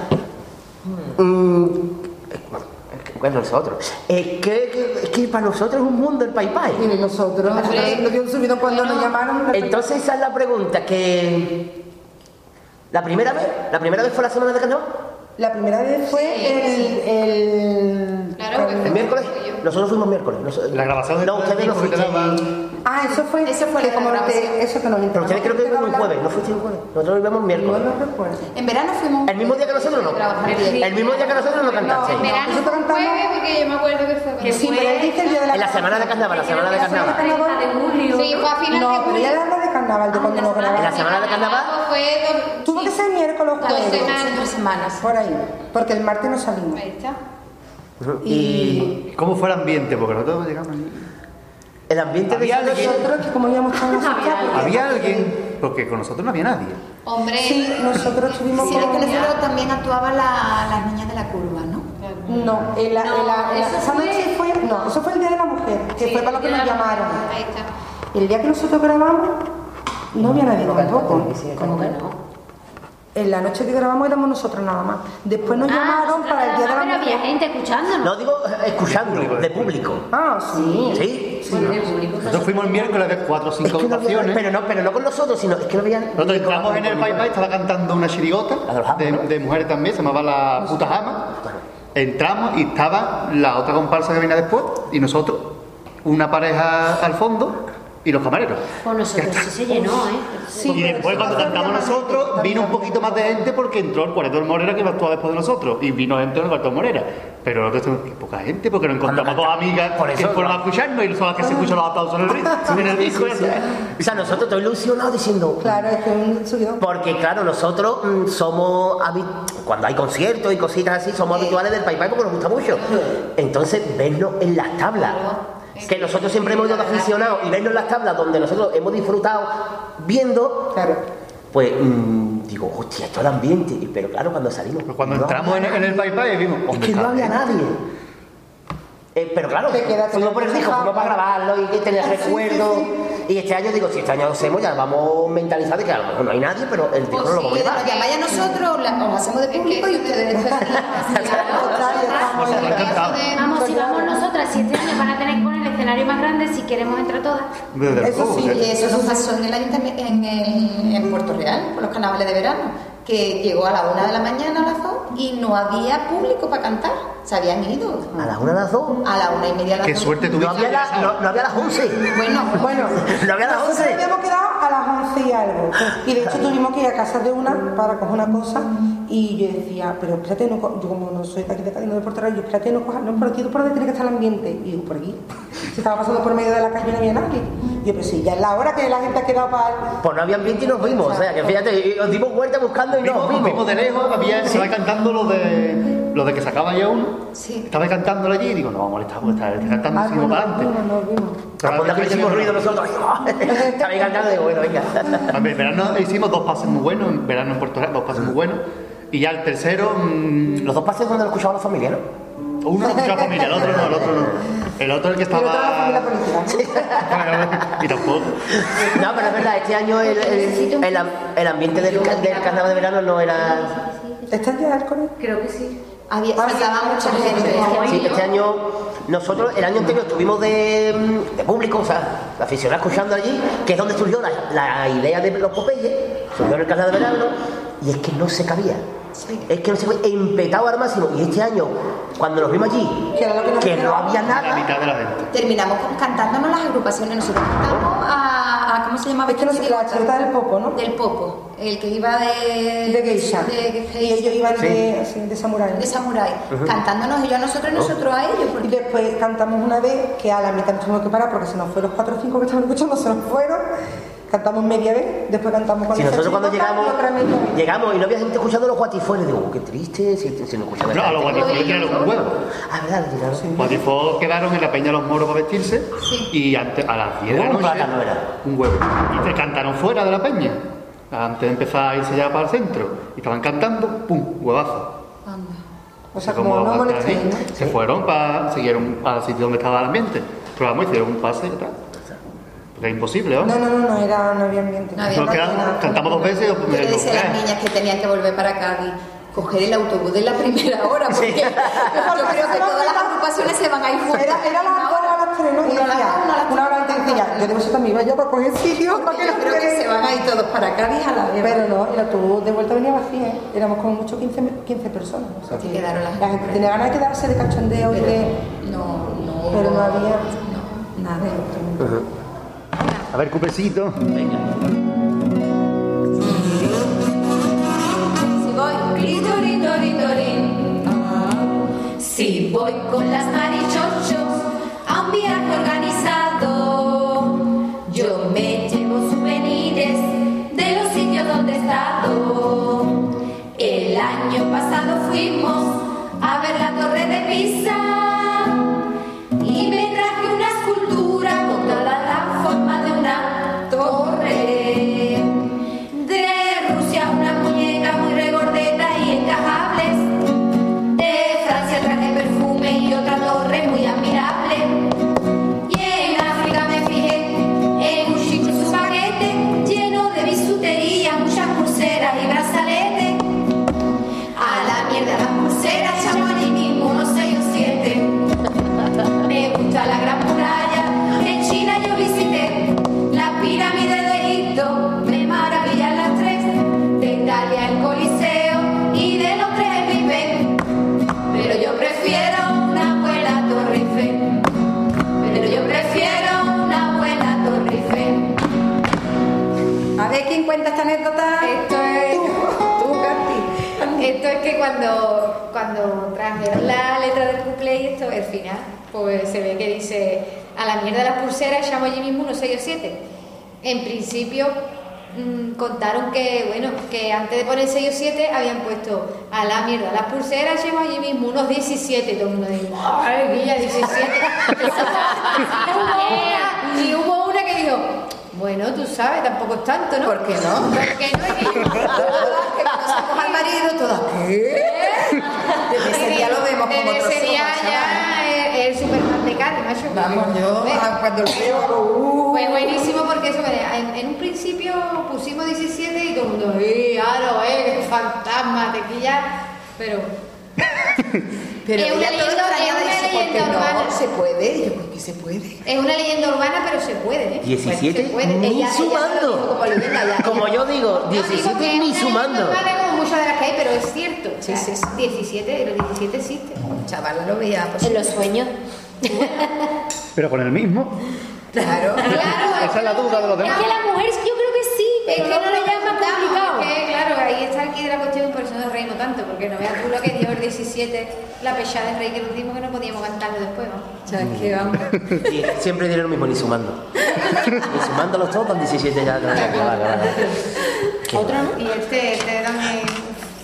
[SPEAKER 3] Mm, eh, que nosotros. Eh, que, que- es que para nosotros es un mundo el Pai Pai.
[SPEAKER 4] Y nosotros,
[SPEAKER 3] Hombre.
[SPEAKER 4] lo dio un subido cuando nos llamaron.
[SPEAKER 3] Entonces esa es la pregunta que... La primera vez, la primera vez fue la semana de carnaval.
[SPEAKER 4] La primera vez fue el, el-
[SPEAKER 3] el miércoles. Nosotros fuimos miércoles. la grabación No, ustedes no fueron.
[SPEAKER 4] Ah, eso fue. Eso fue como que- Eso que nos
[SPEAKER 3] Pero
[SPEAKER 4] enteramos.
[SPEAKER 3] ustedes creo que fueron un jueves, no fuiste un jueves. Nosotros volvemos miércoles.
[SPEAKER 7] En verano fuimos.
[SPEAKER 3] El mismo día que nosotros no.
[SPEAKER 7] Trabajar el día.
[SPEAKER 3] El mismo día que nosotros no cantaste.
[SPEAKER 7] En verano fue un jueves porque yo me acuerdo que fue. cuando
[SPEAKER 3] Que sí,
[SPEAKER 7] fue-
[SPEAKER 3] pero él dice el día de la- En la semana de carnaval, la semana de carnaval.
[SPEAKER 7] Sí, fue a final
[SPEAKER 4] No,
[SPEAKER 7] de
[SPEAKER 4] pero
[SPEAKER 7] julio.
[SPEAKER 4] ya hablamos de carnaval, de cuando nos grabaron.
[SPEAKER 3] la semana de carnaval.
[SPEAKER 7] Fue dos-
[SPEAKER 4] Tuvo que ser miércoles
[SPEAKER 7] Dos
[SPEAKER 4] jueves.
[SPEAKER 7] semanas.
[SPEAKER 4] Dos semanas. Por ahí. Porque el martes no salimos.
[SPEAKER 7] Ahí está.
[SPEAKER 6] ¿Y cómo fue el ambiente? Porque nosotros llegamos allí.
[SPEAKER 3] El ambiente
[SPEAKER 6] ¿Había alguien?
[SPEAKER 4] Nosotros, que como íbamos tan asustados.
[SPEAKER 6] ¿Había alguien? Porque con nosotros no había nadie.
[SPEAKER 7] Hombre.
[SPEAKER 4] Sí, nosotros estuvimos
[SPEAKER 7] Sí,
[SPEAKER 4] con-
[SPEAKER 7] es que nosotros también actuaban la- las niñas de la curva, ¿no?
[SPEAKER 4] No, en la, en la- en la-
[SPEAKER 7] eso
[SPEAKER 4] esa
[SPEAKER 7] fue-
[SPEAKER 4] noche fue. No, eso fue el día de la mujer, que fue para lo que nos llamaron.
[SPEAKER 7] Ahí está.
[SPEAKER 4] El día que nosotros grabamos, no había nadie tampoco.
[SPEAKER 8] ¿Cómo que no?
[SPEAKER 4] En la noche que grabamos éramos nosotros nada más. Después nos
[SPEAKER 8] Ah,
[SPEAKER 4] llamaron
[SPEAKER 8] nosotros
[SPEAKER 4] para el día de la
[SPEAKER 8] nada más,
[SPEAKER 4] mujer.
[SPEAKER 8] pero había gente escuchándonos.
[SPEAKER 3] No digo eh, escuchando,
[SPEAKER 6] eh.
[SPEAKER 3] de público.
[SPEAKER 4] Ah, sí.
[SPEAKER 3] ¿Sí?
[SPEAKER 8] Bueno, de público.
[SPEAKER 6] Nosotros fuimos el miércoles de 4 o 5 ocasiones.
[SPEAKER 3] Pero no, pero no con nosotros, sino es que no había.
[SPEAKER 6] Nosotros entramos en el Pai Pai, estaba cantando una chirigota de, de mujeres también, se llamaba la puta jama. Entramos y estaba la otra comparsa que venía después y nosotros, una pareja al fondo y los camareros.
[SPEAKER 8] Con nosotros sí se llenó, ¿eh?
[SPEAKER 6] y después cuando cantamos nosotros, vino un poquito más de gente porque entró el cuartón Morera que iba a actuar después de nosotros. Y vino gente del cuartón Morera. Pero nosotros tenemos que poca gente porque nos encontramos dos amigas que fueron a escucharnos y son las que se escuchan los aplausos en el ritmo. En el disco, ya está.
[SPEAKER 3] O sea, nosotros estoy ilusionados diciendo.
[SPEAKER 4] Claro, es que un subido.
[SPEAKER 3] Porque, claro, nosotros mm, somos. habi- Cuando hay conciertos y cositas así, somos habituales del Pai Pai porque nos gusta mucho. Entonces, vernos en las tablas. Que nosotros siempre hemos ido de aficionados y vernos en las tablas donde nosotros hemos disfrutado viendo. Pues mm, digo, hostia, esto es el ambiente. Y- Pero claro, cuando salimos.
[SPEAKER 6] Cuando entramos en, en el Pai Pai vimos.
[SPEAKER 3] Es que no había nadie. Eh, pero claro,
[SPEAKER 6] Te quedaste
[SPEAKER 3] fuimos por el Ah, disco, fuimos para grabarlo y que tenía
[SPEAKER 6] Sí, sí,
[SPEAKER 3] recuerdo. Y este año digo, si este año lo hacemos, ya vamos mentalizados de que a lo mejor no hay nadie, pero el disco
[SPEAKER 7] O
[SPEAKER 3] no
[SPEAKER 4] Pues
[SPEAKER 3] lo vamos a
[SPEAKER 7] si
[SPEAKER 3] llevar.
[SPEAKER 7] nos llamáis a nosotros, la- os hacemos de público y [LAUGHS] ustedes después.
[SPEAKER 4] Eh,
[SPEAKER 8] Vamos, si vamos nosotras, si este año van a tener que poner el escenario más grande si queremos entrar todas.
[SPEAKER 6] Desde
[SPEAKER 7] Eso
[SPEAKER 6] luego,
[SPEAKER 7] sí,
[SPEAKER 3] ¿eh?
[SPEAKER 7] eh,
[SPEAKER 6] desde-
[SPEAKER 7] y eso nos pasó en el ayuntamiento, en, el- en Puerto Real, con los carnavales de verano, que llegó a la una de la mañana a las dos y no había público para cantar, se habían ido.
[SPEAKER 3] ¿A las una, a las dos?
[SPEAKER 7] A la una y media a las
[SPEAKER 3] Qué
[SPEAKER 7] dos.
[SPEAKER 3] suerte tuviste. No había la- no- no había las once.
[SPEAKER 7] Bueno,
[SPEAKER 4] bueno.
[SPEAKER 3] [LAUGHS] No había las
[SPEAKER 4] Nosotros
[SPEAKER 3] 11.
[SPEAKER 4] habíamos quedado a las 11 y algo. Y de hecho tuvimos que ir a casa de una para coger una cosa. Y yo decía, pero espérate, no, co- yo como no soy de aquí de Cádiz, no de Puerto Real, yo espérate, no coja, no, pero aquí por donde tiene que estar el ambiente. Y digo, por aquí. [LAUGHS] Se estaba pasando por medio de la calle y no había nadie. Y yo, pero sí, ya es la hora que la gente ha quedado para.
[SPEAKER 3] Pues no había ambiente y nos vimos. O sea, que fíjate, y- os dimos vuelta buscando y no nos
[SPEAKER 6] Nos
[SPEAKER 3] vimos.
[SPEAKER 6] vimos de lejos, había, se va cantando lo de, lo de que sacaba ya uno. Estaba cantándolo allí y digo, no, vamos, está, está, está
[SPEAKER 4] Ah,
[SPEAKER 6] cantando así como para adelante.
[SPEAKER 3] Cuando le hicimos ruido nosotros, [LAUGHS] estaba encantado de bueno, venga.
[SPEAKER 6] A ver, En verano hicimos dos pases muy buenos, en verano en Puerto Real, dos pases muy buenos. Y ya el tercero. mm,
[SPEAKER 3] Los dos pases donde lo escuchaban los familiares.
[SPEAKER 6] Uno lo escuchaba la familia, el otro no, el otro no. El otro el que estaba. [LAUGHS] y tampoco.
[SPEAKER 3] No, pero es verdad, este año el, el, el am- el ambiente del, ca- del carnaval de verano no era.
[SPEAKER 4] ¿Estás de alcohol?
[SPEAKER 11] Creo que sí.
[SPEAKER 7] Había, faltaba mucha gente.
[SPEAKER 3] Sí, este año. Nosotros el año anterior estuvimos de, mm, de público, o sea, la aficionada escuchando allí, que es donde surgió la, la idea de los Popeyes, surgió en el carnaval de verano, y es que no se cabía. Es que no se fue empetado al máximo. Y este año, cuando nos vimos allí, que no había nada.
[SPEAKER 7] Terminamos con- cantándonos las agrupaciones. Nosotros cantamos a, a- ¿cómo se llamaba?
[SPEAKER 4] Es que no sé, la chuleta del popo, ¿no?
[SPEAKER 7] Del popo, el que iba de...
[SPEAKER 4] De geisha.
[SPEAKER 7] de geisha.
[SPEAKER 4] Y ellos iban de,
[SPEAKER 7] Sí.
[SPEAKER 4] así, de samurái.
[SPEAKER 7] De samurái.
[SPEAKER 4] Ujú.
[SPEAKER 7] Cantándonos ellos a nosotros y nosotros a ellos.
[SPEAKER 4] Y después cantamos una vez que a la mitad nos tuvimos que parar porque se nos fueron los cuatro o cinco que [LAUGHS] estaban escuchando, se nos fueron. Cantamos media vez, después cantamos con
[SPEAKER 3] Si
[SPEAKER 4] los
[SPEAKER 3] nosotros cuando
[SPEAKER 4] chicos,
[SPEAKER 3] llegamos,
[SPEAKER 4] y otra media vez.
[SPEAKER 3] llegamos y no había gente escuchando los guatifones, digo, "Uh, qué triste, si, si no escuchaba
[SPEAKER 6] No,
[SPEAKER 3] la
[SPEAKER 6] a los
[SPEAKER 3] gente".
[SPEAKER 6] guatifones tiraron un huevo.
[SPEAKER 3] Ah, verdad, lo tiraron.
[SPEAKER 6] Guatifos Pues quedaron en la peña de los moros para vestirse. Y antes, a las 10 de la
[SPEAKER 3] Un
[SPEAKER 6] noche.
[SPEAKER 3] plátano era.
[SPEAKER 6] Un huevo. Y te cantaron fuera de la peña. Antes de empezar a irse ya para el centro. Y estaban cantando, ¡pum! Huevazo.
[SPEAKER 4] O sea,
[SPEAKER 6] Y
[SPEAKER 4] como no
[SPEAKER 6] aguantar
[SPEAKER 4] molestéis,
[SPEAKER 6] ahí,
[SPEAKER 4] ¿no?
[SPEAKER 6] Se fueron para. siguieron para el sitio donde estaba el ambiente. Pero vamos, hicieron un pase y tal. Porque es imposible, ¿no?
[SPEAKER 4] No, no, no, no, era, no había ambiente.
[SPEAKER 7] No había
[SPEAKER 6] Nos quedamos- cantamos dos veces y
[SPEAKER 7] Yo le decía a las niñas que tenían que volver para Cádiz.
[SPEAKER 27] coger el autobús de la primera hora, porque
[SPEAKER 4] [LAUGHS] Sí.
[SPEAKER 27] yo creo que todas las agrupaciones se van a ir fuera.
[SPEAKER 4] Era las dos a las tres, ¿no?
[SPEAKER 27] Una hora,
[SPEAKER 4] Decía,
[SPEAKER 27] una hora,
[SPEAKER 4] una hora antes decía, yo debo ser también iba yo para coger sitio.
[SPEAKER 27] Porque yo creo que se van a ir todos para Cádiz a la vez.
[SPEAKER 4] Pero no, el autobús de vuelta venía vacía, ¿eh? Éramos como mucho 15, me- 15 personas. ¿no? O sea, que
[SPEAKER 27] quedaron las
[SPEAKER 4] la gente tenía ganas de quedarse de cachondeo y de...
[SPEAKER 27] No, no.
[SPEAKER 4] Pero no había...
[SPEAKER 27] Nada de otro.
[SPEAKER 28] A ver, cupecito.
[SPEAKER 4] Pues
[SPEAKER 28] Venga.
[SPEAKER 7] Si voy, clitorin, torin, torin. Ah. Si voy con las marichochos a un viaje organizado, yo me llevo souvenirs de los sitios donde he estado. El año pasado fuimos a ver la torre de Pisa y me traje una escultura con toda la forma de una torre. De Rusia una muñeca muy regordeta y encajables. De Francia traje perfume y otra torre muy admirable. Y en África me fijé en un chico y su paquete lleno de bisutería, muchas pulseras y brazaletes. A la mierda las pulseras, chaval y ninguno seis o siete. Me gusta la gran muralla, en China yo visité la pirámide de Egipto, me maravillan las tres, de Italia el Coliseo y de los tres el Pipe. Pero yo prefiero una buena Torre Eiffel. Pero yo prefiero una buena Torre Eiffel.
[SPEAKER 8] A ver quién cuenta esta anécdota. Esto es. Tú, Katy. [LAUGHS] Esto es que cuando, cuando trajeron la letra del couple y esto, el final, pues se ve que dice: A la mierda las pulseras, llamo allí mismo unos 6 o 7. En principio mm, contaron que, bueno, que antes de poner 6 o 7 habían puesto: A la mierda las pulseras, llamo allí mismo unos 17. Y todo el mundo dijo: ¡Ay, guía, 17! [LAUGHS] y hubo una que dijo: bueno, tú sabes, tampoco es tanto, ¿no? ¿Por qué no? ¿Por qué no? Y-
[SPEAKER 27] Que cuando sacamos al marido, todas, ¿qué? Desde ese día lo vemos como
[SPEAKER 8] Desde
[SPEAKER 27] otro
[SPEAKER 8] ese día
[SPEAKER 27] somos,
[SPEAKER 8] ya el, el Superman de Katy, macho. Vamos, yo
[SPEAKER 4] ah,
[SPEAKER 27] cuando lo veo,
[SPEAKER 8] Fue buenísimo porque eso, mira, en, en un principio pusimos 17 y todo el mundo, ¡eh, aro, eh, qué fantasma, tequilla! Pero...
[SPEAKER 27] Pero
[SPEAKER 8] es una
[SPEAKER 27] ella todo
[SPEAKER 8] leyenda, es
[SPEAKER 27] extrañada dice, ¿por qué
[SPEAKER 8] una leyenda urbana.
[SPEAKER 27] no? ¿Se puede? Y yo, ¿por qué se puede?
[SPEAKER 8] Es una leyenda urbana, pero se puede, ¿eh?
[SPEAKER 3] 17
[SPEAKER 8] se puede.
[SPEAKER 3] ni
[SPEAKER 8] Ella- ella
[SPEAKER 3] sumando.
[SPEAKER 8] lo dijo como leyenda, ya.
[SPEAKER 3] [LAUGHS] Como yo digo,
[SPEAKER 8] Yo digo
[SPEAKER 3] 17
[SPEAKER 8] que es
[SPEAKER 3] ni
[SPEAKER 8] una
[SPEAKER 3] sumando.
[SPEAKER 8] leyenda urbana como muchas de las que hay, pero es cierto. Sí, sí, 17, los 17 existen.
[SPEAKER 27] Chaval, lo veía. pues,
[SPEAKER 8] En los sueños.
[SPEAKER 6] Pero con el mismo.
[SPEAKER 8] [LAUGHS]
[SPEAKER 27] Claro,
[SPEAKER 6] claro.
[SPEAKER 27] [LAUGHS]
[SPEAKER 6] Esa es la duda de los
[SPEAKER 29] Es
[SPEAKER 6] demás.
[SPEAKER 29] que la mujer, yo creo que sí,
[SPEAKER 8] Es
[SPEAKER 29] pero
[SPEAKER 8] que no le llama
[SPEAKER 29] llama
[SPEAKER 8] complicado.
[SPEAKER 29] complicado.
[SPEAKER 8] Porque, claro, ahí está aquí de la cuestión, por eso nos reímos tanto, porque no veas tú lo que dio el 17, la pechada de rey que nos dimos que no podíamos cantarlo después, ¿no?
[SPEAKER 27] O sea, es que vamos.
[SPEAKER 3] Y siempre diré lo mismo, ni sumando. Ni sumando los todos, van 17 ya. no, ya, que va, que va, que va.
[SPEAKER 8] Y este, este también.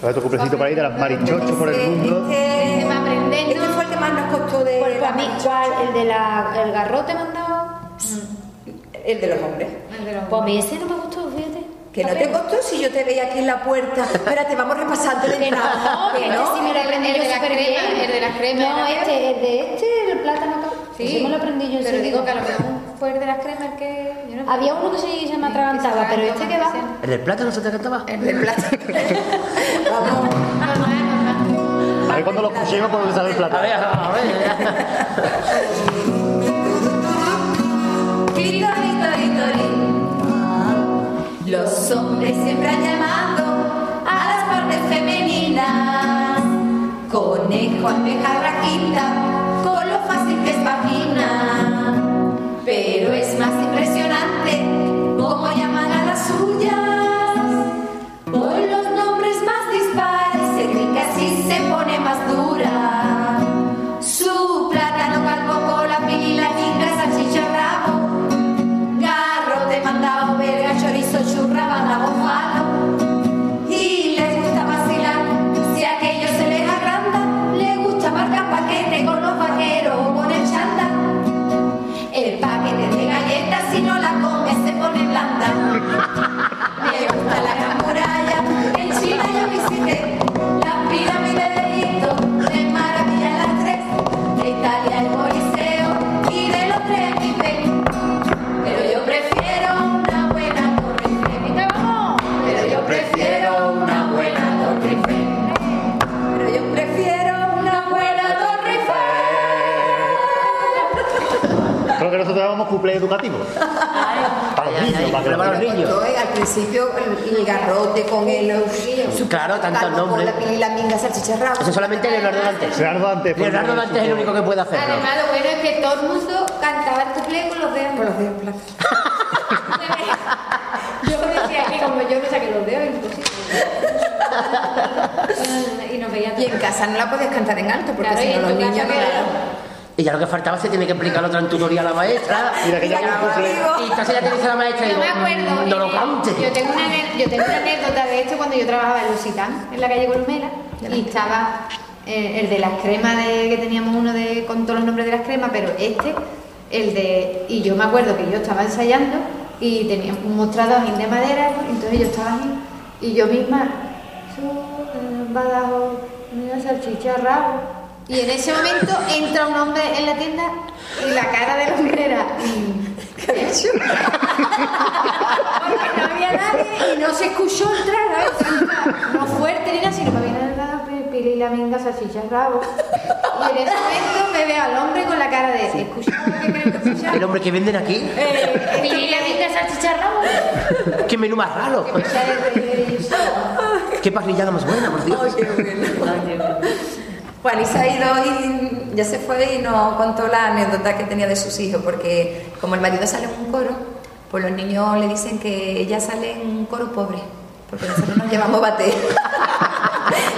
[SPEAKER 6] A ver, tu cuplecito para ir de las marichochos por el mundo.
[SPEAKER 8] Este me aprendí,
[SPEAKER 4] Eh,
[SPEAKER 8] ¿no?
[SPEAKER 4] Este fue el que más nos costó de...
[SPEAKER 8] Porque a mí, ¿cuál? ¿El de la, el garrote
[SPEAKER 4] Mm. El de los hombres.
[SPEAKER 29] Pues a mí ese no me gustó, fíjate.
[SPEAKER 4] Que no te costó si yo te veía aquí en la puerta. Espérate, vamos repasando de
[SPEAKER 8] Ah,
[SPEAKER 4] nada.
[SPEAKER 29] No, que no,
[SPEAKER 8] este sí me lo aprendí
[SPEAKER 29] el
[SPEAKER 8] yo
[SPEAKER 29] de la
[SPEAKER 8] súper
[SPEAKER 29] crema,
[SPEAKER 8] bien.
[SPEAKER 29] el de la crema.
[SPEAKER 8] No,
[SPEAKER 29] No, este,
[SPEAKER 8] este,
[SPEAKER 29] el de este, el plátano acá.
[SPEAKER 8] Sí.
[SPEAKER 29] Sí, me lo aprendí yo
[SPEAKER 8] Pero digo que a lo mejor fue el de las cremas que. yo no-
[SPEAKER 29] Había uno que se, se me atragantaba, pero este que va.
[SPEAKER 3] ¿El del plátano se te cantaba?
[SPEAKER 27] El del plátano.
[SPEAKER 6] A ver cuando lo escuchemos por donde sale el plato.
[SPEAKER 3] A ver, a ver.
[SPEAKER 7] Clitoris, torin, torin. Los hombres siempre han llamado a las partes femeninas. Conejo, almeja, raquita, con lo fácil que es vagina. Pero es más impresionante cómo llaman a las suyas. Por los nombres más dispares, se cree que así se pone más dura. Su plátano, calvo, cola, pila, chica, salchicha, rabo. Garro de mandado, verga, chorizo, churra, banda, bofano. Y les gusta vacilar, si aquello se les agranda, les gusta marcar paquete con los
[SPEAKER 6] Creo que nosotros dábamos cuplé [LAUGHS] educativo. Para los niños, para que lo
[SPEAKER 30] Pero
[SPEAKER 6] aprendan.
[SPEAKER 30] todo, eh, al principio el, el garrote con el
[SPEAKER 3] Su- claro, tantos
[SPEAKER 30] tanto
[SPEAKER 3] nombres.
[SPEAKER 30] la pila y la minga salchicha rabo.
[SPEAKER 3] Eso solamente Leonardo Dantes.
[SPEAKER 6] Leonardo Dantes.
[SPEAKER 3] Leonardo Dantes es el único que puede hacerlo.
[SPEAKER 8] Además, lo bueno es que todo el mundo cantaba el cuplé con los dedos. Con los dedos
[SPEAKER 30] [LAUGHS]
[SPEAKER 8] Yo decía que como yo me saqué los dedos, imposible. [LAUGHS] y nos veía
[SPEAKER 30] Y en casa no la podías cantar en alto porque
[SPEAKER 8] Claro, y
[SPEAKER 30] si
[SPEAKER 8] en
[SPEAKER 30] no los
[SPEAKER 8] tu casa
[SPEAKER 30] niños no
[SPEAKER 8] que-
[SPEAKER 30] la...
[SPEAKER 3] Y ya lo que faltaba se tiene que explicar otra en tutorial a la maestra.
[SPEAKER 6] Mira que ya
[SPEAKER 3] Y
[SPEAKER 6] con cuplé.
[SPEAKER 3] Y entonces ya te dice la maestra y
[SPEAKER 8] Yo
[SPEAKER 3] digo,
[SPEAKER 8] me acuerdo.
[SPEAKER 3] "Mm, no lo
[SPEAKER 8] eh,
[SPEAKER 3] cantes.
[SPEAKER 8] Yo tengo, una, ane- yo tengo una anécdota de esto cuando yo trabajaba en Lusitán, en la calle Colmena, y estaba eh, el de las cremas de, que teníamos uno de, con todos los nombres de las cremas, pero este, el de. Y yo me acuerdo que yo estaba ensayando y tenía un mostrador así de madera, entonces yo estaba así, y yo misma. "Su, eh, Badajoz, una salchicha rabo. Y en ese momento entra un hombre en la tienda y la cara del hombre era. "Mm, ¿Qué ha hecho? Porque no había nadie y no se escuchó entrar, ¿no? No fuerte ni nada, sino que había nada, pi- pili y la minga, salchicha, rabo. Y en ese momento me veo al hombre con la cara de. Escucha,
[SPEAKER 3] El hombre que venden aquí,
[SPEAKER 8] eh, pili y la minga, salchicha, rabo.
[SPEAKER 3] qué menú
[SPEAKER 30] [LAUGHS]
[SPEAKER 3] más raro. Qué parrillada más buena, por Dios.
[SPEAKER 7] Juan y se ha ido y ya se fue y no contó la anécdota que tenía de sus hijos, porque como el marido sale en un coro, pues los niños le dicen que ella sale en un coro pobre, porque nosotros nos llevamos bate. [LAUGHS]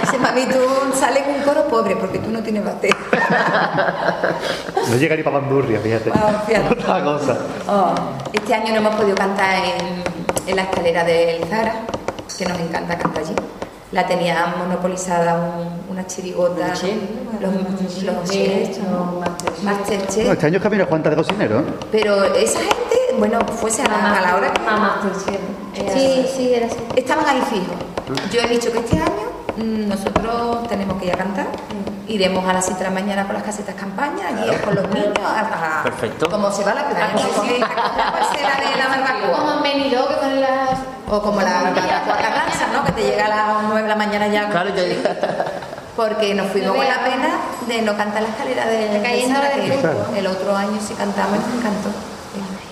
[SPEAKER 7] Dice, mami, tú sales en un coro pobre porque tú no tienes bate.
[SPEAKER 6] No llega ni para Bandurria, fíjate.
[SPEAKER 7] Ah, fíjate.
[SPEAKER 6] [LAUGHS] Otra cosa.
[SPEAKER 7] Este año no hemos podido cantar en, en la escalera del Zara, que nos encanta cantar allí. La tenía monopolizada un- una chirigota, los, los chefs, Masterchef.
[SPEAKER 6] No, este año es que ha venido Juan de cocinero. ¿eh?
[SPEAKER 7] Pero esa gente, bueno, fuese a la, a la hora que... Sí, sí, era así. Estaban ahí fijos. Yo he dicho que este año mm, nosotros tenemos que ir a cantar. Iremos a las 7 de la mañana con las casetas campaña, y con los niños, a, a-
[SPEAKER 3] Perfecto.
[SPEAKER 7] como se va la playa. sí, la parcela de la barbacoa.
[SPEAKER 8] Ah, Como en Benidorm, que con las.
[SPEAKER 7] O como la barbacoa Carranza, ¿no? Que te llega a las 9 de la mañana ya.
[SPEAKER 3] Claro, ya
[SPEAKER 7] Porque nos fuimos con la pena de no cantar la escalera de
[SPEAKER 8] Cayendo
[SPEAKER 7] Sara,
[SPEAKER 8] del
[SPEAKER 7] que
[SPEAKER 6] grupo.
[SPEAKER 7] El otro año sí cantamos, nos encantó.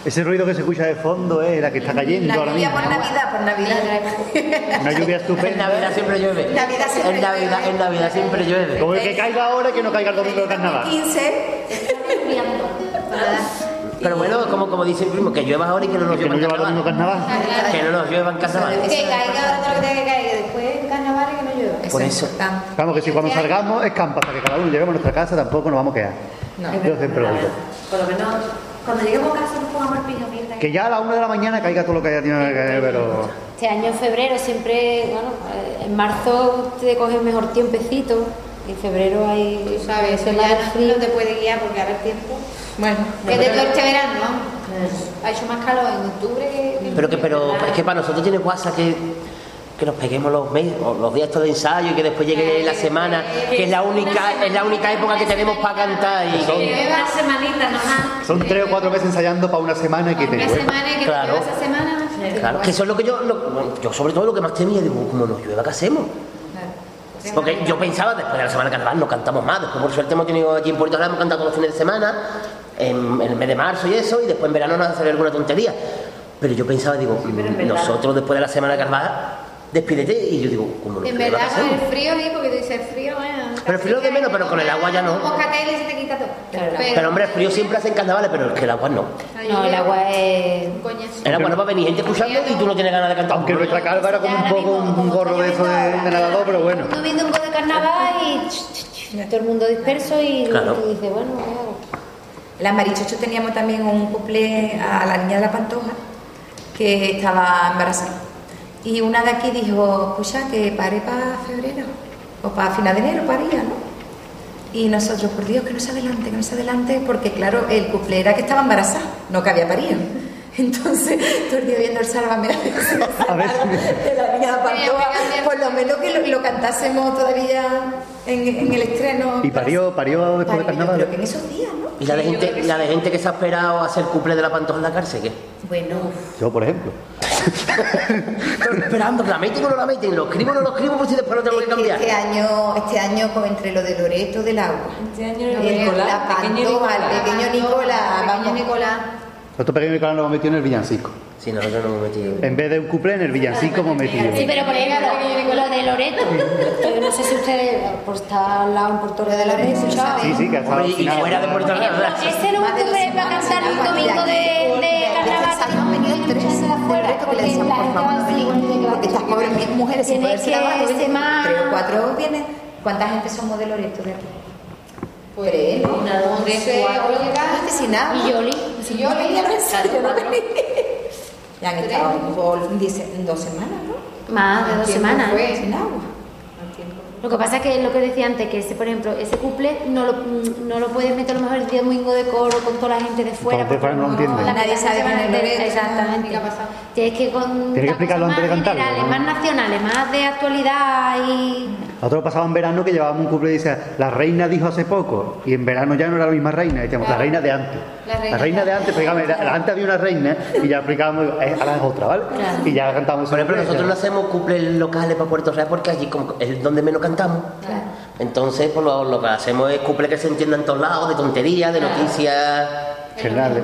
[SPEAKER 6] Ese ruido que se escucha de fondo es la que está cayendo
[SPEAKER 7] La
[SPEAKER 6] ahora
[SPEAKER 7] lluvia
[SPEAKER 6] mismo.
[SPEAKER 7] por Navidad, por
[SPEAKER 8] Este
[SPEAKER 7] Navidad.
[SPEAKER 6] Una lluvia
[SPEAKER 3] En
[SPEAKER 6] estupenda.
[SPEAKER 3] Navidad siempre llueve.
[SPEAKER 7] Navidad siempre
[SPEAKER 3] en Navidad, en Navidad siempre llueve.
[SPEAKER 6] Como el que caiga ahora que no caiga el domingo de carnaval.
[SPEAKER 7] 15.
[SPEAKER 3] Pero bueno, como, como dice el primo, que llueva ahora y que no nos
[SPEAKER 6] Que
[SPEAKER 3] llueva
[SPEAKER 6] no
[SPEAKER 3] en
[SPEAKER 6] lleva el domingo
[SPEAKER 3] carnaval.
[SPEAKER 6] carnaval.
[SPEAKER 3] Que no nos llueva en carnaval.
[SPEAKER 8] Que caiga ahora todo lo que tenga que caiga, que después en carnaval y que no llueva.
[SPEAKER 3] Por eso.
[SPEAKER 6] Vamos, que si cuando salgamos es campa, hasta que cada uno lleguemos a nuestra casa tampoco nos vamos a quedar. Yo siempre lo digo.
[SPEAKER 31] Por lo menos, cuando lleguemos a casa nos pongamos el pijo mierda.
[SPEAKER 6] Que ya a la una de la mañana caiga todo lo que haya tenido que caer, pero...
[SPEAKER 32] Este año en febrero siempre, bueno, eh, en marzo te coges mejor tiempecito, en febrero hay...
[SPEAKER 8] Tú sabes, eso
[SPEAKER 32] tema de
[SPEAKER 8] ya
[SPEAKER 32] frío.
[SPEAKER 8] no te puede guiar porque ahora el tiempo.
[SPEAKER 7] Bueno,
[SPEAKER 8] Que de todo este verano, ¿no? Ha hecho más calor en octubre que. que en
[SPEAKER 3] Pero que, pero
[SPEAKER 8] verdad.
[SPEAKER 3] es que para nosotros tiene WhatsApp que, que nos peguemos los meses, o los días estos de ensayo y que después llegue la semana, que es la única, es la única época que tenemos para cantar y
[SPEAKER 6] Son-
[SPEAKER 8] Que beba semanita nomás.
[SPEAKER 6] Son tres o cuatro meses ensayando para una semana y que ¿eh? te
[SPEAKER 8] Una
[SPEAKER 6] llueve.
[SPEAKER 8] semana y que
[SPEAKER 3] Claro.
[SPEAKER 8] te lleva esa semana.
[SPEAKER 3] Claro, que eso es lo que yo, lo- yo sobre todo lo que más temía, digo, como nos llueva, ¿qué hacemos? Porque yo pensaba, después de la semana de carnaval no cantamos más, después por suerte hemos tenido allí en Puerto Real, hemos cantado todos los fines de semana, en, en el mes de marzo y eso, y después en verano nos hacer alguna tontería. Pero yo pensaba, digo,
[SPEAKER 31] en verdad.
[SPEAKER 3] nosotros después de la semana de carnaval, despídete, y yo digo, como nos
[SPEAKER 8] En
[SPEAKER 3] llueva, ¿qué
[SPEAKER 8] verdad con
[SPEAKER 3] hacemos?
[SPEAKER 8] el frío, sí, porque tú dices el frío, bueno.
[SPEAKER 3] Pero el frío de menos, pero con el agua ya no.
[SPEAKER 8] Moscatel y se te quita todo. Pero,
[SPEAKER 3] Pero hombre, el frío siempre hacen carnavales, pero es que el agua no.
[SPEAKER 32] No, el agua es...
[SPEAKER 8] un coñazo.
[SPEAKER 3] El agua no va a venir gente escuchando y tú no tienes ganas de cantar.
[SPEAKER 6] Aunque nuestra calva era como un poco un gorro de eso de, de nadador, pero bueno.
[SPEAKER 32] Tú viendo un poco de carnaval y ch, ch, ch, todo el mundo disperso y
[SPEAKER 3] Claro.
[SPEAKER 32] tú dices, bueno, ¿qué hago?
[SPEAKER 7] La Marichocho teníamos también un couple a la niña de la Pantoja que estaba embarazada. Y una de aquí dijo, escucha, que pare para febrero o para final de enero, paría, ¿no? Y nosotros, por Dios, que no se adelante, que no se adelante, porque claro, el couple era que estaba embarazada, no que había parido. [LAUGHS] Entonces, todo el día viendo el sálvame a ver si nos
[SPEAKER 6] A ver si-
[SPEAKER 7] salvaron [LAUGHS] de la niña de la Pantoja, por lo menos que lo, lo cantásemos todavía en, en el estreno.
[SPEAKER 6] Y parió, parió después de
[SPEAKER 7] Parió, yo creo que en
[SPEAKER 6] carnaval.
[SPEAKER 7] esos días, ¿no?
[SPEAKER 3] Y la de gente, la de gente que se ha esperado a hacer cumple de la pantoja en la cárcel, ¿qué?
[SPEAKER 7] Bueno,
[SPEAKER 6] Yo, por ejemplo.
[SPEAKER 3] Pero esperando, que la meten o no la meten, lo escribo o no lo escribo, pues si después lo tengo que cambiar.
[SPEAKER 7] Este año, este año con entre lo de Loreto del agua.
[SPEAKER 33] Este año
[SPEAKER 7] El, con la
[SPEAKER 33] Nicolás, pequeño
[SPEAKER 7] Pantoja, el
[SPEAKER 33] Nicolás.
[SPEAKER 7] pequeño Nicolás, vamos
[SPEAKER 34] Nicolás.
[SPEAKER 6] Nosotros pequeño Nicolás nos hemos metido en el villancico.
[SPEAKER 3] Sí, nosotros nos hemos metido.
[SPEAKER 6] En vez de un cuplé, en el villancico hemos metido.
[SPEAKER 8] Sí, pero por ejemplo, lo de Loreto. Yo no sé si ustedes, [LAUGHS] por estar al lado en Puerto Real, lo habéis escuchado.
[SPEAKER 6] Sí, sí, que ha estado
[SPEAKER 3] Hombre, y
[SPEAKER 6] final.
[SPEAKER 3] fuera de Puerto Real, ¿verdad?
[SPEAKER 8] Ese este no es un cumple para cantar un domingo de, de carnaval. Han venido tres de afuera porque la gente va así.
[SPEAKER 7] Porque estas pobres mi- mujeres sin
[SPEAKER 8] Tiene
[SPEAKER 7] poderse
[SPEAKER 8] que
[SPEAKER 7] lavar,
[SPEAKER 8] ser
[SPEAKER 7] ¿ves?
[SPEAKER 8] más-
[SPEAKER 7] Tres o cuatro vienen. ¿Cuántas gente somos de Loreto de aquí?
[SPEAKER 34] Pues,
[SPEAKER 7] Tres, ¿no?
[SPEAKER 34] una, dos,
[SPEAKER 7] Tres,
[SPEAKER 34] tres,
[SPEAKER 7] cuatro.
[SPEAKER 34] cuatro.
[SPEAKER 7] Fíjate, si nada.
[SPEAKER 8] Y Yoli.
[SPEAKER 7] Si yo
[SPEAKER 34] Yoli,
[SPEAKER 7] leí,
[SPEAKER 34] cuatro,
[SPEAKER 7] yo no
[SPEAKER 34] cuatro.
[SPEAKER 7] leí. [LAUGHS] Ya han estado por dice, dos semanas, ¿no?
[SPEAKER 8] Más Ah, de
[SPEAKER 7] El
[SPEAKER 8] dos
[SPEAKER 7] tiempo
[SPEAKER 8] semanas.
[SPEAKER 7] fue sin agua. [LAUGHS]
[SPEAKER 8] Lo que pasa es que lo que decía antes, que ese, por ejemplo, ese cumple no lo, mm, no lo puedes meter a lo mejor el domingo de coro con toda la gente de fuera.
[SPEAKER 6] Entonces,
[SPEAKER 8] porque
[SPEAKER 6] no entiende.
[SPEAKER 8] la
[SPEAKER 7] Nadie
[SPEAKER 8] gente
[SPEAKER 7] sabe
[SPEAKER 8] se va a
[SPEAKER 7] quién es
[SPEAKER 8] enterar.
[SPEAKER 7] Loreto,
[SPEAKER 8] Exactamente. Tienes que con
[SPEAKER 6] Tienes que explicarlo antes de cantarlo,
[SPEAKER 8] Generales,
[SPEAKER 6] ¿no?
[SPEAKER 8] más nacionales, más de actualidad y
[SPEAKER 6] Nosotros pasaba en verano que llevábamos un cumple y decía, la reina dijo hace poco, y en verano ya no era la misma reina, decíamos, la reina de antes.
[SPEAKER 8] La
[SPEAKER 6] La
[SPEAKER 8] reina
[SPEAKER 6] reina, de antes, explicábamos, era- antes había una reina y ya explicábamos, "Eh, ahora es otra, ¿vale?
[SPEAKER 3] Claro.
[SPEAKER 6] Y ya cantábamos.
[SPEAKER 3] Por ejemplo, nosotros no hacemos cumples locales para Puerto Real porque allí como es donde menos cantamos. Entonces, pues lo, lo que hacemos es cumples que se entiendan en todos lados, de tonterías, de noticias.
[SPEAKER 6] Generales.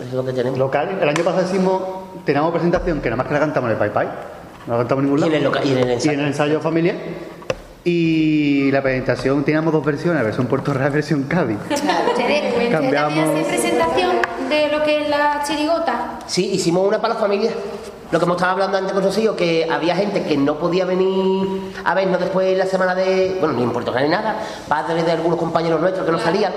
[SPEAKER 3] Es lo que tenemos.
[SPEAKER 6] Local, el año pasado hicimos, teníamos presentación que nada más que la cantamos en el Pai Pai, no la cantamos en ningún
[SPEAKER 3] Y en
[SPEAKER 6] lado.
[SPEAKER 3] el loca- y en el ensayo.
[SPEAKER 6] Y familiar. Y la presentación teníamos dos versiones, versión Puerto Real,
[SPEAKER 3] [LAUGHS]
[SPEAKER 6] versión Cádiz.
[SPEAKER 8] Ustedes, ustedes también
[SPEAKER 6] Cambiamos.
[SPEAKER 8] hacen presentación de lo que es la chirigota.
[SPEAKER 3] Sí, hicimos una para la familia. Lo que hemos estado hablando antes con Rocío, que había gente que no podía venir a vernos después de la semana de. Bueno, ni en Puerto Rico ni nada, padres de algunos compañeros nuestros que no salían.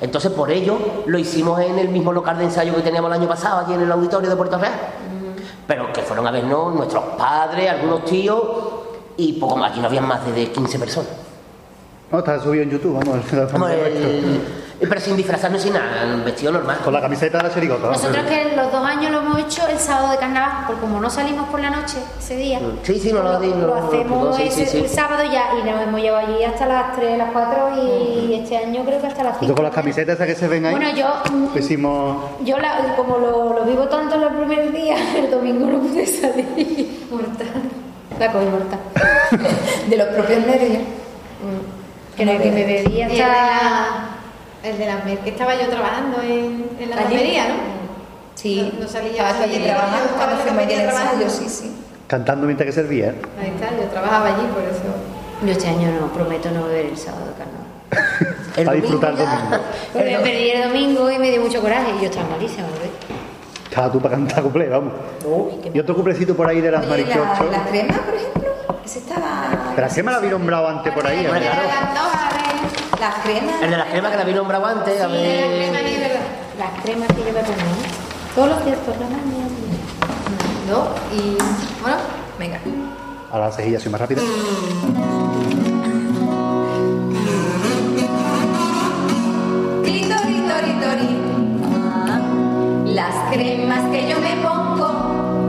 [SPEAKER 3] Entonces, por ello, lo hicimos en el mismo local de ensayo que teníamos el año pasado, allí en el auditorio de Puerto Real. Pero que fueron a vernos nuestros padres, algunos tíos, y poco más. Allí no habían más de 15 personas.
[SPEAKER 6] No, está subido en YouTube, vamos. la
[SPEAKER 3] Como
[SPEAKER 6] familia
[SPEAKER 3] el- Pero sin disfrazarnos, sin nada, vestido normal.
[SPEAKER 6] Con la camiseta de la chirigota. vamos.
[SPEAKER 8] Nosotros que los dos años lo hemos hecho el sábado de carnaval, porque como no salimos por la noche ese día,
[SPEAKER 3] Mm. Sí, sí, no lo, digo,
[SPEAKER 8] lo
[SPEAKER 3] no digo,
[SPEAKER 8] hacemos
[SPEAKER 3] sí, sí,
[SPEAKER 8] ese-
[SPEAKER 3] sí.
[SPEAKER 8] el sábado ya y nos hemos llevado allí hasta las 3, las 4 y
[SPEAKER 3] Mm.
[SPEAKER 8] este año creo que hasta las 5.
[SPEAKER 6] Nosotros con las camisetas esas que se ven ahí.
[SPEAKER 8] Bueno, yo, mm,
[SPEAKER 6] Hicimos
[SPEAKER 8] yo la- como lo, lo vivo tanto el primer día, [LAUGHS] el domingo no pude salir. [LAUGHS] Muerta. La cogí muerta.
[SPEAKER 7] De los propios medios.
[SPEAKER 8] Que no, que me bebí
[SPEAKER 34] Y el de
[SPEAKER 8] hasta...
[SPEAKER 34] la, el de la mer- que estaba yo trabajando en, en la romería, ¿no?
[SPEAKER 7] Sí.
[SPEAKER 34] No, no salía
[SPEAKER 7] Estaba tú allí
[SPEAKER 34] yo
[SPEAKER 7] trabajando
[SPEAKER 34] estaba
[SPEAKER 7] cuando
[SPEAKER 34] en la
[SPEAKER 7] fuimos allí
[SPEAKER 34] romería
[SPEAKER 7] al ensayo,
[SPEAKER 34] trabajando.
[SPEAKER 7] sí, sí.
[SPEAKER 6] cantando mientras que servía. ¿eh?
[SPEAKER 34] Ahí
[SPEAKER 8] Este
[SPEAKER 34] está, yo trabajaba allí, por eso.
[SPEAKER 8] Yo este año no, prometo no beber el sábado de carnaval.
[SPEAKER 6] A disfrutar el domingo.
[SPEAKER 8] Porque me perdí el domingo y me dio mucho coraje y yo estaba malísima, ¿verdad?
[SPEAKER 6] Estaba tú para cantar cumple, vamos. Y otro cumplecito por ahí de las
[SPEAKER 7] Oye, la,
[SPEAKER 6] marichochos.
[SPEAKER 7] la crema, por ejemplo, esa estaba...
[SPEAKER 6] Pero así me la había nombrado antes por ahí.
[SPEAKER 3] Bueno,
[SPEAKER 6] ¿eh?
[SPEAKER 3] claro.
[SPEAKER 7] Las cremas.
[SPEAKER 3] El de las cremas que la vi nombrado antes, a ver.
[SPEAKER 8] Las cremas que yo me ponía. Todos los días por la mañana.
[SPEAKER 34] ¿No? Y bueno,
[SPEAKER 7] Venga.
[SPEAKER 6] A la cejilla soy más rápida.
[SPEAKER 35] Clitori, tori, tori. Las cremas que yo me pongo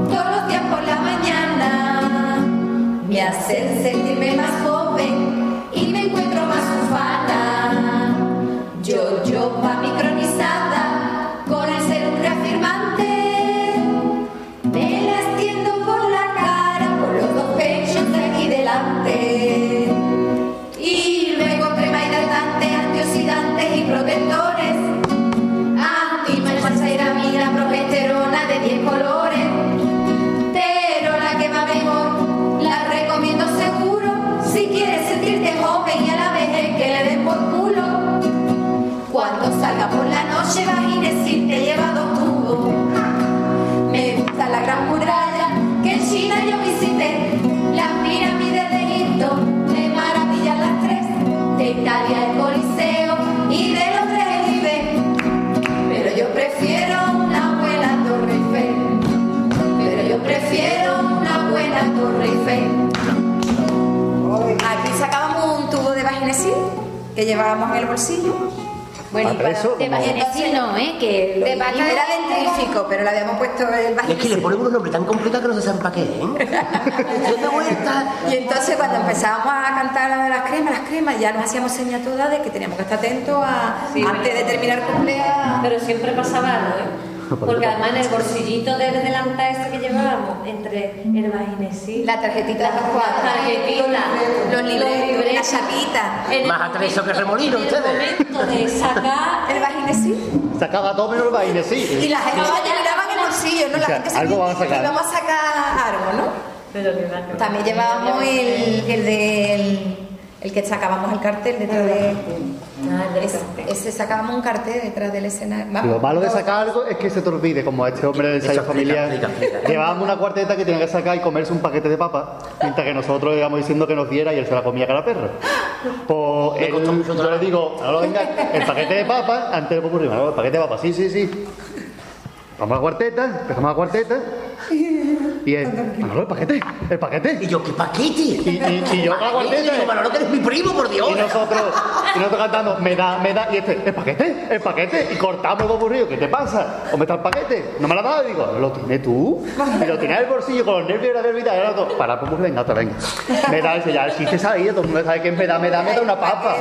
[SPEAKER 35] todos los días por la mañana me hacen sentirme más joven y me encuentro más ufana. Yo, yo, va micronizada con el serum reafirmante. Me la extiendo por la cara, por los dos pechos de aquí delante. Y luego crema hidratante, antioxidantes y protectores. Antimalfaceiramina, progesterona de 10 colores. Pero la que va mejor, la recomiendo seguro. Si quieres sentirte joven y a la vez que le den por culo. Cuando salga por la noche vas y decir te he llevado jugo. Me gusta la gran muralla que en China yo visité. Las pirámides de Egipto, me maravillan las tres. De Italia el Coliseo y de los tres el Eiffel. Pero yo prefiero una buena Torre Eiffel. Pero yo prefiero una buena Torre Eiffel.
[SPEAKER 7] Aquí sacábamos un tubo de vaginesil que llevábamos en el bolsillo.
[SPEAKER 8] Bueno,
[SPEAKER 6] Ah, pero eso
[SPEAKER 8] de
[SPEAKER 6] como-
[SPEAKER 8] vaginesil no, ¿eh? Que lo
[SPEAKER 7] De
[SPEAKER 8] mismo-
[SPEAKER 7] era dentrífico, pero le habíamos puesto el
[SPEAKER 3] Y es que le
[SPEAKER 7] vaginesil.
[SPEAKER 3] ponen unos nombres tan complicados que no se saben para qué, ¿eh? Dando vueltas.
[SPEAKER 7] Y entonces cuando empezábamos a cantar la de las cremas, las cremas, ya nos hacíamos señas todas de que teníamos que estar atentos a,
[SPEAKER 36] Sí,
[SPEAKER 7] antes de terminar el cumpleaños.
[SPEAKER 36] Pero siempre pasaba algo, ¿eh?
[SPEAKER 3] [LAUGHS]
[SPEAKER 11] Porque además en el bolsillito del delantal ese que llevábamos, entre el vaginesí, la tarjetita de los cuadros,
[SPEAKER 7] Los libretos,
[SPEAKER 11] libretos,
[SPEAKER 7] la chapita.
[SPEAKER 11] en el
[SPEAKER 3] Más atrevido que remolino
[SPEAKER 11] momento- en
[SPEAKER 3] ustedes.
[SPEAKER 11] el momento
[SPEAKER 3] [LAUGHS]
[SPEAKER 11] de sacar el vaginesí.
[SPEAKER 3] Mm.
[SPEAKER 6] Sacaba todo menos el baile, sí.
[SPEAKER 7] Y la gente
[SPEAKER 11] Sí.
[SPEAKER 7] se miraban el bolsillo, ¿no? La
[SPEAKER 6] O sea,
[SPEAKER 7] gente se
[SPEAKER 6] algo van a sacar.
[SPEAKER 7] Vamos a sacar algo, ¿no?
[SPEAKER 11] Pero que va, que va.
[SPEAKER 7] También llevábamos el, el del. El que sacábamos el cartel detrás de. Ese, ese sacábamos un cartel detrás del escenario. Vamos.
[SPEAKER 6] Lo malo de sacar algo es que se te olvide, como a este hombre del ensayo familiar. Llevábamos una cuarteta que tenía que sacar y comerse un paquete de papa, mientras que nosotros le íbamos diciendo que nos diera y él se la comía cada perro. Pues él- yo le digo, ahora venga, el paquete de papa, antes de popurrí, "Ahora, el paquete de papa, sí, sí, sí. Vamos a la cuarteta, empezamos a la cuarteta. Y él, Manolo, el paquete, el paquete. Y yo, ¿qué paquete? Y, y- y yo, la cuarteta.
[SPEAKER 3] Digo, Manolo, que eres mi primo, por Dios.
[SPEAKER 6] Y nosotros, y nosotros cantando, me da, me da, y este, el paquete, el paquete, y cortamos el aburrido, ¿qué te pasa? ¿Dónde está el paquete? No me lo has dado, y digo, ¿lo tienes tú? Y lo tienes en el bolsillo con los nervios de la bebida, y ahora todo, para, pues venga, otra, venga. Me da, dice, ya el chiste se ha ido, todo el mundo sabe que es me da, me da, me da una papa.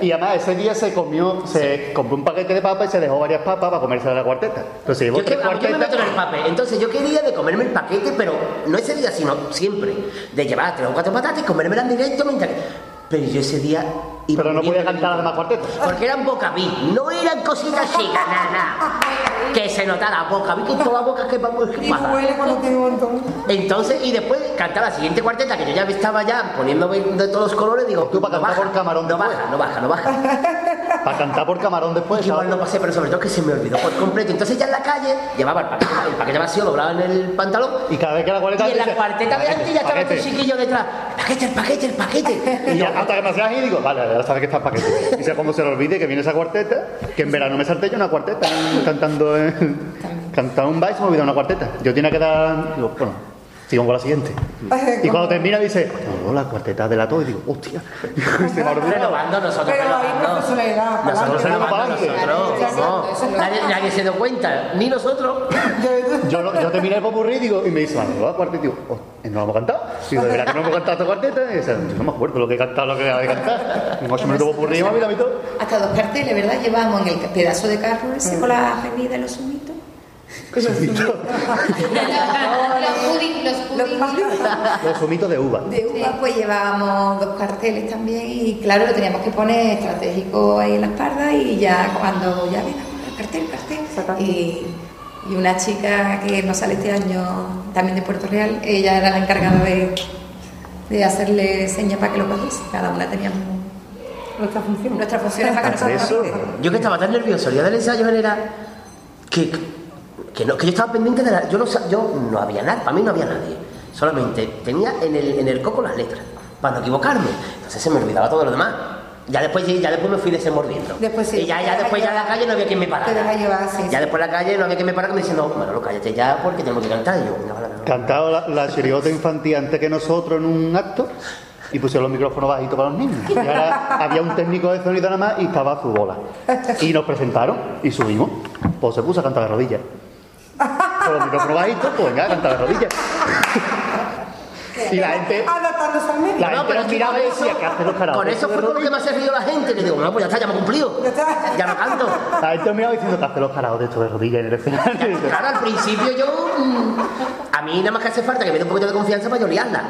[SPEAKER 6] Y además ese día se comió, se compró un paquete de papa y se dejó varias papas para comerse de la cuarteta. Entonces llevó
[SPEAKER 3] Yo, que,
[SPEAKER 6] tres
[SPEAKER 3] a mí yo me
[SPEAKER 6] cuartetas.
[SPEAKER 3] meto en el papel. Entonces, yo quería de comerme el paquete, pero no ese día, sino siempre. De llevar tres o cuatro patatas y comérmelas en directo mientras. que- Pero yo ese día. pero no podía cantar
[SPEAKER 6] las demás cuartetas.
[SPEAKER 3] Porque eran boca vi, no eran cositas chicas, nada, nada. Que se notara boca vi, que toda boca que vamos que pasa. Entonces, y después cantaba la siguiente cuarteta, que yo ya me estaba ya poniéndome de todos los colores, digo, tú para cantar por camarón no baja, no baja, no baja. [LAUGHS]
[SPEAKER 6] Para cantar por camarón después.
[SPEAKER 3] Igual no pasé, pero sobre todo que se me olvidó por completo. Entonces ya en la calle llevaba el paquete, el paquete vacío, doblado en el pantalón.
[SPEAKER 6] Y cada vez que la cuarteta
[SPEAKER 3] Y en la
[SPEAKER 6] dice,
[SPEAKER 3] cuarteta de
[SPEAKER 6] "Paquete,
[SPEAKER 3] antes ya estaba
[SPEAKER 6] paquete".
[SPEAKER 3] el chiquillo detrás. Paquete, el paquete, el [LAUGHS] paquete.
[SPEAKER 6] Y ya, hasta que me hacías y digo, vale, ahora sabes que está el paquete. Y sea como se lo olvide que viene esa cuarteta, que en verano me salté yo una cuarteta cantando en, cantando un baile se me olvidó una cuarteta. Yo tenía que dar, digo, bueno, sigo con la siguiente. Y cuando termina dice, no, la cuarteta de la todo, y digo, hostia, [LAUGHS] se me ha olvidado.
[SPEAKER 3] Renovando nosotros,
[SPEAKER 6] Pero ahí
[SPEAKER 3] renovando.
[SPEAKER 4] pues,
[SPEAKER 6] profesionalidad,
[SPEAKER 3] Nosotros
[SPEAKER 6] pa'lante.
[SPEAKER 3] renovando
[SPEAKER 6] Pa'lante.
[SPEAKER 3] nosotros.
[SPEAKER 6] Exacto, eso es
[SPEAKER 3] no. Nadie,
[SPEAKER 6] verdad.
[SPEAKER 3] nadie se dio cuenta, ni nosotros.
[SPEAKER 6] Yo, lo- yo terminé el popurrí y digo- y me dice, Manolo, la cuarteta, y digo, oh, ¿no lo hemos cantado? Y digo, ¿de verdad que no hemos cantado esta cuarteta? Y dice, yo no me acuerdo lo que he cantado, lo que he cantado. Un ocho minutos popurrí, mami, la mitad.
[SPEAKER 7] Hasta dos carteles, ¿verdad? Llevábamos en el pedazo de carro ese con la avenida de los sumitos.
[SPEAKER 17] Los pudin, los pudin.
[SPEAKER 6] Los zumitos de uva.
[SPEAKER 7] De uva, pues llevábamos dos carteles también y claro, lo teníamos que poner estratégico ahí en la espalda y ya cuando ya venga, cartel, cartel. Y, y una chica que nos sale este año también de Puerto Real, ella era la encargada de, de hacerle señas para que lo cogiese. Cada una teníamos nuestra función. Nuestra función para que
[SPEAKER 3] Hasta
[SPEAKER 7] nosotros
[SPEAKER 3] eso. Yo que estaba tan nervioso el día del ensayo general que, que, no, que yo estaba pendiente de la. Yo no, sa- yo no había nada, para mí no había nadie. Solamente tenía en el, en el coco las letras, para no equivocarme. Entonces se me olvidaba todo lo demás. Ya después, ya después me fui desenvolviendo.
[SPEAKER 4] Después sí.
[SPEAKER 3] Y ya, ya después ya en la calle no había quien me parara.
[SPEAKER 4] Te deja llevar, sí.
[SPEAKER 3] Ya después en la calle no había quien me parara me diciendo, Manolo, cállate ya porque tenemos que cantar. Y yo, "No, no, no".
[SPEAKER 6] Cantaba la, la chirigota infantil antes que nosotros en un acto y pusieron los micrófonos bajitos para los niños. Y ahora había un técnico de sonido nada más y estaba su bola. Y nos presentaron y subimos. Pues se puso a cantar de rodillas. Con los micrófonos bajitos, pues venga, a cantar de rodillas. Y la gente,
[SPEAKER 4] Ah, Adaptándose al medio.
[SPEAKER 6] la gente nos miraba y decía, ¿qué hacen los carajos?
[SPEAKER 3] Con eso fue con lo que más se rió la gente, que digo, no, pues ya está, ya me he cumplido. Ya no canto.
[SPEAKER 6] La gente nos miraba diciendo, ¿qué hacen los carajos de esto de rodillas en el escenario?
[SPEAKER 3] [LAUGHS] Claro, al principio yo. mm, A mí nada más que hace falta que me dé un poquito de confianza para yo liarla.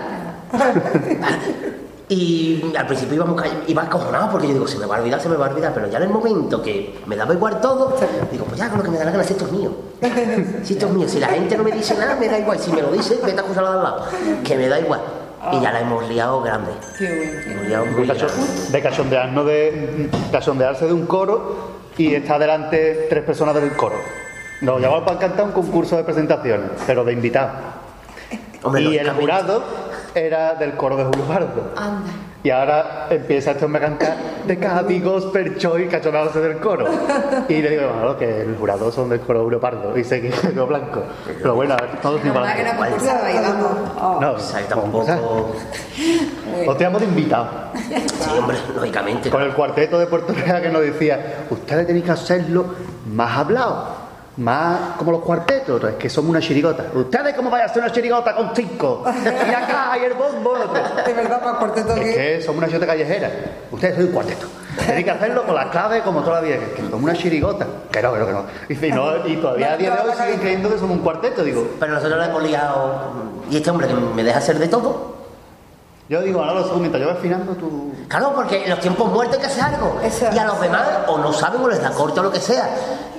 [SPEAKER 3] Y al principio íbamos, ca- iba acojonado porque yo digo, se me va a olvidar, se me va a olvidar, pero ya en el momento que me daba igual todo, digo, pues ya con lo que me da la gana, si esto es mío. Si esto es mío, si la gente no me dice nada, me da igual, si me lo dice, vete a acusarlo al lado, que me da igual. Y ya la hemos liado grande. Hemos liado muy
[SPEAKER 6] de,
[SPEAKER 3] grande.
[SPEAKER 6] cachon- de cachondearnos de cachondearse de un coro y está delante tres personas del coro. Nos llamaron para cantar un concurso de presentaciones, pero de invitados.
[SPEAKER 3] Hombre,
[SPEAKER 6] y el
[SPEAKER 3] lógicamente.
[SPEAKER 6] jurado era del coro de Julio Pardo. Y ahora empieza este hombre a cantar de Cabigos Perchoy cachondándose del coro. Y le digo, bueno, que el jurado son del coro de Julio Pardo y se quedó blanco. Pero bueno, todos tienen para
[SPEAKER 7] que no concursaba, íbamos.
[SPEAKER 6] No, tampoco. Os teníamos de invitados.
[SPEAKER 3] Sí, hombre, lógicamente.
[SPEAKER 6] Con el cuarteto de Puerto Real que nos decía, ustedes tenéis que hacerlo más hablado. más como los cuartetos, es que somos una chirigota. ¿Ustedes cómo vayan a hacer una chirigota con cinco? Y acá hay el bombo. De
[SPEAKER 4] Ah, verdad, para cuarteto
[SPEAKER 6] Es que somos una chirigota callejera. Ustedes son un cuarteto. Tenéis que hacerlo con las claves como toda la vida. Que somos una chirigota. Que no, que no, que no. Y, si no, y todavía a día de hoy siguen creyendo que somos un cuarteto, digo.
[SPEAKER 3] Pero nosotros lo hemos liado. Y este hombre que me deja hacer de todo.
[SPEAKER 6] Yo digo, ahora lo sé, mientras yo voy afinando tu...
[SPEAKER 3] Claro, porque en los tiempos muertos hay que hacer algo. Y a los demás, o no saben, o les da corte o lo que sea.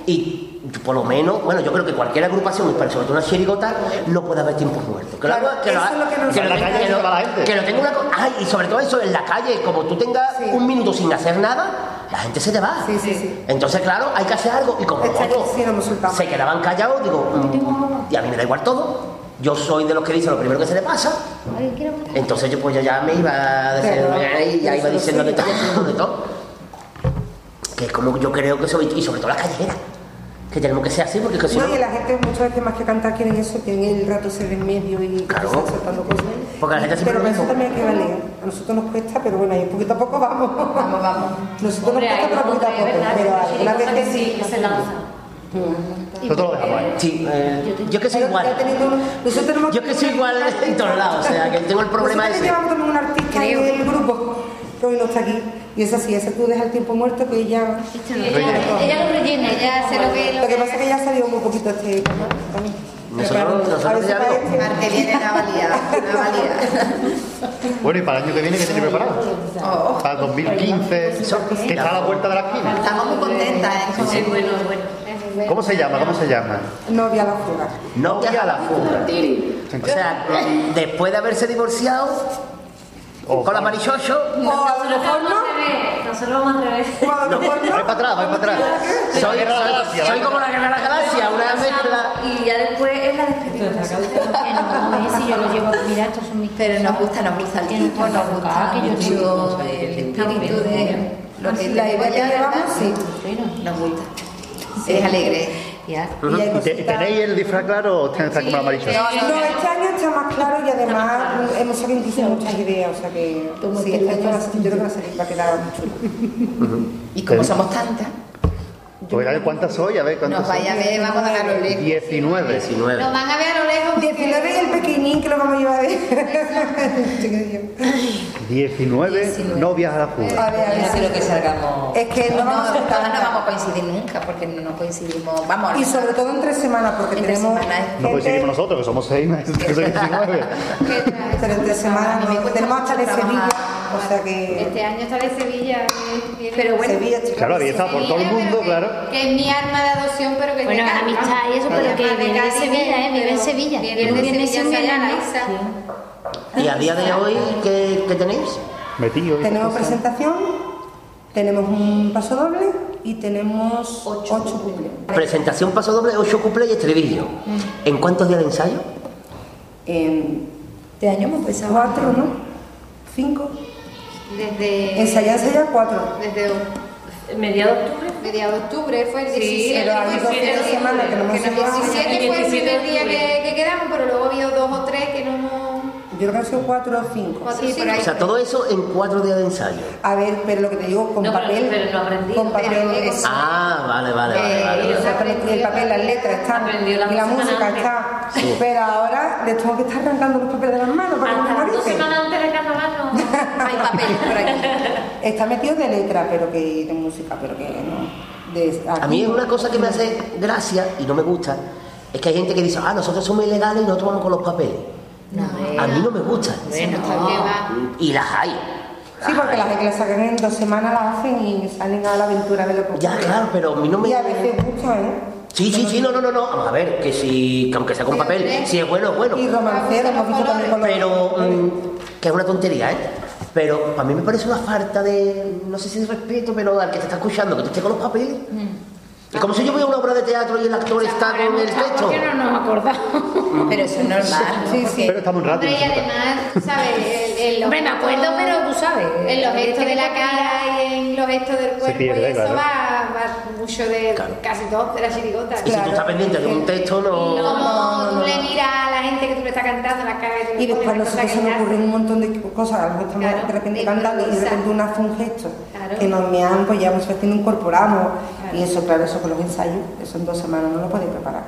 [SPEAKER 3] Y por lo menos, bueno, yo creo que cualquier agrupación, pero sobre todo una chirigota, no puede haber tiempos muertos. Que lo
[SPEAKER 6] Claro,
[SPEAKER 3] haga- que lo
[SPEAKER 6] eso
[SPEAKER 3] haga-
[SPEAKER 6] es lo que nos- En la
[SPEAKER 3] tenga-
[SPEAKER 6] calle
[SPEAKER 3] que lo-
[SPEAKER 6] se va la gente.
[SPEAKER 3] que lo tenga una co- Ay, y sobre todo eso, en la calle, como tú tengas un minuto sin hacer nada, la gente se te va.
[SPEAKER 4] Sí, sí, sí.
[SPEAKER 3] Entonces, claro, hay que hacer algo. Y como nosotros se quedaban callados, digo, mm, y a mí me da igual todo. Yo soy de los que dice lo primero que se le pasa.
[SPEAKER 8] ¿Alguien quiere votar?
[SPEAKER 3] Entonces yo pues yo ya me iba a decir, y ya iba diciendo de todo, diciendo de todo. Que es como yo creo que soy, y sobre todo las callejeras, que tenemos que ser así, porque es que si no,
[SPEAKER 4] No, y la gente muchas veces más que cantar quieren eso, quieren el rato ser en medio y
[SPEAKER 3] Claro.
[SPEAKER 4] están soltando cosas.
[SPEAKER 3] porque la gente siempre
[SPEAKER 4] Pero
[SPEAKER 3] lo
[SPEAKER 4] eso
[SPEAKER 3] mismo.
[SPEAKER 4] también hay que valer. A nosotros nos cuesta, pero bueno, ahí poquito a poco vamos. Vamos, vamos. Nosotros nos cuesta, pero poquito a poco. Pero algunas veces sí.
[SPEAKER 6] Nosotros lo dejamos ahí.
[SPEAKER 3] Sí, eh, yo que soy igual.
[SPEAKER 4] pues
[SPEAKER 3] Yo que soy igual en todos lados, o sea, que tengo el problema
[SPEAKER 4] Nosotros
[SPEAKER 3] ese.
[SPEAKER 4] llevamos también un artista en el grupo que hoy no está aquí. Y es así, ese tú dejas el tiempo muerto que ella...
[SPEAKER 17] Ella- ella lo rellena, ella hace lo que- lo
[SPEAKER 4] Lo que
[SPEAKER 17] que-
[SPEAKER 4] pasa es que ya salió muy poquito este... también.
[SPEAKER 6] Nosotros, nosotros ya no.
[SPEAKER 7] Marte viene la valía, la valía.
[SPEAKER 6] Bueno, y para el año que viene, ¿qué tiene preparado? Para el 2015, que está a la puerta de la esquina.
[SPEAKER 7] Estamos muy contentas, ¿eh?
[SPEAKER 6] Sí,
[SPEAKER 7] bueno,
[SPEAKER 6] bueno. ¿Cómo se llama? ¿Cómo se llama?
[SPEAKER 4] Novia a la fuga.
[SPEAKER 3] Novia a la fuga. O sea, después de haberse divorciado, con la marichocho,
[SPEAKER 4] O a lo mejor no.
[SPEAKER 11] Nosotros vamos al revés.
[SPEAKER 4] a lo mejor no.
[SPEAKER 6] Vai para atrás, vai para atrás.
[SPEAKER 3] Soy-
[SPEAKER 6] Guerra de la Galaxia,
[SPEAKER 3] soy
[SPEAKER 6] vai
[SPEAKER 3] como
[SPEAKER 6] para
[SPEAKER 3] la Guerra de la Galaxia, una mezcla.
[SPEAKER 11] Y ya después es la despedida.
[SPEAKER 8] No, es si yo lo llevo a mirar, estos son mis...
[SPEAKER 7] Pero nos gusta, nos gusta el tiempo, nos gusta mucho el espíritu de lo que
[SPEAKER 4] La
[SPEAKER 7] tenemos
[SPEAKER 4] igual
[SPEAKER 7] ya,
[SPEAKER 4] que
[SPEAKER 7] ¿verdad?
[SPEAKER 4] llevamos,
[SPEAKER 7] Sí,
[SPEAKER 4] sí.
[SPEAKER 7] nos gusta. Es alegre.
[SPEAKER 4] Y hay
[SPEAKER 6] ¿Y te- y ¿Tenéis el disfraz claro o tenéis como la marichosa?
[SPEAKER 4] No, este año está más claro y además hemos sabido incluso muchas ideas, o sea que sí, este año va a ser- yo creo que va a salir, va a quedar chulo.
[SPEAKER 7] Y como somos tantas,
[SPEAKER 6] Pues a ver cuántas soy, a ver cuántas
[SPEAKER 7] nos vaya a ver, vamos a ver a lo lejos.
[SPEAKER 6] 19.
[SPEAKER 3] 19.
[SPEAKER 7] Nos van a ver a lo lejos.
[SPEAKER 4] 19 es el pequeñín que lo vamos a llevar a [LAUGHS] ver.
[SPEAKER 6] 19 novias a la fuga.
[SPEAKER 4] A ver, a ver.
[SPEAKER 7] Yo creo que salgamos.
[SPEAKER 4] Es que no vamos a juntar
[SPEAKER 7] no
[SPEAKER 4] nada.
[SPEAKER 7] vamos a coincidir nunca porque no nos coincidimos. Vamos.
[SPEAKER 4] Y sobre todo en tres semanas, porque tenemos.
[SPEAKER 6] No coincidimos nosotros, que somos [LAUGHS] 6, que soy 19.
[SPEAKER 4] Pero en tres semanas, no, tenemos hasta de Sevilla, o sea que.
[SPEAKER 17] Este año estaré en Sevilla. viene- viene-
[SPEAKER 7] Pero bueno,
[SPEAKER 4] Sevilla, chicos.
[SPEAKER 6] Claro, había estado por todo el mundo, claro.
[SPEAKER 17] Que es mi arma de adopción, pero que
[SPEAKER 8] Bueno,
[SPEAKER 17] es de Cádiz.
[SPEAKER 8] amistad y eso, pero que
[SPEAKER 17] Además de
[SPEAKER 8] vive en
[SPEAKER 17] Cádiz,
[SPEAKER 8] Sevilla, ¿eh? Vive en
[SPEAKER 17] pero
[SPEAKER 8] Sevilla.
[SPEAKER 17] Viene
[SPEAKER 8] Viene
[SPEAKER 17] de
[SPEAKER 8] en
[SPEAKER 17] Sevilla,
[SPEAKER 8] Sevilla,
[SPEAKER 17] Sevilla,
[SPEAKER 8] ¿no?
[SPEAKER 17] Anaxa.
[SPEAKER 3] Y a día de hoy, ¿qué, qué tenéis?
[SPEAKER 6] Metido.
[SPEAKER 4] Tenemos presentación, tenemos un paso doble y tenemos ocho, cumpleaños.
[SPEAKER 3] Presentación paso doble, 8 cumple y estribillo.
[SPEAKER 4] Mm.
[SPEAKER 3] ¿En cuántos días de ensayo?
[SPEAKER 4] Este año hemos empezado. Cuatro, ¿no? Cinco.
[SPEAKER 17] Desde.
[SPEAKER 4] Ensayar, ensayar cuatro.
[SPEAKER 17] Desde
[SPEAKER 11] Mediados de octubre.
[SPEAKER 17] mediados de octubre fue el
[SPEAKER 11] Sí,
[SPEAKER 17] 17.
[SPEAKER 4] pero hay dos fines de semana que no hemos
[SPEAKER 17] el
[SPEAKER 4] llegado.
[SPEAKER 17] 17 fue el
[SPEAKER 11] 17 de
[SPEAKER 17] primer día que,
[SPEAKER 11] octubre.
[SPEAKER 17] que quedamos, pero luego había dos o tres que no hemos.
[SPEAKER 4] Yo creo que han sido cuatro o cinco.
[SPEAKER 17] Cuatro, Sí, cinco. por ahí.
[SPEAKER 3] O sea, todo eso en 4 días de ensayo.
[SPEAKER 4] A ver, pero lo que te digo, con
[SPEAKER 11] No, pero-
[SPEAKER 4] papel.
[SPEAKER 11] pero lo aprendí,
[SPEAKER 4] Con papel.
[SPEAKER 11] pero
[SPEAKER 4] con-
[SPEAKER 11] eso-
[SPEAKER 3] Ah, vale, vale, vale. vale,
[SPEAKER 4] Eh,
[SPEAKER 3] vale.
[SPEAKER 4] o sea, pero el papel, las letras están,
[SPEAKER 11] Aprendió la
[SPEAKER 4] y la
[SPEAKER 11] música
[SPEAKER 4] música
[SPEAKER 11] antes.
[SPEAKER 4] está.
[SPEAKER 3] Sí.
[SPEAKER 4] Pero ahora les tengo que estar arrancando los papeles de las manos para que no
[SPEAKER 11] Hasta
[SPEAKER 4] me
[SPEAKER 11] dos
[SPEAKER 4] morirse.
[SPEAKER 11] semanas antes del carnaval no
[SPEAKER 7] hay papel por [LAUGHS] aquí.
[SPEAKER 4] Está metido de letra, pero que de música, pero que no. De,
[SPEAKER 3] A mí es una cosa que me hace gracia y no me gusta. Es que hay gente que dice, ah, nosotros somos ilegales y nosotros vamos con los papeles.
[SPEAKER 4] eh.
[SPEAKER 3] A mí no me gusta. Y las hay.
[SPEAKER 4] Sí, porque las que las sacan en dos semanas las hacen y salen a la aventura de lo que
[SPEAKER 3] Ya,
[SPEAKER 4] ocurre.
[SPEAKER 3] claro, pero a mí no me...
[SPEAKER 4] Y a veces mucho, ¿eh?
[SPEAKER 3] Sí, sí, sí, no, no, no, no. Vamos a ver, que si, que aunque sea con papel, si es bueno, es bueno.
[SPEAKER 4] Y romancero, hemos visto también con los...
[SPEAKER 3] Pero, mm, que es una tontería, ¿eh? Pero a mí me parece una falta de, no sé si de respeto, pero al que te está escuchando, que te esté con los papeles.
[SPEAKER 8] Mm.
[SPEAKER 3] Es como si yo veo una obra de teatro y el actor está con el texto.
[SPEAKER 8] ¿Por qué no nos acordamos?
[SPEAKER 3] mm,
[SPEAKER 7] Pero eso es normal. ¿no?
[SPEAKER 4] Sí, sí.
[SPEAKER 6] Pero estamos rápido.
[SPEAKER 17] Hombre, y además, ¿sabes? Ah, El- el- los
[SPEAKER 8] Hombre, me acuerdo,
[SPEAKER 17] gestos-
[SPEAKER 8] pero tú sabes.
[SPEAKER 17] En los
[SPEAKER 8] esto
[SPEAKER 17] gestos de la cara y en los gestos del cuerpo
[SPEAKER 6] pierde,
[SPEAKER 17] y eso
[SPEAKER 6] claro.
[SPEAKER 17] va, va hablar mucho de casi todo de la chirigota.
[SPEAKER 3] Y si tú estás pendiente de un texto, no.
[SPEAKER 17] Y como
[SPEAKER 4] no, no,
[SPEAKER 17] tú le
[SPEAKER 4] no.
[SPEAKER 17] miras a la gente que tú le estás cantando la cara
[SPEAKER 4] Y después a nosotros se nos ocurren un montón de cosas, a nosotros nos- de repente cantando y de repente una hace un gesto
[SPEAKER 17] Claro.
[SPEAKER 4] que nos meamos, pues ya muchas veces no incorporamos. Y eso, claro, eso con los ensayos, eso en dos semanas no lo podéis preparar.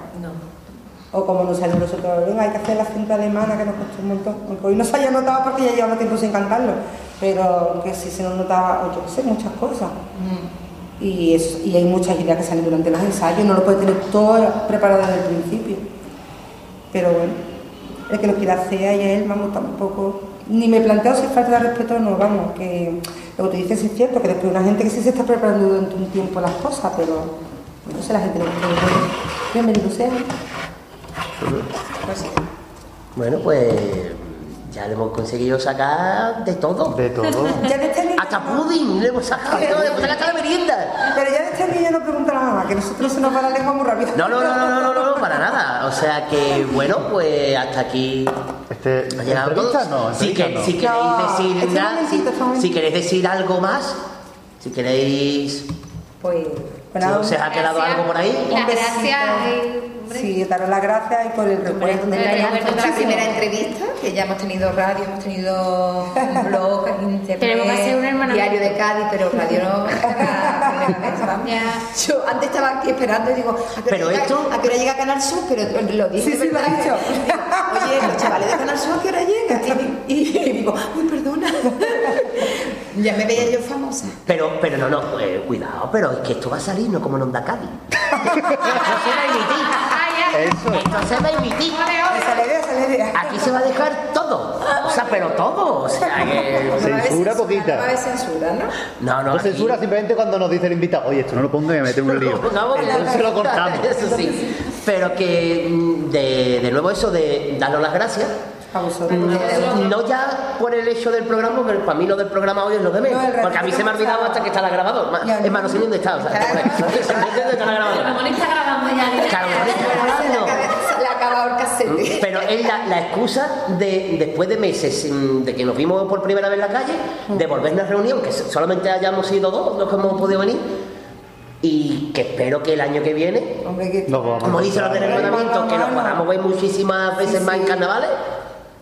[SPEAKER 4] O como nos salió nosotros, venga, hay que hacer la cinta alemana que nos costó un montón. Aunque hoy no se haya notado porque ya llevamos tiempo sin cantarlo, pero que sí se nos notaba, o yo qué sé, muchas cosas. Y, eso- y hay muchas ideas que salen durante los ensayos, no lo puedes tener todo preparado desde el principio. Pero bueno, el que lo quiera hacer ahí es él, vamos, tampoco. Ni me planteo si es falta de respeto o no, vamos, que lo que tú dices sí es cierto, que después una gente que sí se está preparando durante un tiempo las cosas, pero no sé, la gente no quiere. Bienvenido sea.
[SPEAKER 3] Bueno, pues ya le hemos conseguido sacar de todo. De
[SPEAKER 4] todo.
[SPEAKER 3] Hasta pudding le hemos
[SPEAKER 8] [LAUGHS]
[SPEAKER 3] sacado. Le hemos sacado hasta la merienda.
[SPEAKER 4] Pero ya desde aquí ya no pregunta la mamá, que nosotros se nos va la lengua muy rápido.
[SPEAKER 3] No, no, no, no, no, no, no, para nada. O sea que, bueno, pues hasta aquí.
[SPEAKER 6] Este,
[SPEAKER 3] ha llegado todo.
[SPEAKER 6] entrevista no,
[SPEAKER 3] si, que-
[SPEAKER 6] entrevista no.
[SPEAKER 3] si
[SPEAKER 6] No,
[SPEAKER 3] queréis decir
[SPEAKER 6] este
[SPEAKER 3] nada, si,
[SPEAKER 6] momentito, este momentito.
[SPEAKER 3] si queréis decir algo más, si queréis.
[SPEAKER 4] Pues,
[SPEAKER 3] si se os ha quedado algo por ahí.
[SPEAKER 17] Las
[SPEAKER 4] Un besito.
[SPEAKER 17] gracias, eh, hombre.
[SPEAKER 4] Sí, daros las gracias y por el recuerdo de
[SPEAKER 7] Me recuerdo la
[SPEAKER 4] Muchísimo.
[SPEAKER 7] primera entrevista, que ya hemos tenido radio, hemos tenido
[SPEAKER 17] [LAUGHS]
[SPEAKER 7] blog, internet,
[SPEAKER 8] Tenemos que hacer un hermanamiento.
[SPEAKER 7] diario de Cádiz, pero radio
[SPEAKER 17] [LAUGHS]
[SPEAKER 7] no. Yo antes estaba aquí esperando y digo, ¿a qué hora
[SPEAKER 3] Pero
[SPEAKER 7] llega-
[SPEAKER 3] esto-
[SPEAKER 7] ¿a qué hora llega Canal Sur? Pero lo dije,
[SPEAKER 4] Sí, sí, lo
[SPEAKER 7] ¿verdad?
[SPEAKER 4] has dicho.
[SPEAKER 7] Digo, Oye, los chavales de Canal Sur, ¿a qué hora llegan? Y, y- y digo, uy, perdona. ya me veía yo famosa.
[SPEAKER 3] Pero, pero no, no, eh, cuidado, pero es que esto va a salir, no como en Onda Cádiz. [LAUGHS] Entonces va a emitir.
[SPEAKER 4] Esa la idea, esa la idea.
[SPEAKER 3] Aquí se va a dejar todo. O sea, pero todo. O sea, que...
[SPEAKER 6] Censura poquita.
[SPEAKER 7] censura, ¿no?
[SPEAKER 3] No, no.
[SPEAKER 6] No censura simplemente cuando nos dice el invitado, oye, esto no lo pongo y me mete un
[SPEAKER 3] [LAUGHS]
[SPEAKER 6] lío.
[SPEAKER 3] Pongamos la
[SPEAKER 6] Entonces lo
[SPEAKER 3] receta,
[SPEAKER 6] cortamos.
[SPEAKER 3] [LAUGHS] Eso sí. Pero que mm, de, de nuevo eso de darnos las gracias.
[SPEAKER 4] A vosotros.
[SPEAKER 3] Mm, No ya por el hecho del programa, porque para mí lo del programa hoy es lo de menos.
[SPEAKER 4] No, el
[SPEAKER 3] porque a mí
[SPEAKER 4] ratito
[SPEAKER 3] se me ha
[SPEAKER 4] pasado.
[SPEAKER 3] olvidado hasta que está la grabadora. Ma- Es más, no sé ni dónde está. O sea, ¿dónde está la
[SPEAKER 11] [LAUGHS]
[SPEAKER 3] grabadora?
[SPEAKER 11] está grabando ya.
[SPEAKER 3] Claro, lo bonito está grabando.
[SPEAKER 7] Le acaba el casete.
[SPEAKER 3] Pero es la, la excusa de, después de meses mm, de que nos vimos por primera vez en la calle, de volvernos a reunión, que so- solamente hayamos ido dos, los que hemos podido venir, y que espero que el año que viene, como dice los del hermanamiento, que nos podamos ver muchísimas veces más en carnavales,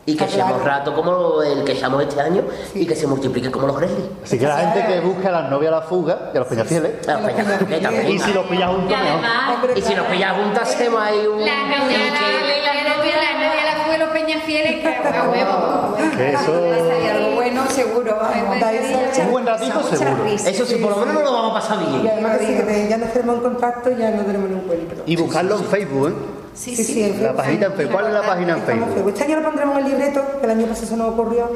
[SPEAKER 3] y que seamos rato como el que echamos este año, y que se multiplique como los Gresley.
[SPEAKER 6] Así que la gente que busca a las novias a la fuga y a los peñafieles.
[SPEAKER 3] A los Peñafieles también.
[SPEAKER 6] Y si los pillas juntos, mejor.
[SPEAKER 4] Ah,
[SPEAKER 3] Y si nos pillas juntas, hacemos ahí un...
[SPEAKER 17] La novia, la novia, la novia, la novia, la novia, los peñafieles, que a huevo.
[SPEAKER 6] Que eso.
[SPEAKER 7] Y algo bueno, seguro. vamos.
[SPEAKER 6] Un buen ratito seguro.
[SPEAKER 3] Eso sí, por lo menos no lo vamos a pasar bien.
[SPEAKER 4] Y además que sí, que te- ya nos tenemos en contacto, ya no tenemos un encuentro.
[SPEAKER 6] Y buscarlo en Facebook, ¿eh?
[SPEAKER 4] Sí, sí, en
[SPEAKER 6] La
[SPEAKER 4] Facebook.
[SPEAKER 6] página en Facebook. ¿Cuál es la página en
[SPEAKER 4] Estamos en
[SPEAKER 6] Facebook?
[SPEAKER 4] Facebook. Este año lo pondremos en el libreto, que el año pasado se nos ocurrió,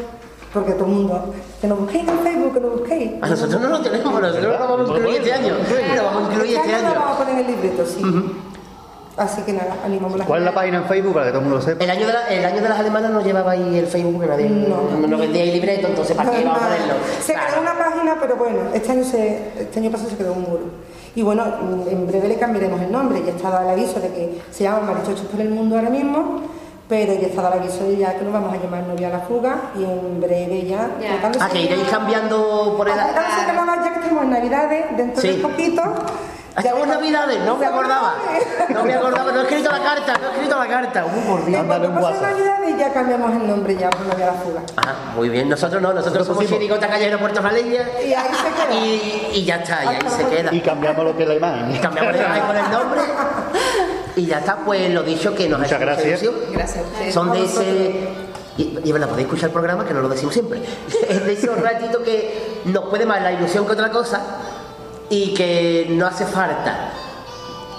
[SPEAKER 4] porque todo el mundo, que nos busquéis en Facebook, que nos busquéis.
[SPEAKER 3] A nosotros no lo tenemos, nosotros lo vamos a incluir este año. Lo vamos a incluir este
[SPEAKER 4] lo
[SPEAKER 3] año.
[SPEAKER 4] vamos a poner en el libreto, sí. Así que nada, animamos la
[SPEAKER 6] ¿Cuál es la página en Facebook para que todo el mundo lo sepa?
[SPEAKER 3] El año, de la- el año de las alemanas no llevaba ahí el Facebook, que nadie no, no vendía ahí libreto, entonces ¿para qué
[SPEAKER 4] No,
[SPEAKER 3] vamos a
[SPEAKER 4] no.
[SPEAKER 3] ponerlo?
[SPEAKER 4] Se creó una página, pero bueno, este año, se, este año pasado se creó un muro. Y bueno, mm, en breve le cambiaremos el nombre. Ya está dado el aviso de que se llama Marichochos por el Mundo ahora mismo, pero ya está dado el aviso de ya que lo vamos a llamar Novia a la Fuga y en breve ya. tratándose-
[SPEAKER 3] Ah, que iréis cambiando por el...
[SPEAKER 4] Ah,
[SPEAKER 3] Ah,
[SPEAKER 4] tratándose de nada, ya que estamos en Navidades, dentro
[SPEAKER 3] Sí.
[SPEAKER 4] de poquito.
[SPEAKER 3] Estamos en Navidades, no me acordaba.
[SPEAKER 4] Navidades.
[SPEAKER 3] No me acordaba, no he escrito la carta, no he escrito la carta. Uy, por Dios.
[SPEAKER 6] Mándale un
[SPEAKER 4] Pasan
[SPEAKER 6] WhatsApp.
[SPEAKER 4] Navidades ya cambiamos el nombre ya por Novia a la Fuga.
[SPEAKER 3] Ah, muy bien, nosotros no, nosotros somos
[SPEAKER 6] pusimos.
[SPEAKER 3] Chirigota Callejero Puerto Jaleña
[SPEAKER 4] Y ahí se queda.
[SPEAKER 3] y, y ya está, y ahí se queda.
[SPEAKER 6] Y cambiamos lo que es la
[SPEAKER 3] Y
[SPEAKER 6] imagen.
[SPEAKER 3] [LAUGHS] cambiamos de con el nombre y ya está, pues lo dicho que nos ha
[SPEAKER 6] Muchas
[SPEAKER 3] hecho mucha
[SPEAKER 6] gracias.
[SPEAKER 3] ilusión.
[SPEAKER 7] Gracias a ustedes.
[SPEAKER 3] Son de ese. Y, y verdad, podéis escuchar el programa, que no lo decimos siempre. [LAUGHS] Es de
[SPEAKER 7] [LAUGHS]
[SPEAKER 3] esos ratitos que nos puede más la ilusión que otra cosa y que no hace falta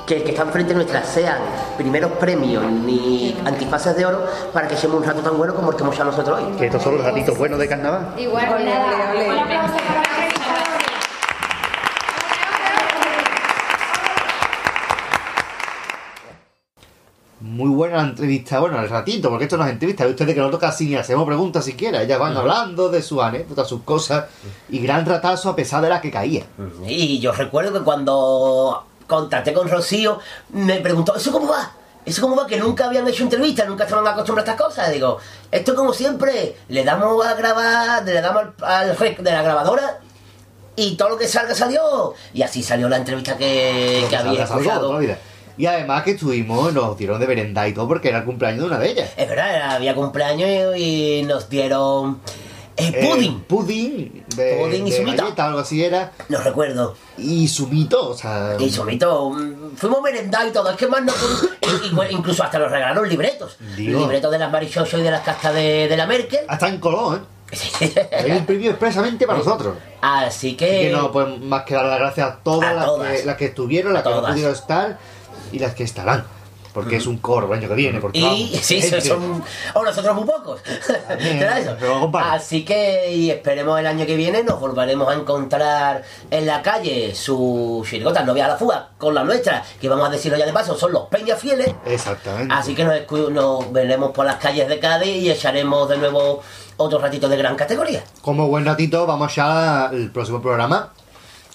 [SPEAKER 3] que el que está enfrente nuestra sean primeros premios ni antifaces de oro para que seamos un rato tan bueno como el que hemos hecho nosotros hoy.
[SPEAKER 6] Que estos son los ratitos buenos de carnaval.
[SPEAKER 17] Igual, nada. Un aplauso para Cristina.
[SPEAKER 2] Muy buena la entrevista, bueno, el ratito, porque esto no es entrevista, ve ustedes que nosotros casi ni hacemos preguntas siquiera, ellas
[SPEAKER 6] Mm.
[SPEAKER 2] van hablando de sus anécdotas, sus cosas, y gran ratazo a pesar de la que caía.
[SPEAKER 3] Y yo recuerdo que cuando contacté con Rocío, me preguntó, ¿eso cómo va? ¿Eso cómo va? Que nunca habían hecho entrevistas, nunca estaban acostumbrados a estas cosas. Digo, esto como siempre, le damos a grabar, le damos al, al rec de la grabadora y todo lo que salga salió. Y así salió la entrevista que, que había
[SPEAKER 2] Salga, salga,
[SPEAKER 3] escuchado.
[SPEAKER 2] toda la vida. Y además que estuvimos, nos dieron de merenda y todo porque era el cumpleaños de una de ellas.
[SPEAKER 3] Es verdad, era- había cumpleaños y, y nos dieron eh, pudding.
[SPEAKER 2] pudding de,
[SPEAKER 3] Pudding y
[SPEAKER 2] de
[SPEAKER 3] sumita.
[SPEAKER 2] galleta, algo así era.
[SPEAKER 3] No recuerdo.
[SPEAKER 2] Y sumito, o sea.
[SPEAKER 3] Y sumito, mm, fuimos merendados y todo, es que más no...
[SPEAKER 2] [COUGHS]
[SPEAKER 3] y- y, bueno, incluso hasta nos regalaron libretos.
[SPEAKER 2] Digo.
[SPEAKER 3] Libretos de las Marichocho y de las castas de, de
[SPEAKER 2] [LAUGHS]
[SPEAKER 3] la Merkel.
[SPEAKER 2] Hasta en Colón, ¿eh? Hay un premio expresamente
[SPEAKER 3] Eh,
[SPEAKER 2] para nosotros.
[SPEAKER 3] Así que...
[SPEAKER 2] Así que no, pues más que dar las gracias a todas,
[SPEAKER 3] eh, A
[SPEAKER 2] las,
[SPEAKER 3] todas.
[SPEAKER 2] Que, las que estuvieron, las que no
[SPEAKER 3] Todas. Mm.
[SPEAKER 2] pudieron estar y las que estarán. Porque es un coro el año que viene. Porque,
[SPEAKER 3] Y
[SPEAKER 2] vamos,
[SPEAKER 3] [LAUGHS] sí,
[SPEAKER 2] gente.
[SPEAKER 3] son. O nosotros muy pocos. [LAUGHS] Será eso. Así que y esperemos el año que viene nos volveremos a encontrar en la calle sus chirigotas, no veas la fuga, con la nuestra, que vamos a decirlo ya de paso, son los Peñas Fieles.
[SPEAKER 2] Exactamente.
[SPEAKER 3] Así que nos, escu- nos veremos por las calles de Cádiz y echaremos de nuevo otro ratito de gran categoría.
[SPEAKER 2] Como buen ratito, vamos ya al próximo programa.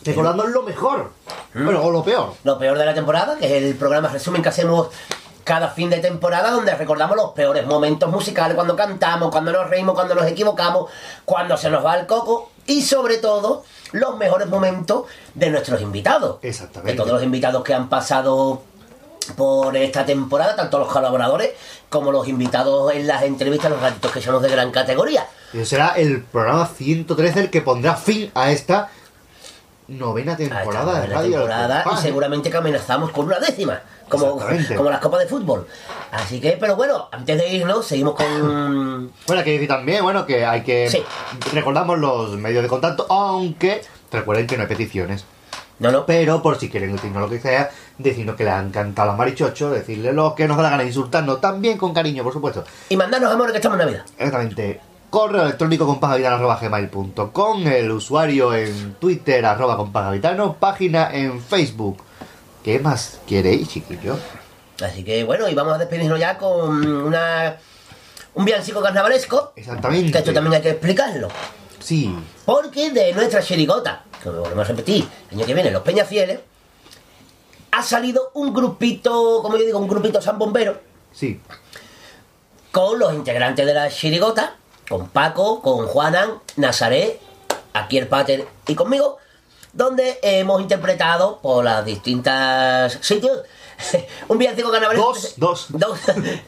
[SPEAKER 2] Recordando lo mejor.
[SPEAKER 3] Mm.
[SPEAKER 2] Bueno, o lo peor.
[SPEAKER 3] Lo peor de la temporada, que es el programa resumen que hacemos cada fin de temporada, donde recordamos los peores momentos musicales, cuando cantamos, cuando nos reímos, cuando nos equivocamos, cuando se nos va el coco y sobre todo los mejores momentos de nuestros invitados. Exactamente. De todos los invitados que han pasado por esta temporada, tanto los colaboradores como los invitados en las entrevistas, los ratitos que somos de gran categoría.
[SPEAKER 2] Ese será el programa 113 el que pondrá fin a esta novena temporada de
[SPEAKER 3] la
[SPEAKER 2] Radio
[SPEAKER 3] temporada y
[SPEAKER 2] Alcorcón.
[SPEAKER 3] seguramente que amenazamos con una décima, como,
[SPEAKER 2] Exactamente.
[SPEAKER 3] como las copas de fútbol. Así que, pero bueno, antes de irnos, seguimos con...
[SPEAKER 2] Bueno, que decir también, bueno, que hay que...
[SPEAKER 3] Sí.
[SPEAKER 2] Recordamos los medios de contacto, aunque recuerden que no hay peticiones.
[SPEAKER 3] No, no.
[SPEAKER 2] Pero por si quieren decirnos lo que sea, decirnos que le han cantado a Marichocho, decirle lo que nos da la gana, insultarnos también con cariño, por supuesto.
[SPEAKER 3] Y mandarnos amor que estamos en Navidad.
[SPEAKER 2] Exactamente. Correo electrónico compagavitano.com, el usuario en Twitter arroba compagavitano, página en Facebook. ¿Qué más queréis, chiquillo?
[SPEAKER 3] Así que bueno, y vamos a despedirnos ya con una un villancico carnavalesco.
[SPEAKER 2] Exactamente.
[SPEAKER 3] Que esto también hay que explicarlo.
[SPEAKER 2] Sí.
[SPEAKER 3] Porque de nuestra chirigota, que lo volvemos a repetir, el año que viene, los Peña Fieles, ha salido un grupito, como yo digo, un grupito sambombero.
[SPEAKER 2] Sí.
[SPEAKER 3] Con los integrantes de la chirigota, con Paco, con Juanan, Nazaré, aquí el Pater y conmigo, donde hemos interpretado por las distintas sitios [LAUGHS] un villancico carnavalesco. que se-
[SPEAKER 2] Dos.
[SPEAKER 3] [LAUGHS] Dos.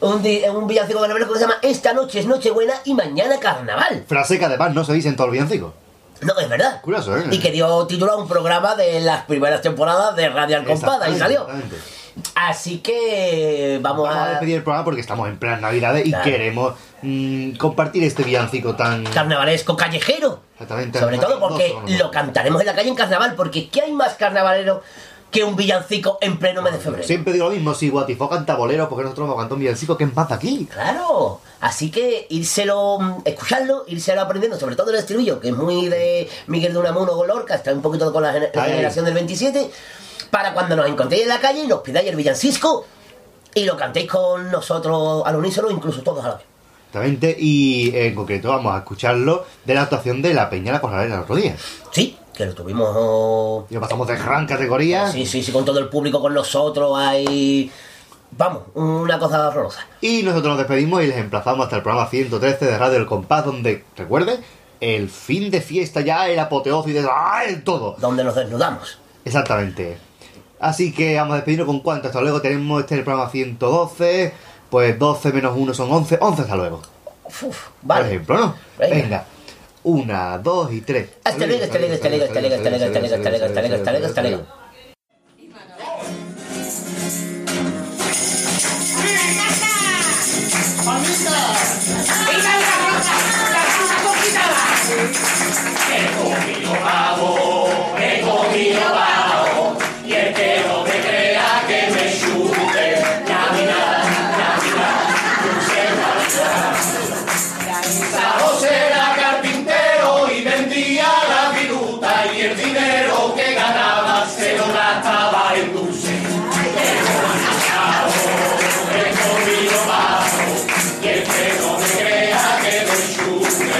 [SPEAKER 3] un, di- un villancico carnavalesco que se llama Esta noche es Nochebuena y mañana carnaval.
[SPEAKER 2] Frase que además no se dice en todo el villancico.
[SPEAKER 3] No, es verdad.
[SPEAKER 2] Curioso, ¿eh?
[SPEAKER 3] Y que dio título a un programa de las primeras temporadas de Radio Alcompada y
[SPEAKER 2] Exactamente,
[SPEAKER 3] salió.
[SPEAKER 2] exactamente.
[SPEAKER 3] Así que vamos,
[SPEAKER 2] Vamos a
[SPEAKER 3] a...
[SPEAKER 2] despedir el programa porque estamos en plan Navidades y
[SPEAKER 3] Claro.
[SPEAKER 2] queremos mm, compartir este villancico tan...
[SPEAKER 3] Carnavalesco callejero.
[SPEAKER 2] Exactamente.
[SPEAKER 3] Sobre todo porque
[SPEAKER 2] maravilloso,
[SPEAKER 3] lo cantaremos en la calle en carnaval, porque ¿qué hay más carnavalero que un villancico en pleno mes de febrero?
[SPEAKER 2] Siempre digo lo mismo, si Guatifó canta boleros, porque nosotros vamos a cantar un villancico que es más de aquí.
[SPEAKER 3] Claro, así que írselo, mm, escucharlo, írselo aprendiendo, sobre todo el estribillo, que es muy de Miguel de Unamuno o Lorca, está un poquito con la, gener- la
[SPEAKER 2] Ahí.
[SPEAKER 3] generación del 27, para cuando nos encontréis en la calle y nos pidáis el villancisco y lo cantéis con nosotros al unísono, incluso todos a la vez.
[SPEAKER 2] Exactamente, y eh, en concreto vamos a escucharlo de la actuación de la Peña La Corralera el otro día.
[SPEAKER 3] Sí, que lo tuvimos...
[SPEAKER 2] Y lo pasamos de gran categoría.
[SPEAKER 3] Sí, sí, sí, con todo el público, con nosotros, hay... Vamos, una cosa horrorosa.
[SPEAKER 2] Y nosotros nos despedimos y les emplazamos hasta el programa 113 de Radio El Compás, donde, recuerden, el fin de fiesta ya, el apoteosis de ¡ah, el todo.
[SPEAKER 3] Donde nos desnudamos.
[SPEAKER 2] Exactamente. Así que vamos a despedirnos con cuánto. Hasta luego tenemos este el programa 112, pues 12 menos 1 son 11, 11 hasta luego.
[SPEAKER 3] Uf,
[SPEAKER 2] Por
[SPEAKER 3] vale.
[SPEAKER 2] ejemplo, ¿no?
[SPEAKER 3] Venga.
[SPEAKER 2] Venga. Una, dos y tres.
[SPEAKER 3] Hasta luego, hasta luego, hasta luego, hasta luego, hasta luego, hasta luego, hasta luego, hasta luego, hasta luego, hasta luego.
[SPEAKER 1] José era carpintero y vendía la viruta y el dinero que ganaba se lo gastaba en dulce. He comido vaso, y el que no me crea que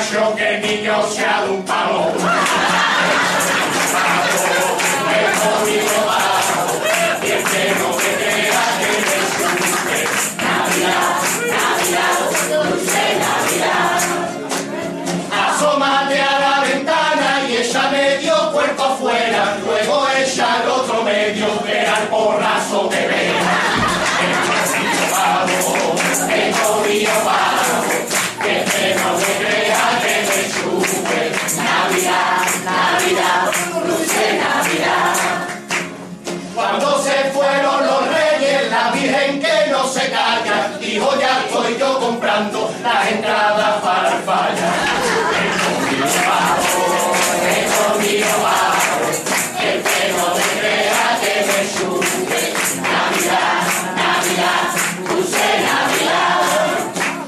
[SPEAKER 8] quiero que el niño sea de un palo. Asómate a la ventana y ella medio cuerpo afuera, luego ella al otro medio, era el porrazo de vela. El cosito vago, el corrido vago, que te no se crea que me sube. Navidad, Navidad, dulce Navidad. Cuando se fueron los reyes, la Virgen que no se calla, dijo ya estoy yo comprando las entradas para el falla. El comino bajo, el comino bajo, el que no te crea que me sube. Navidad, Navidad, dulce Navidad.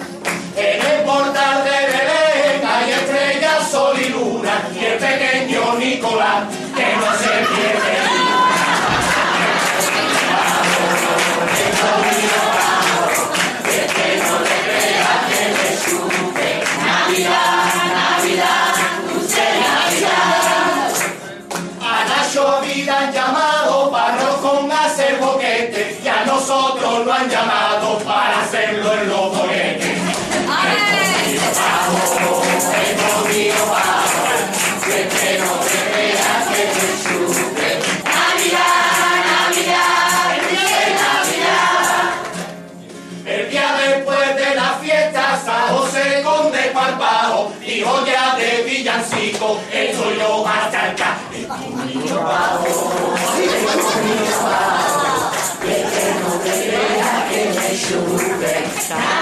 [SPEAKER 8] En el portal de Belén hay estrellas, sol y luna, y el pequeño Nicolás que no se pierde. Navidad, Navidad, dulce Navidad. A la llovida han llamado para con hacer boquetes y a nosotros lo han llamado para hacerlo en los boquetes. Navidad, Navidad, dulce Navidad. El día después de la fiesta, San José con desparpajo, hijo ya de villancico, el suyo hasta acá. El niño bajo, el niño bajo, que no te crea que me sube.